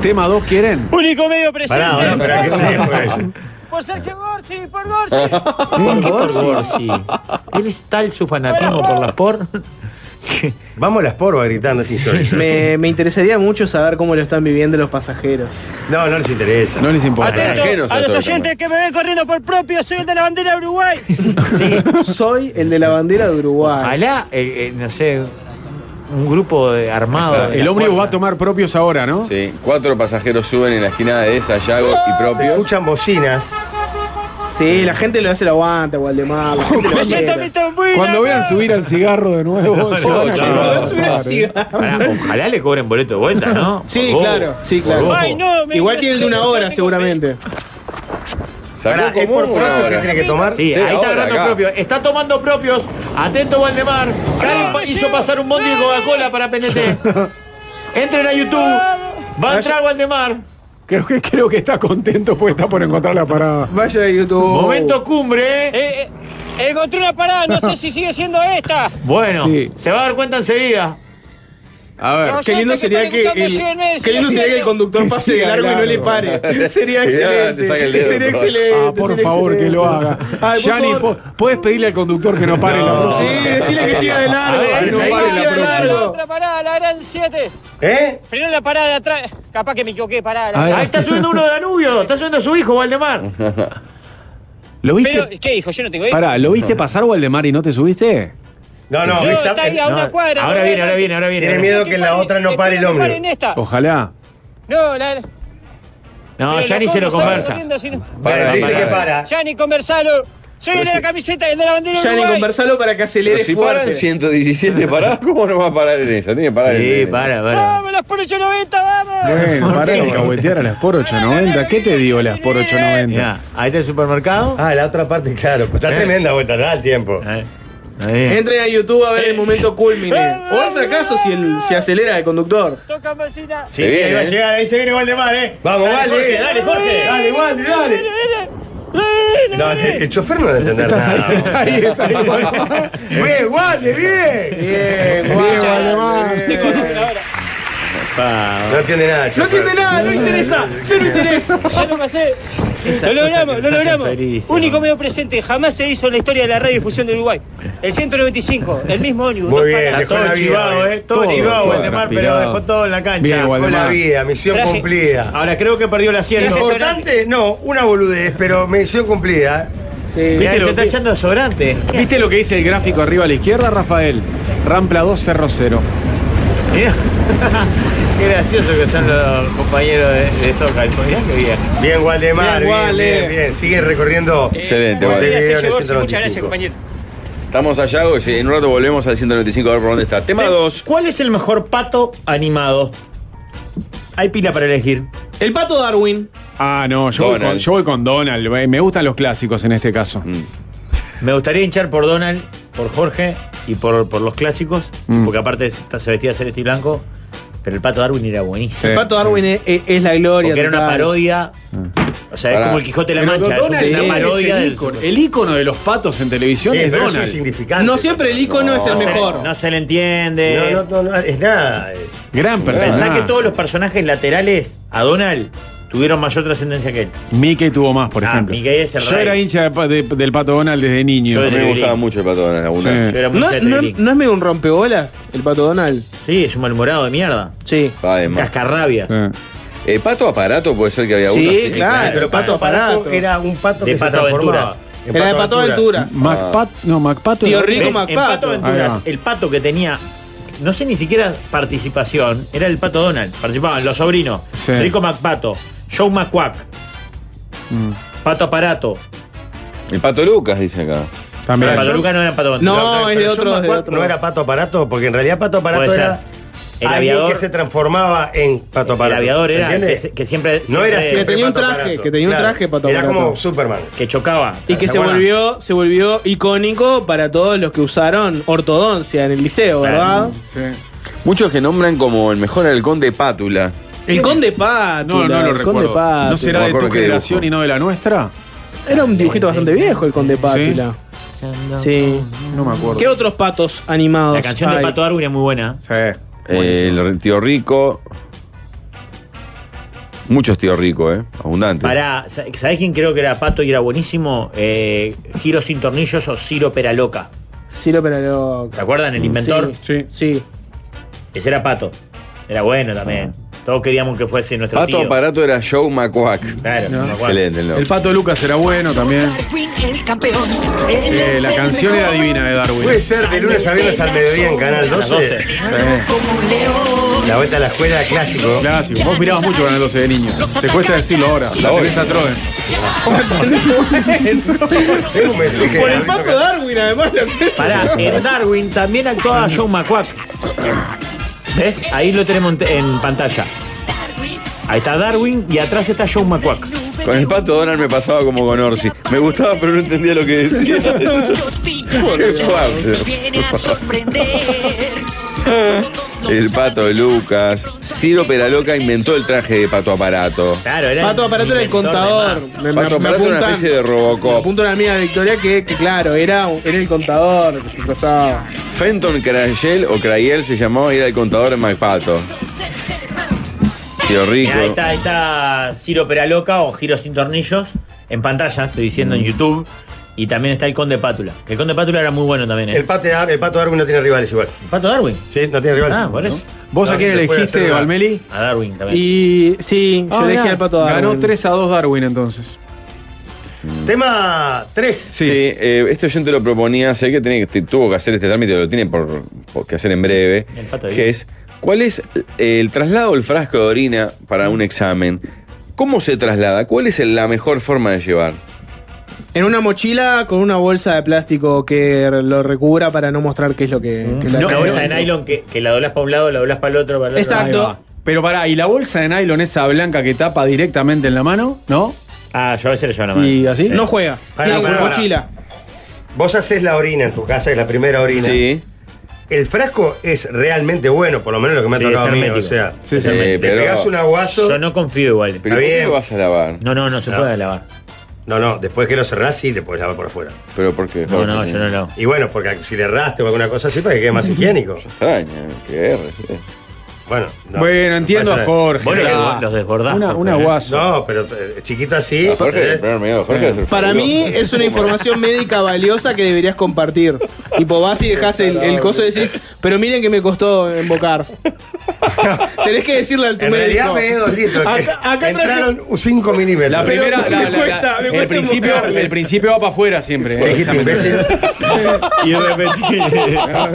Tema 2 quieren. Único medio presente. Pará, pará, pará, que se fue ese. Por Sergio Gorsi, por Gorsi. ¿Por qué por Borsi? Ah, Él es tal su fanatismo por las por. que- Vamos a las porvas gritando sin historias. Me, me interesaría mucho saber cómo lo están viviendo los pasajeros. No, no les interesa. No les importa. Extranjeros Atento a a los todo oyentes también. que me ven corriendo por propio. Soy el de la bandera de Uruguay. sí. Soy el de la bandera de Uruguay. Ojalá, eh, eh, no sé, un grupo de armado. de El la ómnibus va a fuerza. tomar propios ahora, ¿no? Sí, cuatro pasajeros suben en la esquina de Sayago y Se propios. escuchan bocinas. Sí, la gente lo hace el aguante, Waldemar. La gente lo Me siento a quiere. mi tambuina. Cuando vean subir al cigarro de nuevo, se van a ¿eh? no, llevar. no, Lo hace una ciudad. Pará, ojalá le cobren boleto de vuelta, ¿no? Sí, Por vos. claro, sí, claro. Ay, no, me- Igual tiene el de una hora, seguramente. Sacó Pará, es como por una propio que tiene hora. que tomar. Sí, Sí, ahí está ahora, agarrando acá. propios. Está tomando propios. Atento, Valdemar. Karen pa- hizo pasar un bondi de Coca-Cola para PNT. Entren a YouTube. Va a entrar Valdemar. Creo que, creo que está contento porque está por encontrar la parada. Vaya a Oh. YouTube. Momento cumbre. Eh, eh, encontré una parada. No sé si sigue siendo esta. Bueno, Sí. se va a dar cuenta enseguida. A ver. No, Qué lindo Oyentes que sería están que escuchando, llévenme, el, qué lindo sí, sería que el sí. conductor Que pase de siga largo y no le largo. pare. Sería Que ya te excelente. saca el dedo, Sería por favor. excelente. Ah, por sería favor, que excelente. lo haga. Ay, por Yanni, favor. po- ¿puedes pedirle al conductor que no pare la Sí, próxima? decirle que siga de largo. A ver, que no ahí pare siga la de próxima. La otra parada, la gran 7. ¿Eh? Frenó la parada de atrás. Capaz que me equivoqué, parada. la A ver. parada. Ahí está subiendo uno de Danubio. Está subiendo a su hijo, Valdemar. ¿Lo Pero, viste? ¿qué dijo? Yo no tengo hijo. Pará, ¿lo viste pasar, Waldemar, y no te subiste? Ah, No, no, Yo, esa- está ahí a no, una cuadra. Ahora no, viene, no, ahora viene, ahora viene. Tiene ahora miedo viene. que en la otra no pare el Espero que pare ómnibus. en esta. Ojalá. No, la. No, pero ya ni la se lo combo sale conversa. corriendo, si no- Para, Bueno, dice para, que para. para. Ya ni conversalo. Soy el de la camiseta, el de la bandera. Ya ni Uruguay. conversalo para que Pero acelere si paran fuerte. 117 paradas, ¿cómo no va a parar en esa? Ah, Tiene que parar en Sí, en- para, para. Vamos, las por 890, vamos. Bueno, pará de cahuetear a las por 890. ¿Qué te dio las por 890? Mirá, ahí está el supermercado. Ah, la otra parte, claro. Está Eh. tremenda vuelta, da el tiempo. Eh. Entren a YouTube a ver el momento culmine. O el fracaso si el- se acelera el conductor. Sí, sí, ahí va a ¿eh? llegar, ahí se viene Waldemar, eh. Vamos, dale, Jorge, dale, dale. Jorge. Dale, Walde, dale. No, el, el chofer no debe entender nada. Está ahí, está ahí. Bien, Walde, bien. Bien, Walde, No entiende nada, No chofer. entiende nada, no le interesa. Cero interés. Ya lo pasé. Esas Lo cosas logramos, que lo nos hacen logramos. felices, Único medio presente, jamás se hizo en la historia de la radiodifusión de Uruguay. El 195, el mismo ómnibus. Muy dos bien, paradas. dejó la vida, chivado, eh. Todo, chivado, Waldemar, pero dejó todo en la cancha. Bien, Waldemar. Con la vida, misión cumplida. Ahora creo que perdió la Lo sierra. importante, no, una boludez, pero misión cumplida. Mirá, lo se está que- echando sobrante. ¿Viste lo que dice el gráfico arriba a la izquierda, Rafael? Rampla 2, Cerro 0. Mirá. Qué gracioso que son los compañeros de, de Zócalo. Mirá qué bien. Bien, Bien, Waldemar, bien, bien, Walde. bien, Sigue recorriendo. Excelente, Montevideo Walde. en el Gracias, Gorsi, 195. muchas gracias, compañero. Estamos allá, y en un rato volvemos al 195 a ver por dónde está. Tema 2. ¿Cuál es el mejor pato animado? Hay pila para elegir. El pato Darwin. Ah, no, yo voy, Donald. con, yo voy con Donald. eh, Me gustan los clásicos en este caso. Me gustaría hinchar por Donald, por Jorge y por, por los clásicos, Mm. porque aparte está vestida celeste y blanco, pero el pato Darwin era buenísimo. El pato Darwin es, es- es la gloria. Porque era una total. parodia. O sea, es Pará. como el Quijote de la Pero Mancha. es Donald Eh, es una parodia. el, del- ícono, el ícono de los patos en televisión Sí, es pero eso Donald. es insignificante. No siempre el ícono es el se- mejor. no se le entiende. No, no, no, no, es nada. es- Gran Pensá personaje. que todos los personajes laterales a Donald tuvieron mayor trascendencia que él. Mickey tuvo más, por Ah, ejemplo. Mickey es el Yo rey. era hincha de pa- de- del pato Donald desde niño. Yo de A mí me Green. gustaba mucho el pato Donald. alguna. Yo era muy ¿No, hincha de no, Green. no es medio un rompebolas el pato Donald? Sí, es un malhumorado de mierda. Sí. Cascarrabias. Eh, pato aparato puede ser que había Sí, uno. claro, pero pato aparato. Era un pato De que Pato se transformaba. Aventuras. En Era de Pato Aventuras. Macpat, no, Macpato. Tío era- Rico ¿Ves? Macpato. En Pato Aventuras, Ahí va. el pato que tenía, no sé ni siquiera participación, era el pato Donald. Participaban los sobrinos. Sí. Rico MacPato, Joe McQuack, Mm. Pato Aparato. El Eh, pato Lucas, dice acá. Pero el pato Luca no era pato Aventuras. Pero yo me acuerdo, No era pato aparato, porque en realidad pato aparato Puede ser. era. El alguien aviador. que se transformaba en pato aparato. El aviador era el que, ¿entiendes? se- que siempre, No era siempre- siempre Pato Aparato. Claro, Era como Aparato. Superman. que chocaba. Y que se acuerdan? volvió, se volvió icónico para todos los que usaron ortodoncia en el liceo, ¿verdad? Muchos que nombran como el mejor halcón de pátula. El conde Pátula. No, no lo el conde recuerdo. Pátula. Ah, ¿No será No me de acuerdo tu qué generación y no de la nuestra? Era un dibujito bastante viejo el conde Pátula. Sí. No me acuerdo. ¿Qué otros patos animados? La canción de hay? Pato Darwin es muy buena. Sí. Eh, el tío rico. Muchos tío rico, ¿eh? Abundante. Para, ¿sabés quién creo que era Pato y era buenísimo? Eh, Giro sin tornillos o Ciro Peraloca. Ciro Peraloca. ¿Se acuerdan? El inventor. Sí. Sí. Ese era Pato. Era bueno también. Todos queríamos que fuese nuestro Pato tío. aparato era Joe McQuack. Claro, No. Excelente el nombre. El pato Lucas era bueno también. El campeón. Eh, la canción era divina de Darwin. Puede ser de lunes a viernes al mediodía en Canal 12. La vuelta a la escuela clásico. Clásico. Vos mirabas mucho Canal 12 de niño. Te cuesta decirlo ahora. La Ahora. tenés a Troden. Según me dicen que Por era el Pato pato Darwin, además. lo- Pará, en Darwin también actuaba Joe McQuack. ¿Ves? Ahí lo tenemos en, te- en pantalla. Ahí está Darwin y atrás está Joe McQuack. Con el pato Donald me pasaba como con Orsi. Me gustaba, pero no entendía lo que decía. Qué fuerte. El pato Lucas. Ciro Peraloca inventó el traje de pato aparato. Claro, era Pato el Aparato era el inventor de contador. más. Ah, Me- me- Pato me aparato era una apuntan- especie de Me Robocop. apunta una amiga Victoria que, que claro, era, era el contador que se pasaba. Fenton Crayel o Crayel se llamó y era el contador en MacPato. Tío Rico. Mirá, ahí, está, ahí está Ciro Peraloca o Giro sin tornillos. En pantalla, estoy diciendo Mm. en YouTube. Y también está el Conde Pátula. Que El Conde Pátula era muy bueno también, ¿eh? El, Pate Dar- el pato Darwin no tiene rivales igual. Pato Darwin. Sí, no tiene rivales. Ah, por eso. ¿Vos a quién Darwin te puede elegiste, hacer una- Valmeli? A Darwin también. Y sí, yo Ah, elegí mirá, al pato Darwin. Ganó 3 a 2 Darwin entonces. Tema 3. Sí, eh, este oyente lo proponía, sé que tenía, que- tuvo que hacer este trámite, lo tiene por, por que hacer en breve, El pato que es, ¿cuál es el traslado del frasco de orina para un examen? ¿Cómo se traslada? ¿Cuál es la mejor forma de llevar? En una mochila con una bolsa de plástico que lo recubra para no mostrar qué es lo que, que la No, una trae bolsa de dentro. nylon que, que la doblás para un lado, la doblás para el otro, para el otro. Exacto. Ahí va. Pero pará, ¿y la bolsa de nylon esa blanca que tapa directamente en la mano? ¿No? Ah, yo a veces le llevo la mano. ¿Y así? No juega, Pará, tiene pará, una pará. mochila. Vos haces la orina en tu casa, es la primera orina. Sí. El frasco es realmente bueno, por lo menos lo que me ha Sí, tocado es a mí. O hermético. sea, Sí, sí. te Pero- pegás un aguazo. Yo no confío igual. Pero ¿por qué lo vas a lavar? No, no, no se puede lavar. No, no, después que lo cerrás, sí, le puedes lavar por afuera. Pero porque. No, no, yo no lavo. Y bueno, porque si le erraste o alguna cosa así, para que quede más higiénico. Extraña, qué erre, sí. Bueno, no. Bueno, entiendo a Jorge. Vos los desbor- los desbordás, Una- Jorge. un aguazo. No, pero eh, chiquito así. A Jorge, el primer miedo, Jorge es el Para fabuloso. mí es una información médica valiosa que deberías compartir. Tipo, vas y dejas el, el coso y decís, pero miren que me costó embocar. Tenés que decirle al tu En realidad médico. me dio dos litros. que Acá, acá traje. entraron 5 milímetros. La primera, la- la- la- el, principio, el principio va para afuera siempre. Te eh, dijiste esa mentira. Y repetí.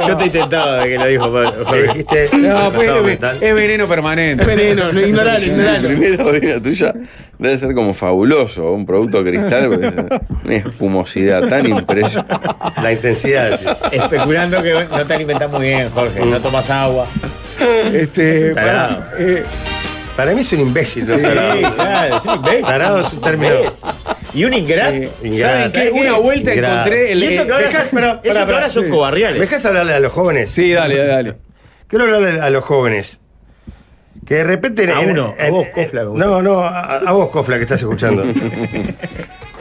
Yo te intentaba de que lo dijo Pablo. Te dijiste. No, pues, pasado es, mental. es veneno permanente. Veneno, no, ignoralo, La primera orina tuya debe ser como fabuloso, un producto cristal, porque es una espumosidad tan impresionante. La intensidad. Especulando que no te alimentas muy bien, Jorge. Mm. No tomas agua. Este, Tarado. eh, Para mí es un imbécil. ¿no? Sí, Tarado. claro, es un imbécil. Tarado es un término. Imbécil. Y un ingrato. Ingrato. qué? Una vuelta Ingrato. encontré el- Y eso que ahora- Dejá- pará, pará, eso que pará. ahora son Sí. cobarriales. ¿Me dejás hablarle a los jóvenes? Sí, dale, dale, dale. Quiero hablarle a los jóvenes. Que de repente. A en- uno, a en- vos, Cofla. No, no, a, a vos, Cofla, que estás escuchando.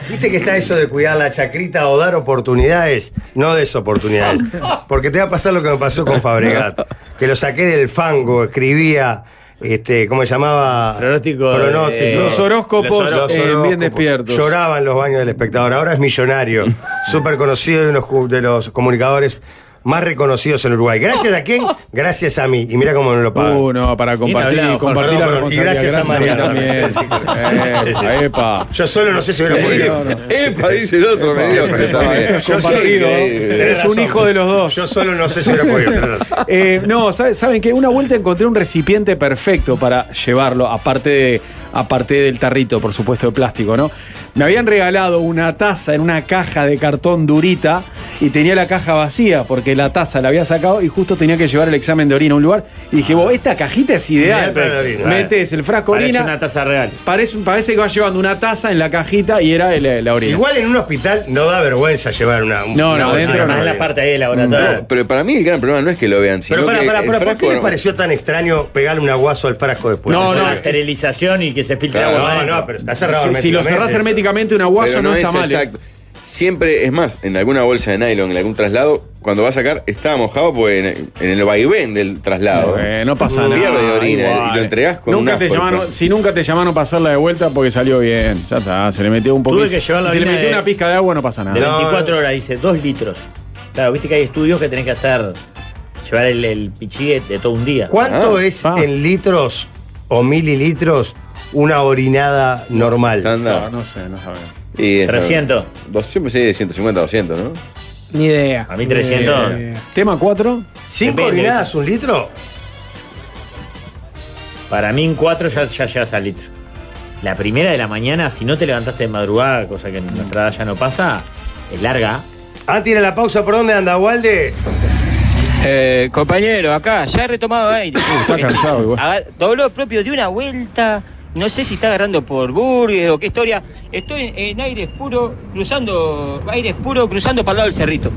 Viste que está eso de cuidar la chacrita o dar oportunidades, no desoportunidades. Porque te va a pasar lo que me pasó con Fabregat, que lo saqué del fango, escribía, este, ¿cómo se llamaba? Pronóstico, Pronóstico. eh, Los horóscopos, Los horóscopos. eh, bien despiertos. Lloraba en los baños del espectador. Ahora es millonario, súper conocido de, unos ju- de los comunicadores más reconocidos en Uruguay. ¿Gracias a quién? Gracias a mí. Y mira cómo me lo pagan. Uh, no, para compartir, Bien hablado, compartir la Jorge. Perdón, perdón. Y responsabilidad. gracias a Mariano. Sí, también. sí, sí. Epa, epa. Yo solo no sé si me lo Sí, podría. no, no. Epa, dice el otro, me dio, pero está bien. Yo Compartido. sí, Eres tenés un razón. hijo de los dos. Yo solo no sé si me lo podría. tenés razón. Eh, no, ¿sabe- ¿saben qué? Una vuelta encontré un recipiente perfecto para llevarlo, aparte, de- aparte del tarrito, por supuesto, de plástico, ¿no? Me habían regalado una taza en una caja de cartón durita y tenía la caja vacía porque la taza la había sacado y justo tenía que llevar el examen de orina a un lugar. Y dije, vos, esta cajita es Ideal ideal. para la orina. eh. Metes el frasco de Parece orina. una taza real. Parece, parece que va llevando una taza en la cajita y era el- la orina. Igual en un hospital no da vergüenza llevar una. No, no, adentro no. Más la parte ahí del laboratorio. No, pero para mí el gran problema no es que lo vean, sino Pero para, que para, el para, ¿por frasco qué les no- pareció tan extraño pegarle un aguazo al frasco después? No, En No, serio. esterilización y que se filtre Claro, agua. no, no, pero está cerrado. Si, si lo cerrás herméticamente, un aguazo Pero no, está es mal. ¿eh? exacto. Siempre, es más, en alguna bolsa de nylon, en algún traslado, cuando va a sacar, está mojado porque en, en el vaivén del traslado. Eh, no pasa nada. Pierde de orina igual. eh. y lo entregás con nunca un te asco. llamaron, Si nunca te llamaron pasarla de vuelta porque salió bien. Ya está, se le metió un Tuve poquito. que Si llevar la se le orina metió de- una pizca de agua, no pasa nada. De No, 24 horas, dice, 2 litros. Claro, viste que hay estudios que tenés que hacer. Llevar el, el pichí de, de todo un día. ¿Cuánto Ah, es ah. en litros o mililitros una orinada normal? Estándar. No, no sé, no sabemos. Y es- 300. 200, sí, 150, 200, ¿no? Ni idea. A mí 300. Ni idea. Eh, Tema 4. ¿Cinco Depende. orinadas un litro? Para mí en 4 ya, ya llegas al litro. La primera de la mañana, si no te levantaste de madrugada, cosa que en nuestra edad ya no pasa, es larga. Ah, tiene la pausa. ¿Por dónde anda, Walde? Eh, compañero, acá, ya he retomado aire. Uh, está cansado igual. Aga- Dobló propio de una vuelta. No sé si está agarrando por Burgues o qué historia. Estoy en aires puro, cruzando, aires puro, cruzando para el lado del cerrito.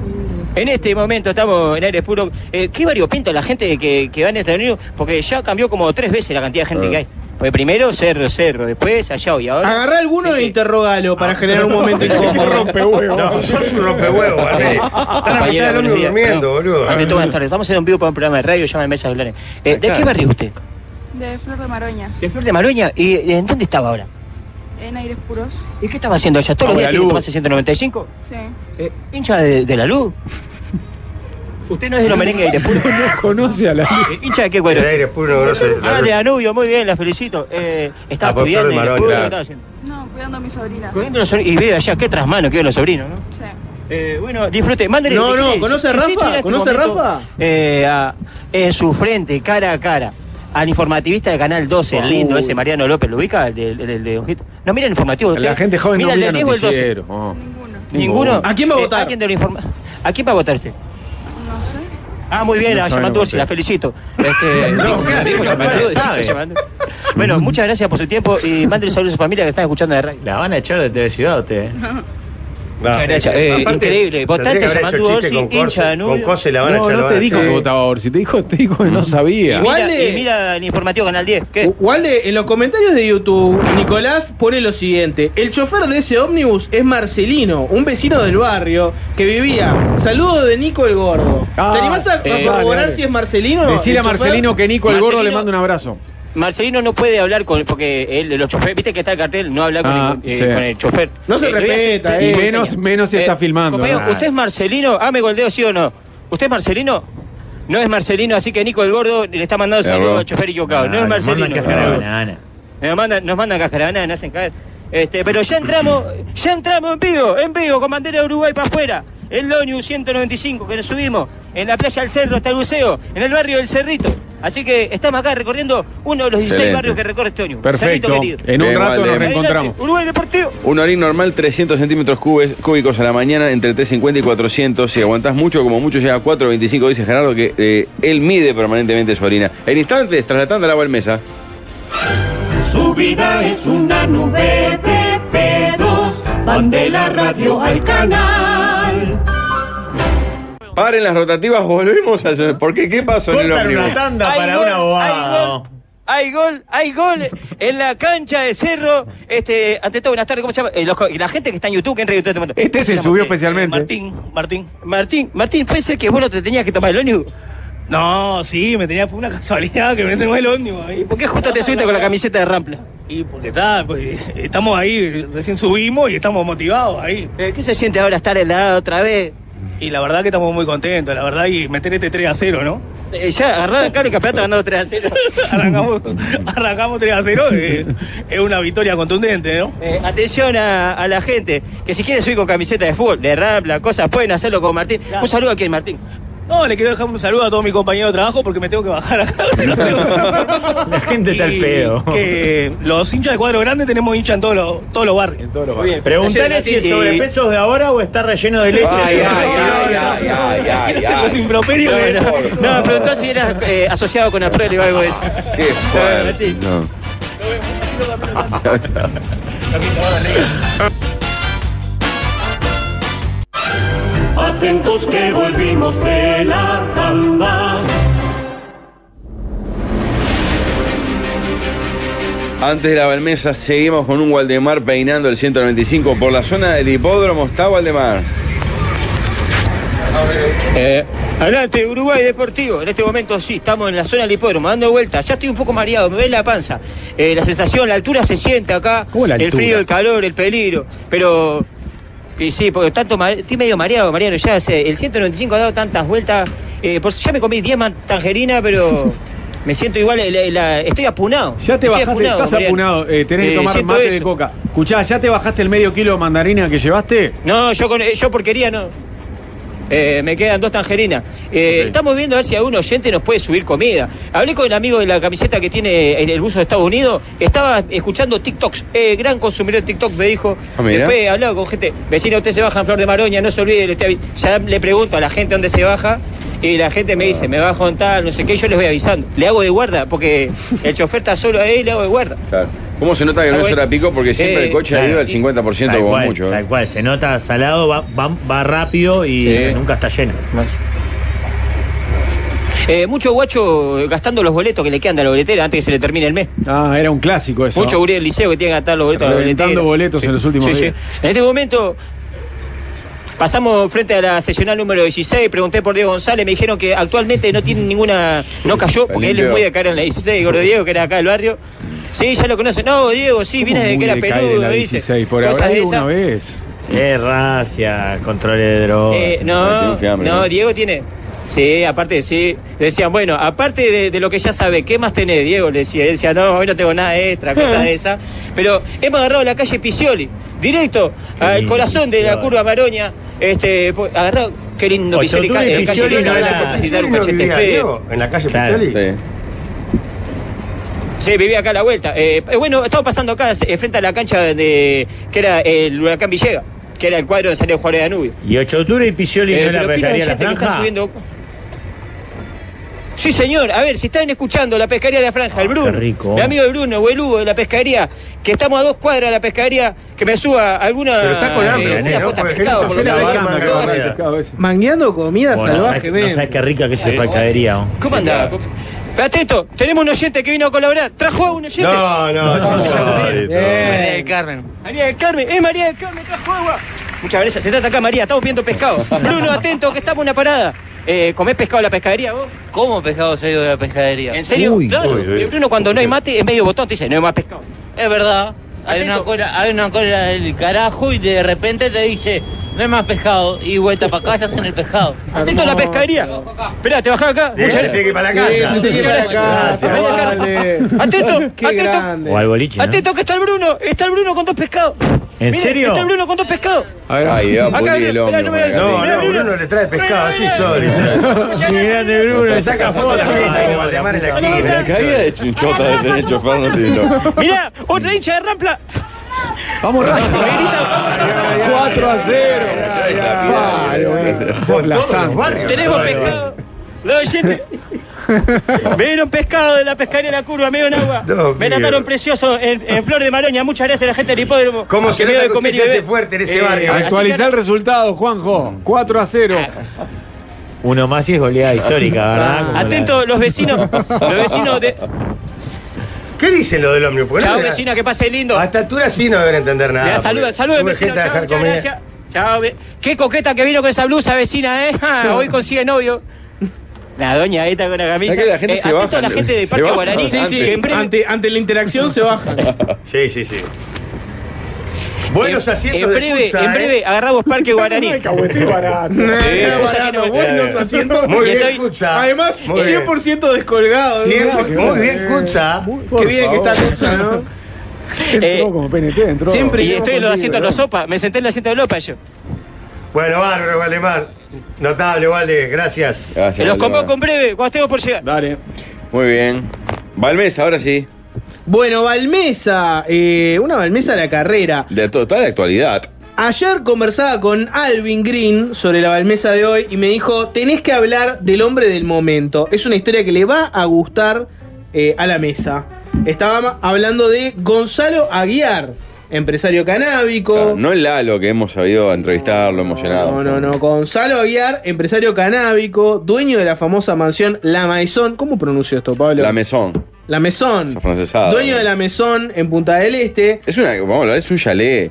En este momento estamos en aires puro. Eh, qué variopinto la gente que, que va en Estados Unidos, porque ya cambió como tres veces la cantidad de gente que hay. Porque primero cerro, cerro, después allá y ahora. Ah. Agarrá alguno e interrogalo para generar un momento incómodo. No, sos un rompehuevo, Walde. Está la mitad Compañero, del buenos hombre días. durmiendo, Perdón. boludo. Ante todo, buenas tardes. Estamos en un vivo para un programa de radio, llaman Mesa de Dólares. Eh, ¿De Acá. qué barrio es usted? De Flor de Maroñas, ¿De Flor de Maroña? ¿Y eh, en dónde estaba ahora? en Aires Puros. ¿Y qué estaba haciendo allá? ¿Todos los Vamos, días la tiene que luz. tomarse 195? Sí. Eh, ¿Hincha de, de la luz? ¿Usted no es de los merengues de aire puro? No conoce a la. Eh, ¿Hincha de qué El cuero? aire es puro, grosso. Ah, de Danubio, muy bien, la felicito. Eh, estaba Ah, por Flor de estudiando en el Maroña, puro, ¿qué claro. estaba haciendo? No, cuidando a mis sobrinas. Cuidando los sobrinos. Y ve allá, qué trasmano que ven los sobrinos, ¿no? Sí. Eh, bueno, disfrute, mándale. No, si no, quiere, ¿conoce si- a si Rafa? usted tiene en este ¿Conoce a momento, Rafa? eh, a- en su frente, cara a cara, al informativista de Canal 12, el Uh. lindo ese Mariano López, ¿lo ubica? El de, el, el de Ojito. No, mira el informativo. de La usted. gente joven mira no el de mira Diego el 12. noticiero. Oh. Ninguno. ¿Ninguno? ¿A quién va a Eh, votar? ¿a, quién de los informa- ¿A quién va a votar usted? No sé. Ah, muy bien, No a sabe, no Yamantursi, conoce. la felicito. Este, No, claro, digo, capaz Yamantursi, que sabe. Yamantursi. Bueno, muchas gracias por su tiempo y mándale saludos a su familia que están escuchando de radio. La van a echar de Teleciudad a usted. ¿eh? Muchas gracias. Eh, Aparte, increíble. tendría que Votante haber Yamandú hecho Orsi, chiste con Corse- hincha de Danubio. Con Cose la van a no, echar. no la te van a dijo echar. que votaba Orsi, te dijo, te dijo que no sabía. Mira, y mira el informativo Canal 10. ¿Qué? Walde, en los comentarios de YouTube, Nicolás pone lo siguiente. El chofer de ese ómnibus es Marcelino, un vecino del barrio que vivía. Saludo de Nico el Gordo. ¿Te animás a, a eh, corroborar vale, vale. si es Marcelino? Decirle el a chofer? Marcelino que Nico el Gordo le manda Un abrazo. Marcelino no puede hablar con porque él, los choferes, viste que está el cartel, no habla con, Ah, el, eh, sí. con el chofer. No se lo voy a hacer- respeta, te- eh. te Y menos- enseña. menos si está filmando, compañero, ¿no? ¿usted es Marcelino? Ah, me goldeo, sí o no. ¿Usted es Marcelino? No es Marcelino, así que Nico el Gordo le está mandando Error. saludos al chofer equivocado. No, Ah, es nos Marcelino. mandan cáscara de banana. Nos mandan, nos mandan cáscara de banana, nos hacen caer. Este, pero ya entramos, ya entramos en vivo, en vivo, con bandera de Uruguay para afuera. El ONU 195 que nos subimos, en la playa del Cerro hasta el buceo, en el barrio del Cerrito. Así que estamos acá recorriendo uno de los 16 Excelente. barrios que recorre este ONU. Perfecto. Cerrito querido. En un Bien, rato Walde. nos reencontramos. Uruguay Deportivo. Un orín normal, 300 centímetros cubes- cúbicos a la mañana, entre 350 y 400. Si aguantás mucho, como mucho, llega a 425, dice Gerardo, que eh, él mide permanentemente su orina. En instantes, tras la tanda, la mesa. Su vida es una nube de pedos. Van de la radio al canal. Paren las rotativas, volvemos a... ¿Por qué? ¿Qué pasó en el Cortan ómnibus? una tanda Hay para gol, una hay bobada. gol. Hay gol, hay gol en la cancha de Cerro. Este, ante todo, buenas tardes. ¿Cómo se llama? Eh, los co- la gente que está en YouTube, que entra en YouTube. te mando. Este ¿Cómo se llama? subió Eh, especialmente. Martín, Martín. Martín, Martín, pensé que vos no te tenías que tomar el ómnibus. No, sí, me tenía una casualidad que me tengo el ómnibus. ¿Y por qué justo te subiste con la camiseta de Rampla? Y porque está, pues, estamos ahí, recién subimos y estamos motivados ahí. Eh, ¿Qué se siente ahora estar helado otra vez? Y la verdad que estamos muy contentos, la verdad, y meter este 3 a 0, ¿no? Eh, ya agarrar acá el campeonato ganando 3 a 0. arrancamos, arrancamos 3 a 0, eh, es una victoria contundente, ¿no? Eh, atención a, a la gente, que si quieren subir con camiseta de fútbol, de Rampla, cosas, pueden hacerlo con Martín. Un saludo aquí, Martín. No, le quiero dejar un saludo a todos mis compañeros de trabajo porque me tengo que bajar acá. La gente está al pedo. que los hinchas de cuadro grande tenemos hinchas en todos los, todos los barrios. En todos los barrios. Preguntale si el sobrepeso es de ahora o está relleno de leche. Ay, ay, ay, ay, ay, ay, ay. Los improperios. No, me preguntó si era eh, asociado con April o algo de eso. Qué fuerte. No. Chao, chao. Atentos que volvimos de la tanda. Antes de la Balmesa, seguimos con un Waldemar peinando el 195 por la zona del hipódromo. Está Waldemar. Eh, adelante, Uruguay Deportivo. En este momento sí, estamos en la zona del hipódromo, dando vueltas. Ya estoy un poco mareado, me ve la panza. Eh, la sensación, la altura se siente acá. ¿Cómo la el altura? frío, el calor, el peligro. Pero. Y sí, porque tanto ma- estoy medio mareado, Mariano. Ya sé, el 195 ha dado tantas vueltas. Eh, por, ya me comí 10 man- tangerinas, pero me siento igual. la- la- estoy apunado. Ya te Estoy bajaste, estás Mariano. apunado, eh, tenés que Eh, tomar siento mate de eso. coca. Escuchá, ¿ya te bajaste el medio kilo de mandarina que llevaste? No, yo, con, eh, yo porquería no. Eh, me quedan dos tangerinas. Eh, Estamos viendo a ver si algún oyente nos puede subir comida. Hablé con el amigo de la camiseta que tiene el, el buzo de Estados Unidos. Estaba escuchando TikToks. Eh, gran consumidor de TikTok me dijo. Ah, mirá. Después he hablado con gente. Vecino, usted se baja en Flor de Maroña, no se olvide. le estoy avi- Ya le pregunto a la gente dónde se baja. Y la gente me dice, me bajo en tal, no sé qué. Yo les voy avisando. Le hago de guarda porque el chofer está solo ahí y le hago de guarda. Claro. ¿Cómo se nota que no Hago es hora eso. pico? Porque siempre Eh, el coche claro. arriba del 50% Tal como cual, mucho. Tal cual, se nota salado, va, va, va rápido y Sí. nunca está lleno. Eh, mucho guacho gastando los boletos que le quedan de la boletera antes que se le termine el mes. Ah, era un clásico eso. Mucho gurí del liceo que tiene que gastar los boletos de la boletera. Reventando boletos en los últimos días. En este momento. Pasamos frente a la seccional número 16, pregunté por Diego González, me dijeron que actualmente no tiene ninguna, no cayó, porque él es muy de cara en la 16, gordo Diego, que era acá del barrio. Sí, ya lo conocen. No, Diego, sí, viene desde que era peludo, dice. Cosas de esas. vez. Eh, racia, controles de drogas. Eh, no, no, Diego tiene. Sí, aparte, sí. Decían, bueno, aparte de, de lo que ya sabe, ¿qué más tenés, Diego? Le decía, él decía, no, hoy no tengo nada extra, cosas de esas. Pero hemos agarrado la calle Pisioli, directo al lindo corazón de la Piccioli. curva Maroña. Este, po- agarrado, qué lindo Pisioli, Ochoa, ca- tú de eh, calle Piccioli Luna, no eso era- por presentar un ¿Piccioli no cachete vivía, feo. Diego, en la calle Piccioli? Sí. Sí, vivía acá a la vuelta. Eh, eh, bueno, estamos pasando acá eh, frente a la cancha de, que era el Huracán Villega, que era el cuadro de salió Juárez de Danubio. Y Ochotura y Pisioli Eh, no la pero pila de pescaría la gente que está franja. subiendo- Sí, señor. A ver, si están escuchando la pescaría de la Franja, el Bruno, rico. mi amigo el Bruno o el Hugo de la pescadería, que estamos a dos cuadras de la pescadería, que me suba alguna. Pero está con hambre, alguna ¿no? foto de Porque pescado, gente hace por lo que la veo. barra, No, barra. sí. Mangueando comida Bueno, salvaje, no, ven. sabes qué rica que es esa pescadería. ¿no? oh. ¿Cómo andaba? Pero Atento, tenemos un oyente que vino a colaborar. ¿Trajo a un oyente? No, no, no, Bien. María del Carmen. María del Carmen, eh, María del Carmen, trajo agua. Muchas gracias, se trata acá, María, estamos viendo pescado. Bruno, atento, que estamos en una parada. Eh, ¿Comés pescado en la pescadería vos? ¿Cómo pescado se ha ido de la pescadería? ¿En serio? claro. Eh, Bruno, cuando no hay mate, es medio botón, te dice, no hay más pescado. Es verdad. Hay una, cola, hay una cola del carajo y de repente te dice, no hay más pescado. Y vuelta para casa hacen el pescado. Atento a la pescadería. Esperá, te bajás acá. Sí, Muchas se gracias. tiene que ir para la Sí, casa. se tiene que ir para la Muchas gracias. casa. María del Carmen. Atento, Qué grande. atento. O al boliche. ¿no? Atento que está el Bruno, está el Bruno con dos pescados. ¿En Miren, serio? Está el Bruno con dos pescados. A ver, Ay, va a oh. Acá pudrir viene, el esperá, hombro, no me- Margarita. No, no, Bruno le trae pescado así solo. Qué grande, Bruno. Le saca fotos, está como Valdemar en la esquina. La caída de chunchota de tener chofer no tiene nombre. Mirá, otra hincha de Rampla. Vamos, Rampla. 4 a 0. Tenemos pescado. Los oyentes. Me dieron pescado de la pescadería La Curva, me dieron agua. Dios me mío. trataron precioso en, en Flor de Maroña. Muchas gracias a la gente del hipódromo. ¿Cómo Que se me nota dio de que usted comer y se hace beber. fuerte en Eh, ese barrio? así Actualizá el que- resultado, Juanjo. 4 a 0. Uno más y es goleada histórica, ¿verdad? Como la- Ah, Atento, los vecinos. Los vecinos de. ¿Qué dicen lo del ómnibus? Chao, vecina, que pase lindo. A esta altura sí no deben entender nada. Ya, saluda, saluda, Sube vecino. gente a Chao, dejar muchas comida. gracias. Chao, ve- Qué coqueta que vino con esa blusa, vecina, ¿eh? Ah, hoy consigue novio. La doña esta con la camisa. Es que la gente Eh, se atento baja, a la ¿no? gente de Se Parque baja Guaraní. Sí, sí, que en breve- Ante, ante la interacción se bajan. Sí, sí, sí. Buenos en, asientos en de breve, pulsa, en ¿eh? breve agarramos Parque Guaraní. barato. barato, buenos asientos. Muy bien, Estoy- escucha. Además, Muy bien. 100% descolgado. Siempre- ¿no? muy bien, escucha. Qué bien que está Lucha, ¿no? Entró como PNT, entró. Siempre y Eh, estoy en los contigo, asientos de ¿eh? ¿no? los sopa. Me senté en el asiento de Lopa yo. Bueno, bárbaro, Valdemar. Notable, Valde, gracias. Gracias, los Valdemar. convoco en breve, cuando tengo por llegar. Dale. Muy bien. Valmes, ahora sí. Bueno, Balmesa, eh, una Balmesa a la carrera. De to- toda la actualidad. Ayer conversaba con Alvin Green sobre la Balmesa de hoy y me dijo, tenés que hablar del hombre del momento. Es una historia que le va a gustar eh, a la mesa. Estábamos hablando de Gonzalo Aguiar, empresario canábico. No el Lalo que hemos sabido entrevistarlo, emocionado. No, no, no. Gonzalo Aguiar, empresario canábico, dueño de la famosa mansión La Maison. ¿Cómo pronuncio esto, Pablo? La mesón, La Maison. esa francesada. Dueño de La Maison en Punta del Este. Es una, vamos a hablar, es un chalet.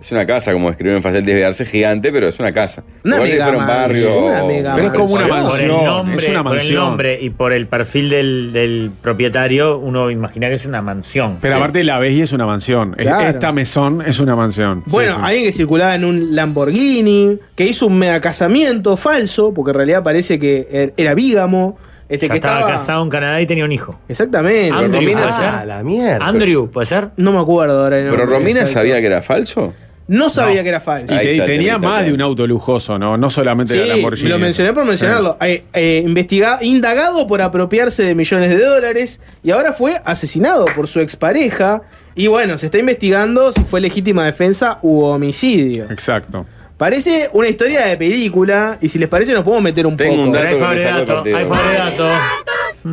Es una casa, como escribió en Facel Desviarse, gigante, pero es una casa. Una Igual si mega fuera un barrio. mansión, una mega Pero es como una Por el mansión, nombre, es una por el mansión. nombre y por el perfil del, del propietario, uno imagina que es una mansión. Pero Sí. aparte la ves y es una mansión. Es- Claro. Esta mesón es una mansión. Sí, Bueno, sí. alguien que circulaba en un Lamborghini, que hizo un mega casamiento falso, porque en realidad parece que er- era bígamo. Este Ya que estaba, estaba, casado en Canadá y tenía un hijo. Exactamente. Andrew, Romina- ¿puede ser? Ah, la mierda. Andrew, ¿puede ser? No me acuerdo ahora. el Pero nombre Romina exacto. sabía que era falso. No sabía que era falso. Y Ahí te- está, tenía tenés, más tenés. de un auto lujoso, ¿no? No solamente la Sí, Lamborghini. lo mencioné por mencionarlo. Eh, eh, investiga- indagado por apropiarse de millones de dólares y ahora fue asesinado por su expareja. Y bueno, se está investigando si fue legítima defensa u homicidio. Exacto. Parece una historia de película y si les parece nos podemos meter un Tengo poco. un Pero hay dato que me fabre sacó el dato, partido. hay fabre dato.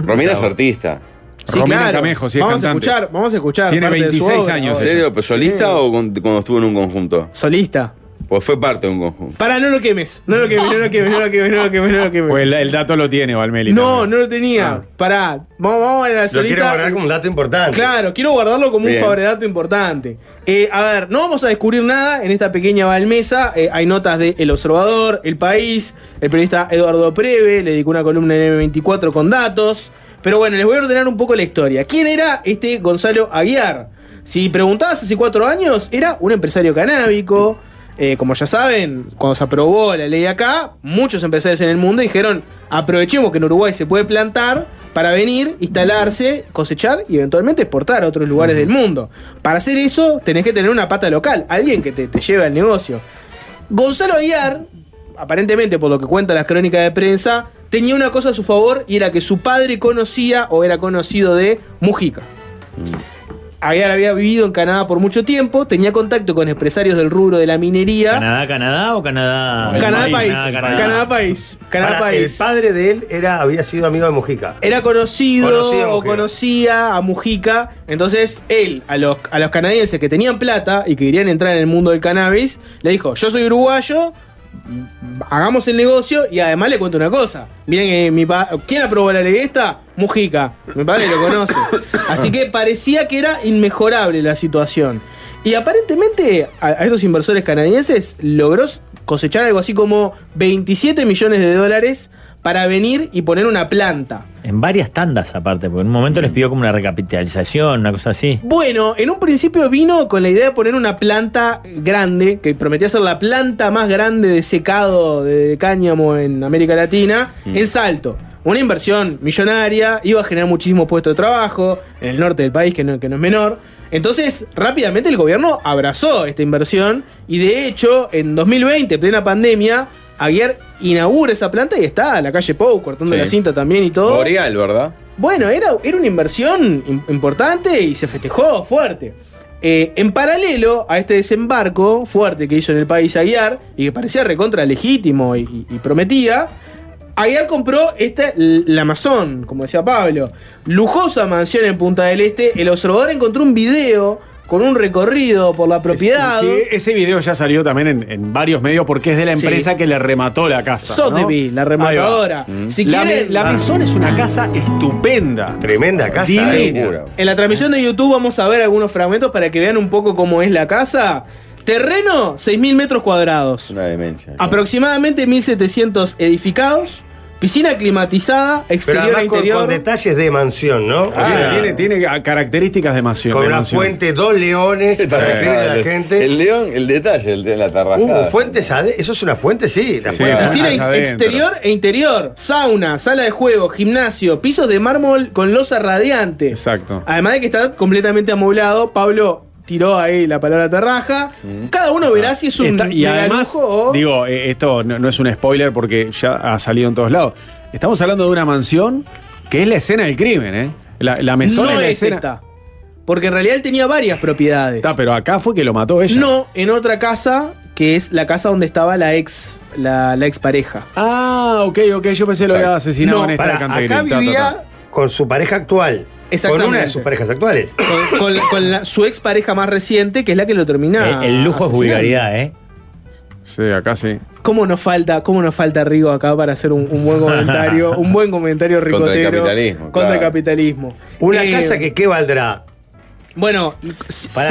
Romina es artista. Sí, Romina claro. Camejo, sí, es vamos cantante. a escuchar, vamos a escuchar. Tiene parte de su 26 obra. años. ¿En serio? ¿Pero solista o con- cuando estuvo en un conjunto? Solista. Pues fue parte de un conjunto. Para, no lo quemes. No lo quemes, no lo quemes, no lo quemes, no lo quemes, no lo quemes. Pues el, el dato lo tiene, Valmeli. no, no lo tenía. Ah. Pará, vamos, vamos a ver al Lo quiero solista. guardar como un dato importante. Claro, quiero guardarlo como Bien. un favoredato importante. Eh, a ver, no vamos a descubrir nada en esta pequeña balmesa. Eh, hay notas de El Observador, El País, el periodista Eduardo Preve, le dedicó una columna en M24 con datos. Pero bueno, les voy a ordenar un poco la historia. ¿Quién era este Gonzalo Aguiar? Si preguntabas hace cuatro años, era un empresario canábico. Eh, como ya saben, cuando se aprobó la ley acá, muchos empresarios en el mundo dijeron, aprovechemos que en Uruguay se puede plantar para venir, instalarse, cosechar y eventualmente exportar a otros lugares del mundo. Para hacer eso tenés que tener una pata local, alguien que te, te lleve al negocio. Gonzalo Aguiar, aparentemente por lo que cuentan las crónicas de prensa, tenía una cosa a su favor y era que su padre conocía o era conocido de Mujica. había, había vivido en Canadá por mucho tiempo, tenía contacto con empresarios del rubro de la minería. ¿Canadá, Canadá o Canadá? Canadá País, país. Canadá, Canadá, Canadá. país. Canadá Para, país. El padre de él era, había sido amigo de Mujica. Era conocido Conocido a o Mujica. conocía a Mujica. Entonces, él, a los, a los canadienses que tenían plata y que querían entrar en el mundo del cannabis, le dijo: Yo soy uruguayo, hagamos el negocio y además le cuento una cosa. Miren que mi pa- ¿Quién aprobó la ley esta? Mujica. Mi padre lo conoce. Así que parecía que era inmejorable la situación. Y aparentemente a, a estos inversores canadienses logró s- cosechar algo así como 27 millones de dólares para venir y poner una planta. En varias tandas aparte, porque en un momento les pidió como una recapitalización, una cosa así. Bueno, en un principio vino con la idea de poner una planta grande, que prometía ser la planta más grande de secado de cáñamo en América Latina, en Salto. Una inversión millonaria, iba a generar muchísimos puestos de trabajo en el norte del país, que no, que no es menor. Entonces, rápidamente el gobierno abrazó esta inversión y de hecho, en 2020, plena pandemia, Aguiar inaugura esa planta y está a la calle Pou cortando Sí. la cinta también y todo. Boreal, ¿verdad? Bueno, era, era una inversión im- importante y se festejó fuerte. Eh, en paralelo a este desembarco fuerte que hizo en el país Aguiar y que parecía recontra legítimo y, y- y prometía, Aguiar compró esta, la Amazon, como decía Pablo. Lujosa mansión en Punta del Este. El observador encontró un video con un recorrido por la propiedad. Sí, ese video ya salió también en, en varios medios porque es de la Sí. empresa que le remató la casa. ¿no? Sotheby, la rematadora. Ahí va. Si la, quieren- me- la mesón es una casa estupenda. Tremenda casa, eh. Divina. En la transmisión de YouTube vamos a ver algunos fragmentos para que vean un poco cómo es la casa. Terreno, 6.000 metros cuadrados. Una demencia. Aproximadamente 1.700 edificados. Piscina climatizada, Pero exterior e además con, interior. con detalles de mansión, ¿no? Ah, tiene, tiene a- características de mansión. Con de una mansión. fuente, dos leones para Está escribir a la bien. gente. El león, el detalle, el de la tarrajada. Uh, fuentes ade- Eso es una fuente, sí. la fuente. Piscina in- exterior e interior, sauna, sala de juego, gimnasio, pisos de mármol con losa radiante. Exacto. Además de que está completamente amoblado, Pablo tiró ahí la palabra terraja. Cada uno verá si es un Está- y mega además, lujo o- digo, eh, esto no, no es un spoiler porque ya ha salido en todos lados. Estamos hablando de una mansión que es la escena del crimen, ¿eh? La, la mesón no es la es escena. esta. Porque en realidad él tenía varias propiedades. Está, pero acá fue que lo mató ella. No, en otra casa, que es la casa donde estaba la ex, la, la ex pareja. Ah, ok, ok, yo pensé lo había asesinado en esta pará, cantegril. Acá Ta, ta, ta. vivía con su pareja actual. Con Exactamente. una de sus parejas actuales. Con, con la- con la- su ex pareja más reciente, que es la que lo termina. asesinando. ¿eh? Ah, Sí, acá sí. ¿Cómo nos falta, cómo nos falta Rigo acá para hacer un, un buen comentario? un buen comentario ricotero. Contra el capitalismo, Contra el claro. capitalismo. Una Eh, casa que qué valdrá. Bueno, Pará,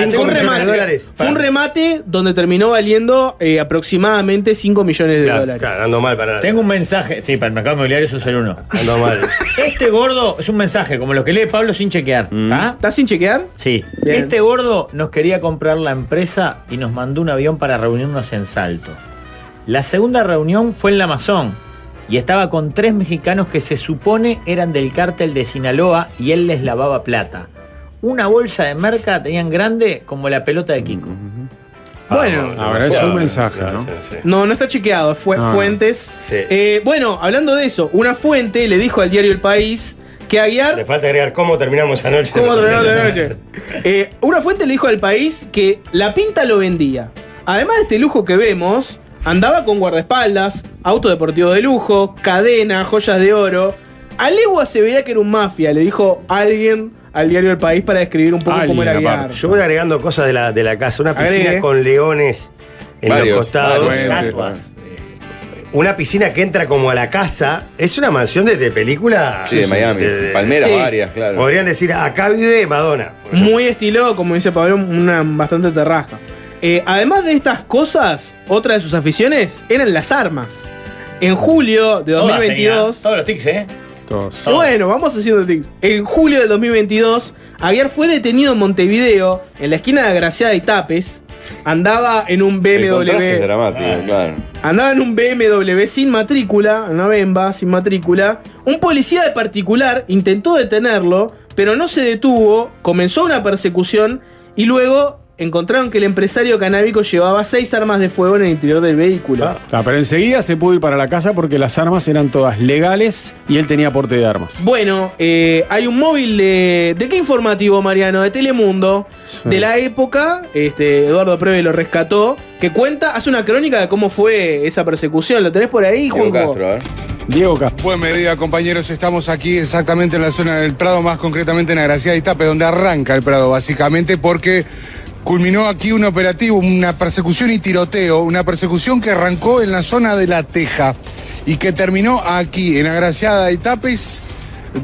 fue tengo un millones de remate. dólares. Fue un Pará. remate donde terminó valiendo eh, aproximadamente 5 millones de Claro, dólares. Claro, ando mal para Tengo un mensaje, sí, para el mercado inmobiliario eso es el uno. Ando mal. Este gordo es un mensaje, como los que lee Pablo sin chequear. Mm. ¿Está? ¿Estás sin chequear? Sí. Bien. Este gordo nos quería comprar la empresa y nos mandó un avión para reunirnos en Salto. La segunda reunión fue en la Amazon y estaba con tres mexicanos que se supone eran del cártel de Sinaloa y él les lavaba plata. Una bolsa de merca tenían grande como la pelota de Mm, Kiko. Ah, Bueno, Ahora es un mensaje, ¿no? No, no está chequeado, fue Ah. fuentes. Sí. Eh, bueno, hablando de eso, una fuente le dijo al diario El País que Aguiar. Le falta agregar cómo terminamos anoche. ¿Cómo terminó la noche? Eh, una fuente le dijo al país que la pinta lo vendía. Además de este lujo que vemos, andaba con guardaespaldas, auto deportivo de lujo, cadena, joyas de oro. A legua se veía que era un mafia, le dijo alguien al diario El País para describir un poco cómo era Aguiar. Yo voy agregando cosas de la, de la casa. Una piscina Agregue. con leones en Varios, los costados. varios, Estatuas. Una piscina que entra como a la casa. Es una mansión de, de película. Sí, de Miami. Palmeras varias, claro. Podrían decir, "Ah, acá vive Madonna. Muy estilo, como dice Pablo, una bastante terraja. Eh, además de estas cosas, otra de sus aficiones eran las armas. En julio de Todas 2022. tenía, todos los tics, ¿eh? Todos. Bueno, vamos haciendo tics. En julio del 2022, Aguiar fue detenido en Montevideo, en la esquina de Agraciada y Tapes. Andaba en un El contraste es BMW. dramático, claro. Andaba en un BMW sin matrícula, en una bemba sin matrícula. Un policía de particular intentó detenerlo, pero no se detuvo, comenzó una persecución y luego encontraron que el empresario canábico llevaba seis armas de fuego en el interior del vehículo. Ah, pero enseguida se pudo ir para la casa porque las armas eran todas legales y él tenía porte de armas. Bueno, eh, hay un móvil de. ¿De qué informativo, Mariano? De Telemundo. De la época. Este, Eduardo Preve lo rescató. Que cuenta, hace una crónica de cómo fue esa persecución. ¿Lo tenés por ahí, Juanjo? Diego Castro. Buen medida, compañeros. Estamos aquí exactamente en la zona del Prado, más concretamente en Agraciada y Tape, donde arranca el Prado, básicamente, porque culminó aquí un operativo, una persecución y tiroteo, una persecución que arrancó en la zona de La Teja y que terminó aquí, en Agraciada y Tapes,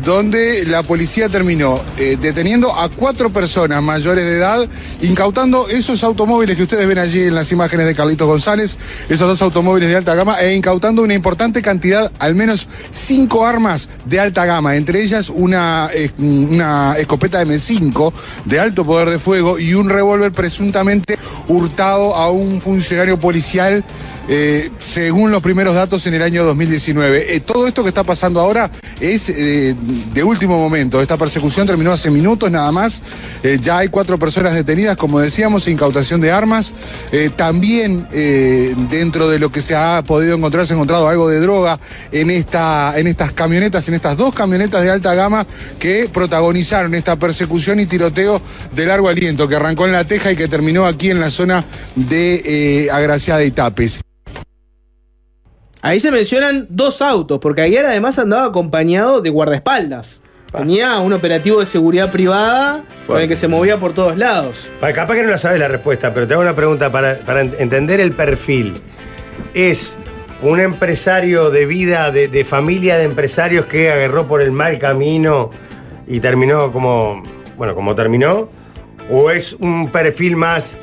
donde la policía terminó eh, deteniendo a cuatro personas mayores de edad, incautando esos automóviles que ustedes ven allí en las imágenes de Carlitos González, esos dos automóviles de alta gama, e incautando una importante cantidad, al menos cinco armas de alta gama, entre ellas una, eh, una escopeta M5 de alto poder de fuego y un revólver presuntamente hurtado a un funcionario policial. eh, según los primeros datos en el año 2019. Eh, todo esto que está pasando ahora es eh, de último momento. Esta persecución terminó hace minutos nada más. Eh, ya hay cuatro personas detenidas, como decíamos, incautación de armas. Eh, también eh, dentro de lo que se ha podido encontrar, se ha encontrado algo de droga en, esta, en estas camionetas, en estas dos camionetas de alta gama que protagonizaron esta persecución y tiroteo de largo aliento que arrancó en La Teja y que terminó aquí en la zona de eh, Agraciada y Tapes. Ahí se mencionan dos autos, porque ayer además andaba acompañado de guardaespaldas. Tenía un operativo de seguridad privada con el que se movía por todos lados. Para, capaz que no la sabes la respuesta, pero te hago una pregunta para, para ent- entender el perfil. ¿Es un empresario de vida, de, de familia de empresarios que agarró por el mal camino y terminó como, bueno, como terminó? ¿O es un perfil más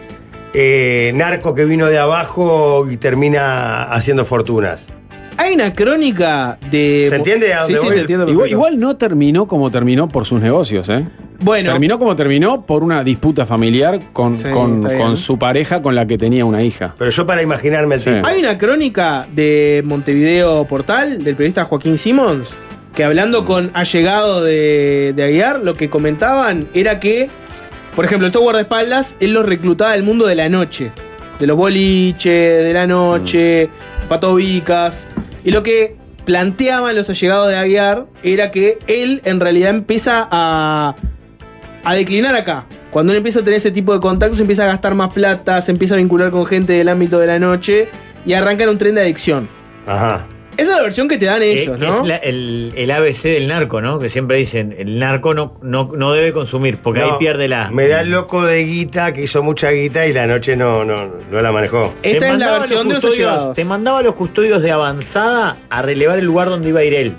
eh, narco que vino de abajo y termina haciendo fortunas? Hay una crónica de. ¿Se entiende a Eh, Sí, dónde sí, voy? te entiendo Igual, perfecto. igual no terminó como terminó por sus negocios, ¿eh? Bueno. Terminó como terminó por una disputa familiar con, Sí, con- está bien. con su pareja con la que tenía una hija. Pero yo para imaginarme el tipo. Hay una crónica de Montevideo Portal del periodista Joaquín Simons que hablando con allegado de, de Aguiar, lo que comentaban era que, por ejemplo, estos guardaespaldas, él los reclutaba del mundo de la noche, de los boliches, de la noche, patobicas. Y lo que planteaban los allegados de Aguiar era que él en realidad empieza a a declinar acá. Cuando uno empieza a tener ese tipo de contactos, empieza a gastar más plata, se empieza a vincular con gente del ámbito de la noche y arrancan un tren de adicción. Ajá. Esa es la versión que te dan Que- ellos, que ¿no? Eh, es la- el, el ABC del narco, ¿no? Que siempre dicen, el narco no, no, no debe consumir, porque No, ahí pierde la... Me da el loco de guita que hizo mucha guita y la noche no, no, no la manejó. Te mandaba los custodios- Te mandaba a los custodios de avanzada a relevar el lugar donde iba a ir él.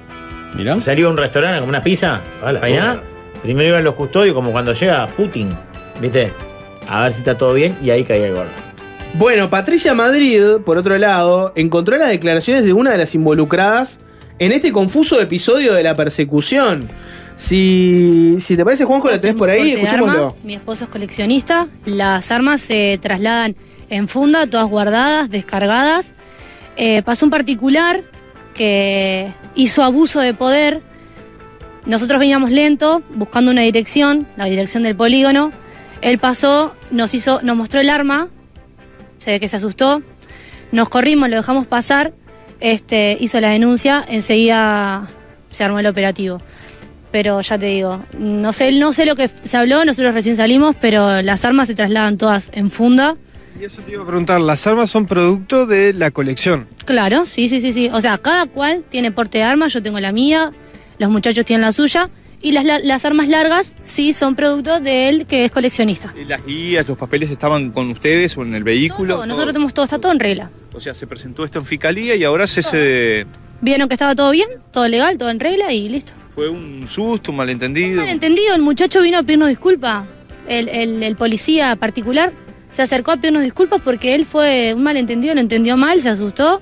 Mirá. Salió a un restaurante como una pizza. la pa' allá. buena. Primero iban los custodios, como cuando llega Putin, ¿viste? A ver si está todo bien y ahí caía el gordo. Bueno, Patricia Madrid, por otro lado, encontró las declaraciones de una de las involucradas en este confuso episodio de la persecución. Si, si te parece, Juanjo, la tenés por ahí, Corte de escuchémoslo. arma. Mi esposo es coleccionista. Las armas se trasladan en funda, todas guardadas, descargadas. Eh, pasó un particular que hizo abuso de poder. Nosotros veníamos lento, buscando una dirección, la dirección del polígono. Él pasó, nos hizo, nos mostró el arma. Se ve que se asustó. Nos corrimos, lo dejamos pasar. Este, hizo la denuncia, enseguida se armó el operativo pero ya te digo, no sé, no sé lo que se habló, nosotros recién salimos, pero las armas se trasladan todas en funda. Y eso te iba a preguntar, las armas son producto de la colección. Claro, sí, sí, sí, sí. O sea, cada cual tiene porte de arma, yo tengo la mía, los muchachos tienen la suya, y las, la- las armas largas sí son producto de él que es coleccionista. ¿Y las guías, los papeles estaban con ustedes o en el vehículo? Todo, nosotros tenemos todo, está todo en regla. O sea, se presentó esto en fiscalía y ahora se se- Vieron que estaba todo bien, todo legal, todo en regla y listo. fue un susto, un malentendido. Malentendido, el muchacho vino a pedirnos disculpas, el, el- el policía particular se acercó a pedirnos disculpas porque él fue un malentendido, lo entendió mal, se asustó,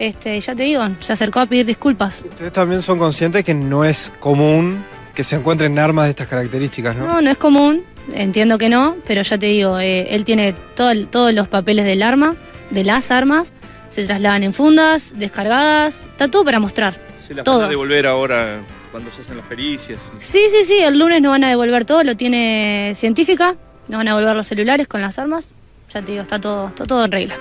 este, ya te digo, se acercó a pedir disculpas. Ustedes también son conscientes que no es común que se encuentren armas de estas características, ¿no? No, no es común, entiendo que no, pero ya te digo, eh, él tiene todo el- todos los papeles del arma, de las armas, se trasladan en fundas, descargadas, está todo para mostrar. Se las van todo. a devolver ahora eh, cuando se hacen las pericias. Sí, sí, sí, el lunes nos van a devolver todo, lo tiene científica, No van a volver los celulares con las armas. Ya te digo, está todo, está todo en regla.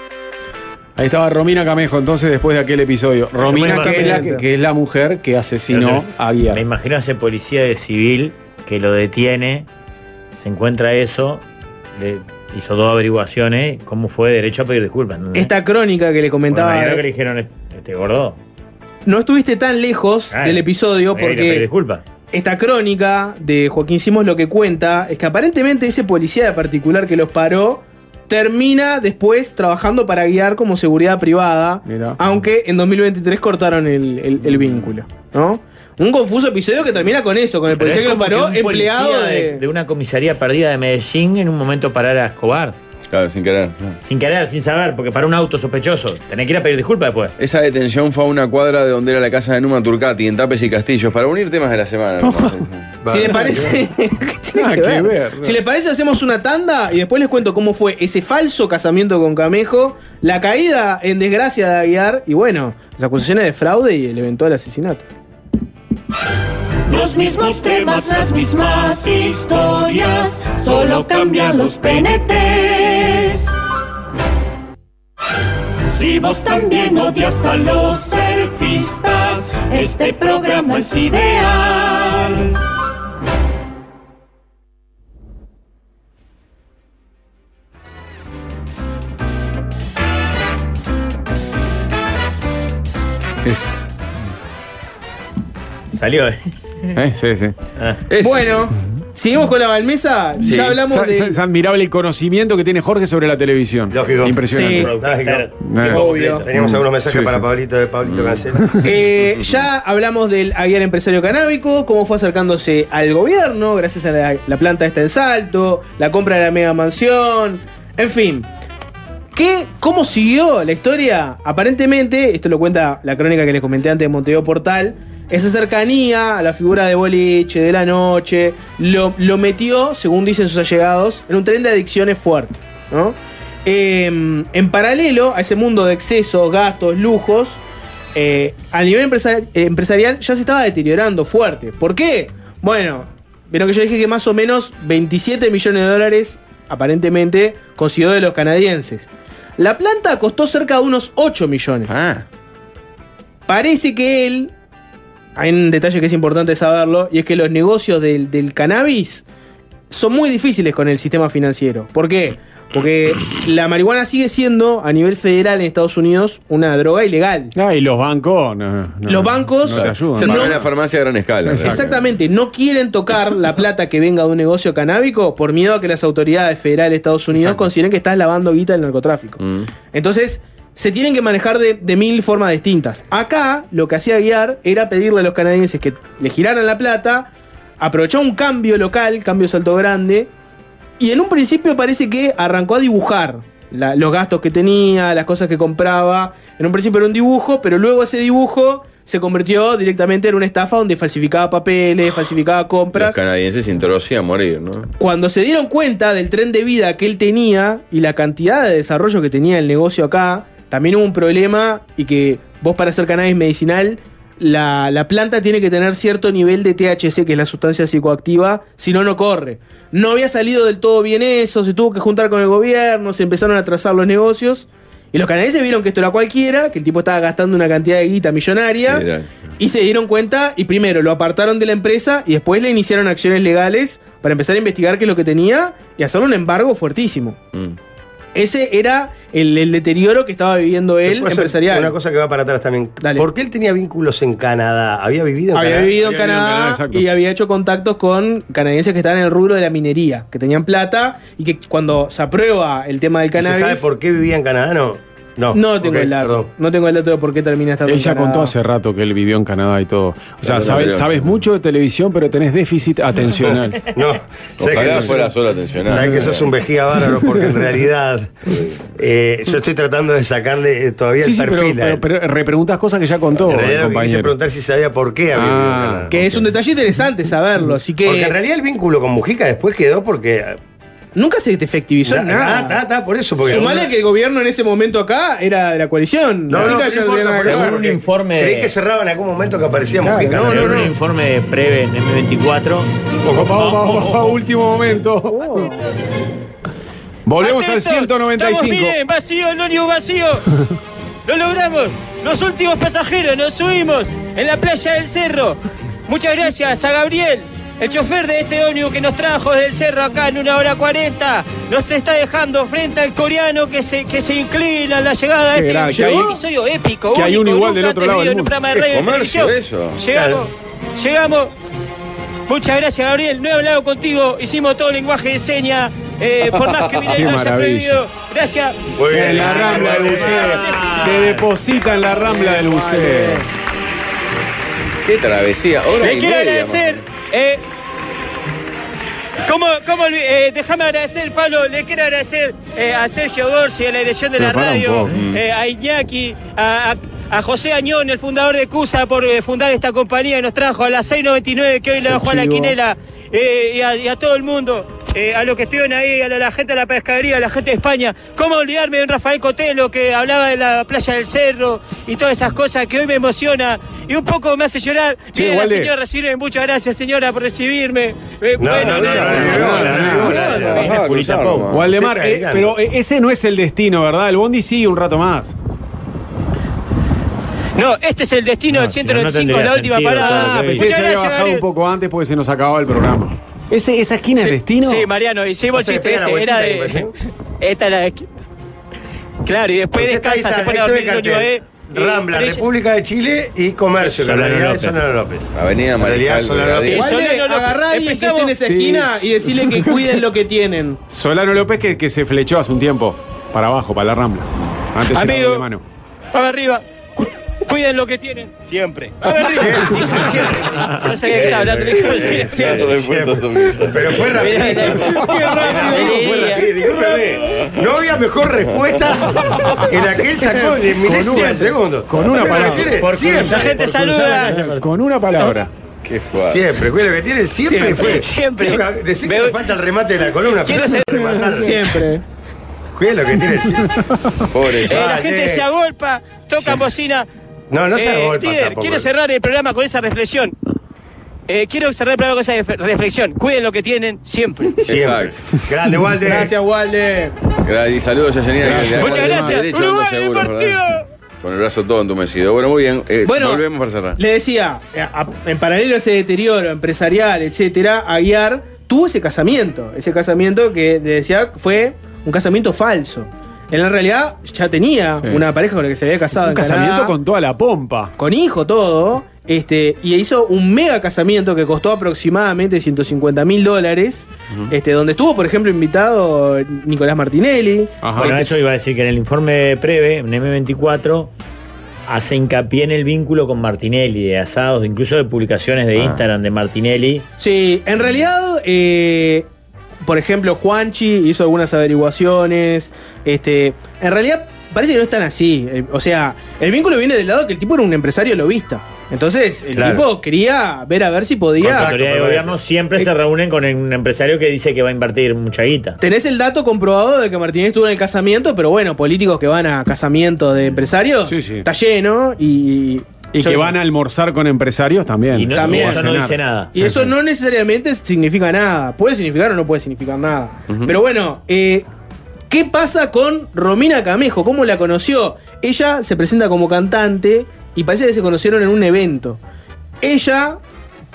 Ahí estaba Romina Camejo, entonces, después de aquel episodio. Romina, que es, la, que- que es la mujer que asesinó a Guiar. Me imagino a ese policía de civil que lo detiene, se encuentra eso, le hizo dos averiguaciones, cómo fue derecho a pedir disculpas. ¿no? Esta crónica que le Eh. Bueno, comentaba. me imagino que le dijeron este gordo. no estuviste tan lejos Claro. del Ahí episodio le pedí porque disculpa. esta crónica de Joaquín Simos lo que cuenta es que aparentemente ese policía de particular que los paró termina después trabajando para guiar como seguridad privada, aunque en 2023 cortaron el, el- el vínculo, ¿no? Un confuso episodio que termina con eso, con el Pero policía es que los como paró, que un policía empleado de... de una comisaría perdida de Medellín en un momento parar a Escobar. Claro, sin querer. Sin querer, sin saber, porque para un auto sospechoso. Tenés que ir a pedir disculpas después. Esa detención fue a una cuadra de donde era la casa de Numa Turcati, en Tapes y Castillos, para unir temas de la semana. Si le parece. ¿Qué tiene Nada que que ver? ver, no. Si les parece, hacemos una tanda y después les cuento cómo fue ese falso casamiento con Camejo, la caída en desgracia de Aguiar y bueno, las acusaciones de fraude y el eventual asesinato. Los mismos temas, las mismas historias, solo cambian los penetes. Si vos también odias a los surfistas, este programa es ideal. Es- Salió, ¿eh? Eh, Sí, sí. Ah. Bueno, seguimos con la balmesa. Sí. Ya hablamos Sa- sa- Es de. admirable el conocimiento que tiene Jorge sobre la televisión. Lógico. Impresionante. Lógico. Eh. Obvio. Teníamos algunos mensajes Sí, para sí. Pablito de Mm. Pablito Cancel. Eh, ya hablamos del Aguiar empresario canábico, cómo fue acercándose al gobierno gracias a la, la planta esta en Salto, la compra de la mega mansión, en fin. ¿Qué, ¿Cómo siguió la historia? Aparentemente, esto lo cuenta la crónica que les comenté antes de Monteo Portal, esa cercanía a la figura de boliche, de la noche, lo, lo metió, según dicen sus allegados, en un tren de adicciones fuerte. ¿no? Eh, en paralelo a ese mundo de excesos, gastos, lujos, eh, a nivel empresari- eh, empresarial ya se estaba deteriorando fuerte. ¿Por qué? Bueno, vieron que yo dije que más o menos 27 millones de dólares aparentemente consiguió de los canadienses. La planta costó cerca de unos 8 millones. Parece que él, hay un detalle que es importante saberlo, y es que los negocios del, del cannabis son muy difíciles con el sistema financiero. ¿Por qué? Porque la marihuana sigue siendo, a nivel federal en Estados Unidos, una droga ilegal. Ah, y los bancos. no, no, Los bancos No te ayudan. Se no- pagó en la farmacia a gran escala. Exactamente, no quieren tocar la plata que venga de un negocio canábico por miedo a que las autoridades federales de Estados Unidos consideren que estás lavando guita del narcotráfico. Entonces, se tienen que manejar de, de mil formas distintas. Acá, lo que hacía Guiar era pedirle a los canadienses que le giraran la plata, aprovechó un cambio local, cambio salto grande, y en un principio parece que arrancó a dibujar la- los gastos que tenía, las cosas que compraba. En un principio era un dibujo, pero luego ese dibujo se convirtió directamente en una estafa donde falsificaba papeles, falsificaba Los compras. canadienses introducían a morir, ¿no? Cuando se dieron cuenta del tren de vida que él tenía y la cantidad de desarrollo que tenía el negocio acá, también hubo un problema y que vos para hacer cannabis medicinal, la, la planta tiene que tener cierto nivel de THC, que es la sustancia psicoactiva, si no, no corre. No había salido del todo bien eso, se tuvo que juntar con el gobierno, se empezaron a trazar los negocios. Y los canadienses vieron que esto era cualquiera, que el tipo estaba gastando una cantidad de guita millonaria. Y se dieron cuenta y primero lo apartaron de la empresa y después le iniciaron acciones legales para empezar a investigar qué es lo que tenía y hacer un embargo fuertísimo. Ese era el, el deterioro que estaba viviendo ¿Te él puedo hacer empresarial. Una cosa que va para atrás también. ¿Por qué él tenía vínculos en Canadá? ¿Había vivido en había Canadá? vivido en Canadá y había hecho contactos con canadienses que estaban en el rubro de la minería, que tenían plata y que cuando se aprueba el tema del ¿Y cannabis... ¿Se sabe por qué vivía en Canadá? No. No, No tengo Ok, el dato. perdón. No tengo el dato de por qué termina esta Él ya contó hace rato que él vivió en Canadá y todo. O sea, Claro, sabes, claro. sabes mucho de televisión, pero tenés déficit atencional. No, sé que Ojalá sos- fuera solo atencional. Sabes que sos un vejiga bárbaro porque en realidad eh, yo estoy tratando de sacarle eh, todavía Sí, el sí, pero, perfil. a él. pero- pero repreguntás cosas que ya contó. en realidad lo que quise compañero. Ah, preguntar es si sabía por qué Ah. había vivido en Canadá. Que es un detalle interesante saberlo, así que... Porque en realidad el vínculo con Mujica después quedó porque Nunca se te efectivizó Na- en nada. nada, ta- ta, por eso, porque- Sumale que el gobierno en ese momento acá era de la coalición. No, no, Mujica no importa, ya tenía por nada que eso, ver. un informe. Creí que cerraba en algún momento que aparecía Claro, Mujica. no, no, no. Un informe de Preve en M24. Opa, opa, opa, último momento. Oh. Volvemos al Atentos, Estamos, 195. miren, vacío, el ónibus vacío. Lo logramos. Los últimos pasajeros nos subimos en la playa del cerro. Muchas gracias a Gabriel, el chofer de este ómnibus que nos trajo desde el cerro acá en una hora 40. Nos está dejando frente al coreano que se, que se inclina en la llegada de Qué este gran- que hay- episodio épico. que hay único, uno igual nunca del otro antes lado del vivido en un mundo. programa de Qué radio y comercio televisión. eso. Llegamos, llegamos. Muchas gracias, Gabriel. No he hablado contigo. Hicimos todo lenguaje de señas. eh, por más que Qué Mireia lo haya maravilla. prohibido. Gracias. En la rambla del buceo. Te deposita en la rambla del buceo. Qué travesía. Ahora Le quiero agradecer. eh, ¿Cómo, cómo olvi- eh, déjame agradecer, Pablo, le quiero agradecer eh, a Sergio Gorsi, a la dirección de Pero la para un radio, poco. Mm. eh, a Iñaki, a, a- a José Añón, el fundador de CUSA, por eh, fundar esta compañía que nos trajo a las 6.99, que hoy la Ese dejó a la chivo. quinela, eh, y, a, y a todo el mundo, eh, a los que estuvieron ahí, a la, la gente de la pescadería, a la gente de España. ¿Cómo olvidarme de un Rafael Cotelo que hablaba de la playa del cerro y todas esas cosas que hoy me emociona y un poco me hace llorar? Che, Mire, la Walde. señora recibe, muchas gracias señora por recibirme. Eh, No, bueno, no, no, gracias. no, no, Ah, no, no, no, no, no, no, no, no, no, no. Waldemar, Usted eh, está pero delirando. eh, ese no es el destino, ¿verdad? El Bondi sigue un rato más. No, este es el destino del si 195, no, no la última tendría parada. Ah, pensé que muchas se había gracias, bajado Gabriel. un poco antes porque se nos acababa el programa. ¿Ese, ¿Esa esquina es destino? Sí, Mariano, hicimos el Hace chiste pena este. Era la de. Esta es la de. Claro, y después Usted está ahí, descansa, se está, pone a ahí se ve dormir cartel. en Ñuñoé, y- Rambla, pero ella- República de Chile y Comercio, que en Solano realidad es López. Solano López. Avenida En realidad, Mariscal Solano López. Belgrano. Igual Igual de no, no, agarrar Eh, a alguien que empezamos- esté en esa Sí. esquina y decirle que cuiden lo que pues, tienen. Solano López que, que se flechó hace un tiempo para abajo, para la rambla. Antes era Amigo. doble mano. Para arriba. Cu- Cuiden lo que tienen. Siempre. Para arriba. Dijo, Siempre. No sabía que estaba hablando. le dijo, siempre. Pero fue rapidísimo. Qué rápido. Fue rapidísimo, discúlpeme. No había mejor respuesta que la que él sacó de milésima de segundo. Con una Pero palabra. que tiene siempre. Con una palabra. Qué fuerte. Siempre, fue lo que tiene siempre, Siempre, fue. siempre. Decir que le falta el remate de la columna, Quiero pero no ser- rematar. Siempre. Fue lo que tiene siempre. Pobre. Eh, la Ah, gente sí. se agolpa, tocan bocina. No, no se agolpa Líder, tampoco. quiero cerrar el programa con esa reflexión. Eh, quiero cerrar el programa con esa ref- reflexión. Cuiden lo que tienen siempre. Exacto. Grande, Walde. Gracias, Walde. Gra- Y saludos a Yanina. que le Muchas da con gracias. el brazo derecho, ando Uruguay, seguro, partido. ¿verdad? Con el brazo todo entumecido. Bueno, muy bien. eh, Bueno. volvemos para cerrar. Le decía, eh, a- a- en paralelo a ese deterioro empresarial, etcétera, Aguiar tuvo ese casamiento. Ese casamiento que le decía fue un casamiento falso. Él en realidad ya tenía Sí. una pareja con la que se había casado. Un en casamiento Canadá, con toda la pompa. con hijo, todo. Este, y hizo un mega casamiento que costó aproximadamente 150 mil dólares. este, donde estuvo, por ejemplo, invitado Nicolás Martinelli. Bueno, Este, eso iba a decir que en el informe Preve, en M24, hace hincapié en el vínculo con Martinelli, de asados, incluso de publicaciones de Instagram de Martinelli. Sí, en realidad, eh, por ejemplo, Juanchi hizo algunas averiguaciones. Este, en realidad, parece que no es tan así. Eh, O sea, el vínculo viene del lado que el tipo era un empresario lobista. Entonces, el Claro. tipo quería ver a ver si Con la podía. autoridad de gobierno siempre se reúnen con un empresario que dice que va a invertir mucha guita. Tenés el dato comprobado de que Martínez estuvo en el casamiento, pero bueno, políticos que van a casamientos de empresarios, está lleno y. Y yo que qué sé. van a almorzar con empresarios también. Y no- También. eso no dice nada. Y eso no necesariamente significa nada. Puede significar o no puede significar nada. Pero bueno, eh, ¿qué pasa con Romina Camejo? ¿Cómo la conoció? Ella se presenta como cantante y parece que se conocieron en un evento. Ella,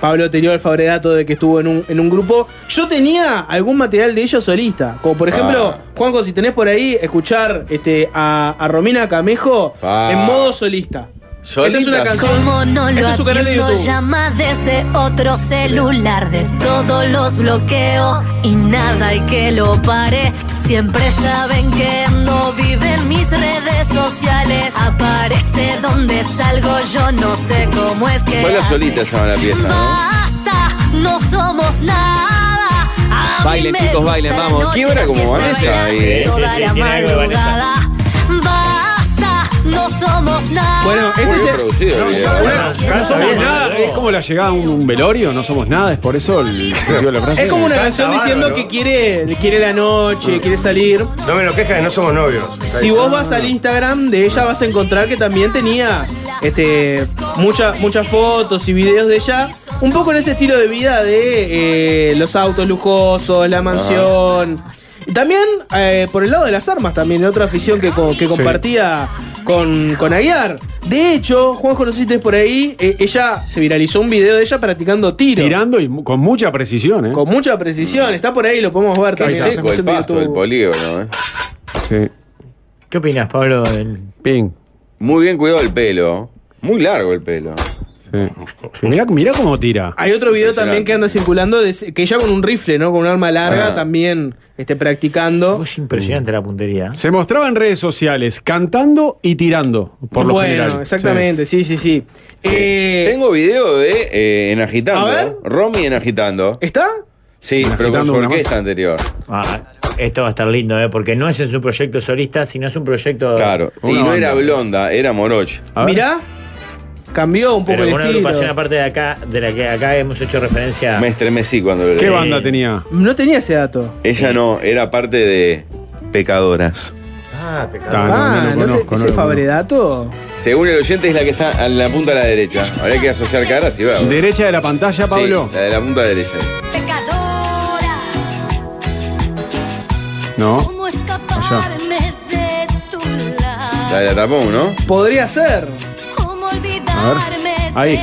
Pablo te dio el favorito dato de que estuvo en un, en un grupo. Yo tenía algún material de ella solista. Como por ejemplo, Ah. Juanjo, si tenés por ahí, escuchar este, a, a Romina Camejo Ah. en modo solista. Esta es una Solita. canción. Como no lo Este es su canal de atiendo, YouTube. llama desde otro celular. De todos los bloqueo y nada hay que lo pare. Siempre saben que no viven mis redes sociales. Aparece donde salgo, yo no sé cómo es que. Fue la hace. solita se llama la pieza, ¿no? Basta, no somos nada. A mí Bailen, me chicos, gusta bailen, la vamos. noche, Quiebra la como fiesta, Vanessa bailar ahí, ¿eh? Toda Sí, sí, la tiene algo de Vanessa. madrugada. Basta, no somos nada. Bueno, este es producido, No, video. no somos nada. Es como la llegada a un, un velorio, no somos nada, es por eso el sentido de la frase. Es como una canción diciendo que quiere, quiere la noche, quiere salir. Mm. No me lo quejas, no somos novios. Si vos vas al Instagram de ella vas a encontrar que también tenía este, mucha- muchas fotos y videos de ella. Un poco en ese estilo de vida de eh, los autos lujosos, la mansión. Y También eh, por el lado de las armas, también, otra afición que, co- que compartía con, con Aguiar. De hecho, Juanjo, no sé si estés por ahí, eh, ella se viralizó un video de ella practicando tiro. Tirando y mu- con mucha precisión, ¿eh? Con mucha precisión, está por ahí, lo podemos ver Qué también. en la seco el transmisión de pasto, YouTube. el polígono, ¿eh? ¿Qué opinas, Pablo? Ping. Muy bien cuidado el pelo. Muy largo el pelo. Mirá, mirá cómo tira. Hay otro video Impresionante. también que anda circulando de- que ella con un rifle, ¿no? Con un arma larga Ah. también esté practicando. Es impresionante la puntería. Se mostraba en redes sociales, cantando y tirando, por lo bueno, general. exactamente, sí, sí, sí. Tengo video de eh, en agitando. A ver. Romy en agitando. ¿Está? Sí, pero con Agitando su una orquesta anterior. Ah, esto va a estar lindo, ¿eh? Porque no es en su proyecto solista, sino es un proyecto. Claro. Y no era blonda, era moroch. Mirá, cambió un poco Pero el con una estilo. agrupación aparte de acá, de la que acá hemos hecho referencia. Me estremecí cuando lo ¿Qué leí. banda tenía? No tenía ese dato. Ella no, era parte de Pecadoras. Ah, Ah, ¿no te- ¿Ese fabredato? Según el oyente es la que está a la punta a la derecha. Habría que asociar caras y ver. Derecha de la pantalla, Pablo. Sí, la de la punta a la derecha. No. ¿Cómo escaparme de tu lado? La de la tapón, ¿no? Podría ser. ¿Cómo olvidarme Ahí.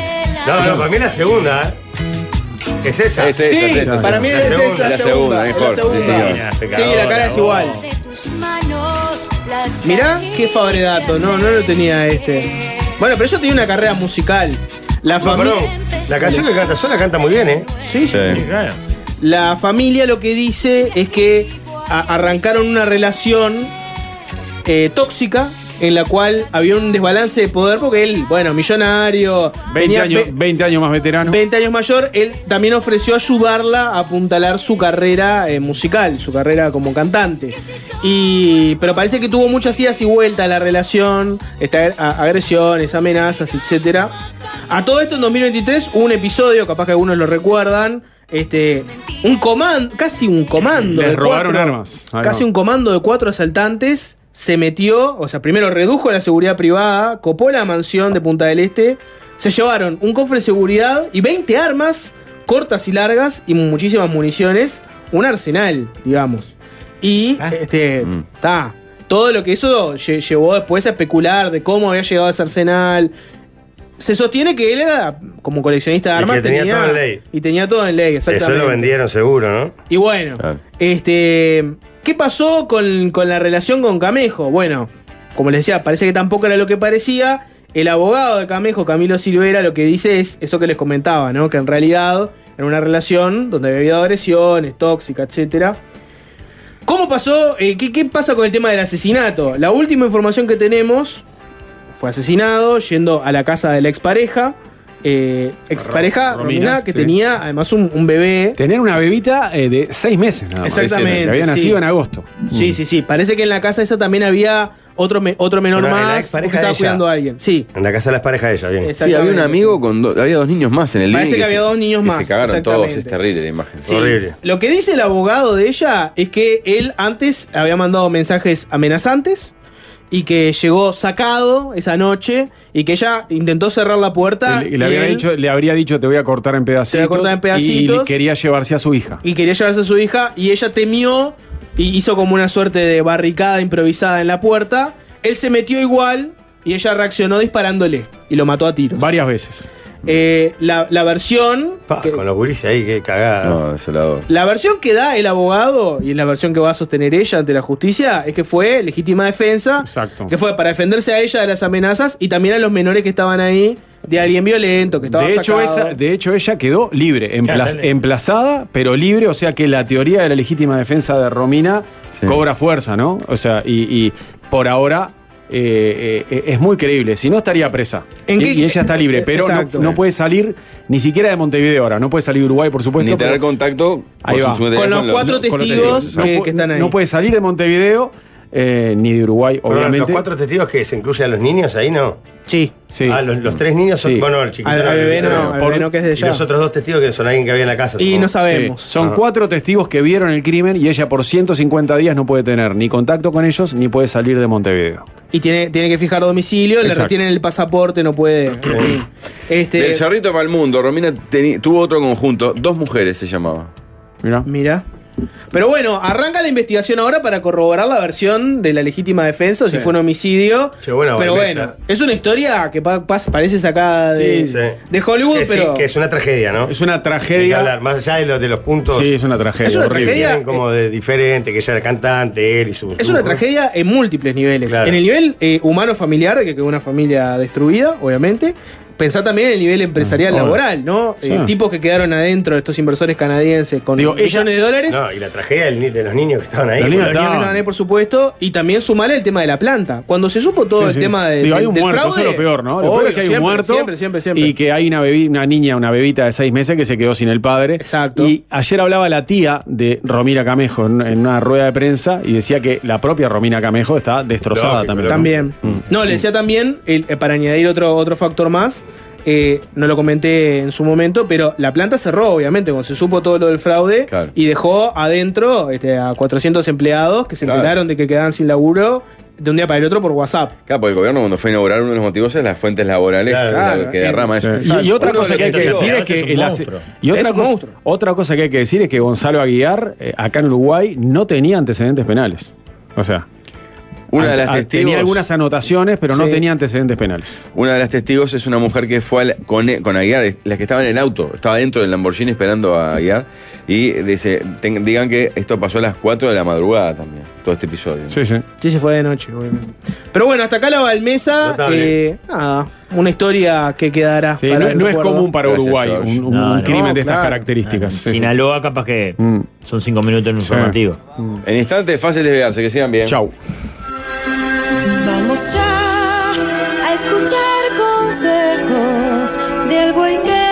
No, no, para mí la segunda, ¿eh? Es esa. Es esa, Sí, es esa, para mí es esa, es la La segunda, segunda, es la mejor. Sí, segunda. señor. Sí, la cara es igual. de tus manos? Las Mirá qué fabredato, no, no lo tenía este. Bueno, pero ella tenía una carrera musical. La No, familia. perdón. La canción que canta sola canta muy bien, ¿eh? Sí, La familia lo que dice es que a- arrancaron una relación eh, tóxica en la cual había un desbalance de poder porque él, bueno, millonario, 20 tenía años, ve- 20 años más veterano. 20 años mayor, él también ofreció ayudarla a apuntalar su carrera eh, musical, su carrera como cantante. Y, pero parece que tuvo muchas idas y vueltas la relación, esta- a- agresiones, amenazas, etc. A todo esto en 2023 hubo un episodio, capaz que algunos lo recuerdan, este, un comando, casi un comando. Les de robaron cuatro- armas. Ahí Casi va. un comando de cuatro asaltantes se metió, o sea, primero redujo la seguridad privada, copó la mansión de Punta del Este, se llevaron un cofre de seguridad y 20 armas cortas y largas y muchísimas municiones, un arsenal, digamos. Y Ah. este, Mm. ta, todo lo que eso lle- llevó después a especular de cómo había llegado ese arsenal. Se sostiene que él era como coleccionista de Y armas que tenía todo en ley. y tenía todo en ley, exactamente. Eso lo vendieron seguro, ¿no? Y bueno, este, ¿qué pasó con, con la relación con Camejo? Bueno, como les decía, parece que tampoco era lo que parecía. El abogado de Camejo, Camilo Silvera, lo que dice es eso que les comentaba, ¿no? Que en realidad era una relación donde había habido agresiones, tóxica, etcétera. ¿Cómo pasó? eh, ¿qué, qué pasa con el tema del asesinato? La última información que tenemos fue asesinado yendo a la casa de la expareja. eh, expareja Romina, Romina, que sí. tenía además un, un bebé. Tener una bebita eh, de 6 meses nada más. Exactamente, Que había sí. nacido en agosto. Mm. Sí, sí, sí. Parece que en la casa esa también había otro, me- otro menor Pero en la más expareja porque estaba de ella. cuidando a alguien. Sí. En la casa de las parejas de ella, bien. Sí, había un amigo con do- había dos niños más en el Parece living que había se- dos niños que más, Se cagaron todos, exactamente. es terrible la imagen. Sí. Lo que dice el abogado de ella es que él antes había mandado mensajes amenazantes y que llegó sacado esa noche y que ella intentó cerrar la puerta. Y le, había él- dicho, le habría dicho, te voy a cortar en pedacitos. cortar en pedacitos. Y quería llevarse a su hija. y quería llevarse a su hija y ella temió y hizo como una suerte de barricada improvisada en la puerta. Él se metió igual y ella reaccionó disparándole y lo mató a tiros. Eh, Varias veces. la, la versión que- Con los gurises ahí, qué cagada. No, desolador. la versión que da el abogado y la versión que va a sostener ella ante la justicia es que fue legítima defensa, que fue para defenderse a ella de las amenazas y también a los menores que estaban ahí de alguien violento que estaba De hecho, sacado. esa- de hecho, ella quedó libre, Claro, emplaz- dale. emplazada, pero libre, o sea que la teoría de la legítima defensa de Romina cobra fuerza, ¿no? O sea, y, y por ahora eh, eh, es muy creíble, si no estaría presa. ¿En y, qué- y ella está libre, pero no, Exacto. no puede salir ni siquiera de Montevideo ahora, no puede salir de Uruguay, por supuesto. Ni tener pero- contacto Ahí por va. su- su- con los- No, con los no, testigos no que- pu- que están ahí. No puede salir de Montevideo. eh, ni de Uruguay, Bueno, obviamente. ¿Los cuatro testigos que se incluyen a los niños ahí no? Sí. sí. Ah, los, los tres niños son. Sí. Bueno, el chiquito. Al- al bebé no, al bebé no, que es de Y allá. los otros dos testigos que son alguien que había en la casa. supongo. Ah. Sí. Son Ah. cuatro testigos que vieron el crimen y ella por 150 días no puede tener ni contacto con ellos ni puede salir de Montevideo. Y tiene, tiene que fijar domicilio, le Exacto. retienen el pasaporte, no Ah, puede. este, Del Cerrito para el Mundo, Romina teni- tuvo otro conjunto, dos mujeres se llamaba. Mira. Mira. Pero bueno, arranca la investigación ahora para corroborar la versión de la legítima defensa, o si Sí. fue un homicidio. Che, buena pero balmesa. bueno, es una historia que pa- pas- parece sacada de, de Hollywood, Que sí, pero. que es una tragedia, ¿no? Es una Ni que tragedia. hablar, más allá de los, de los puntos. Sí, es una tragedia. Es una horrible. tragedia. Como de diferente, que ella era cantante, él y su. Es una tragedia en múltiples niveles. Claro. En el nivel eh, humano-familiar, de que quedó una familia destruida, obviamente. Pensá también en el nivel empresarial Ah, obvio. laboral, ¿no? Sí. Eh, tipos que quedaron adentro de estos inversores canadienses con Digo, ella- millones de dólares. No, y la tragedia del ni- de los niños que estaban ahí. Los niños Los niños que estaban ahí, por supuesto. Y también sumale el tema de la planta. Cuando se supo todo Sí, el sí. tema de, Digo, hay del- un del muerto, fraude. eso es lo peor, ¿no? Lo peor obvio, es que hay siempre, un muerto Siempre, siempre, siempre. y que hay una, bebi- una niña, una bebita de seis meses que se quedó sin el padre. Exacto. Y ayer hablaba la tía de Romina Camejo en, en una rueda de prensa y decía que la propia Romina Camejo está destrozada Ah, también. Mm. También. No, le decía también, el- eh, para añadir otro, otro factor más, eh, no lo comenté en su momento, pero la planta cerró, obviamente, cuando se supo todo lo del fraude y dejó adentro este, a 400 empleados que se Claro. enteraron de que quedaban sin laburo de un día para el otro por WhatsApp. Claro, porque el gobierno cuando fue a inaugurar uno de los motivos es las fuentes laborales Claro, que- claro. que derrama Sí. eso. Y, y otra Uno cosa de que hay que los decir es que el ace- y Es otra un cosa, monstruo. otra cosa que hay que decir es que Gonzalo Aguiar eh, acá en Uruguay no tenía antecedentes penales. O sea, Una de an- las a- testigos- tenía algunas anotaciones, pero no Sí. tenía antecedentes penales. Una de las testigos es una mujer que fue al- con, con Aguiar, es- la que estaba en el auto, estaba dentro del Lamborghini esperando a Aguiar. Y dice, ten- digan que esto pasó a las 4 de la madrugada también, todo este episodio. Sí, sí. Sí, se fue de noche, obviamente. Pero bueno, hasta acá la Pues Balmesa. Notable. eh, nada, una historia que quedará. Sí, para no, el no es recuerdo. común para Gracias, Uruguay George. un, un- No, un no. crimen de estas Claro. características. Sí, sí. Sinaloa, capaz que son cinco minutos en un informativo. En instantes, fácil desviarse, que sigan bien. Chau. Vamos ya a escuchar consejos del buen que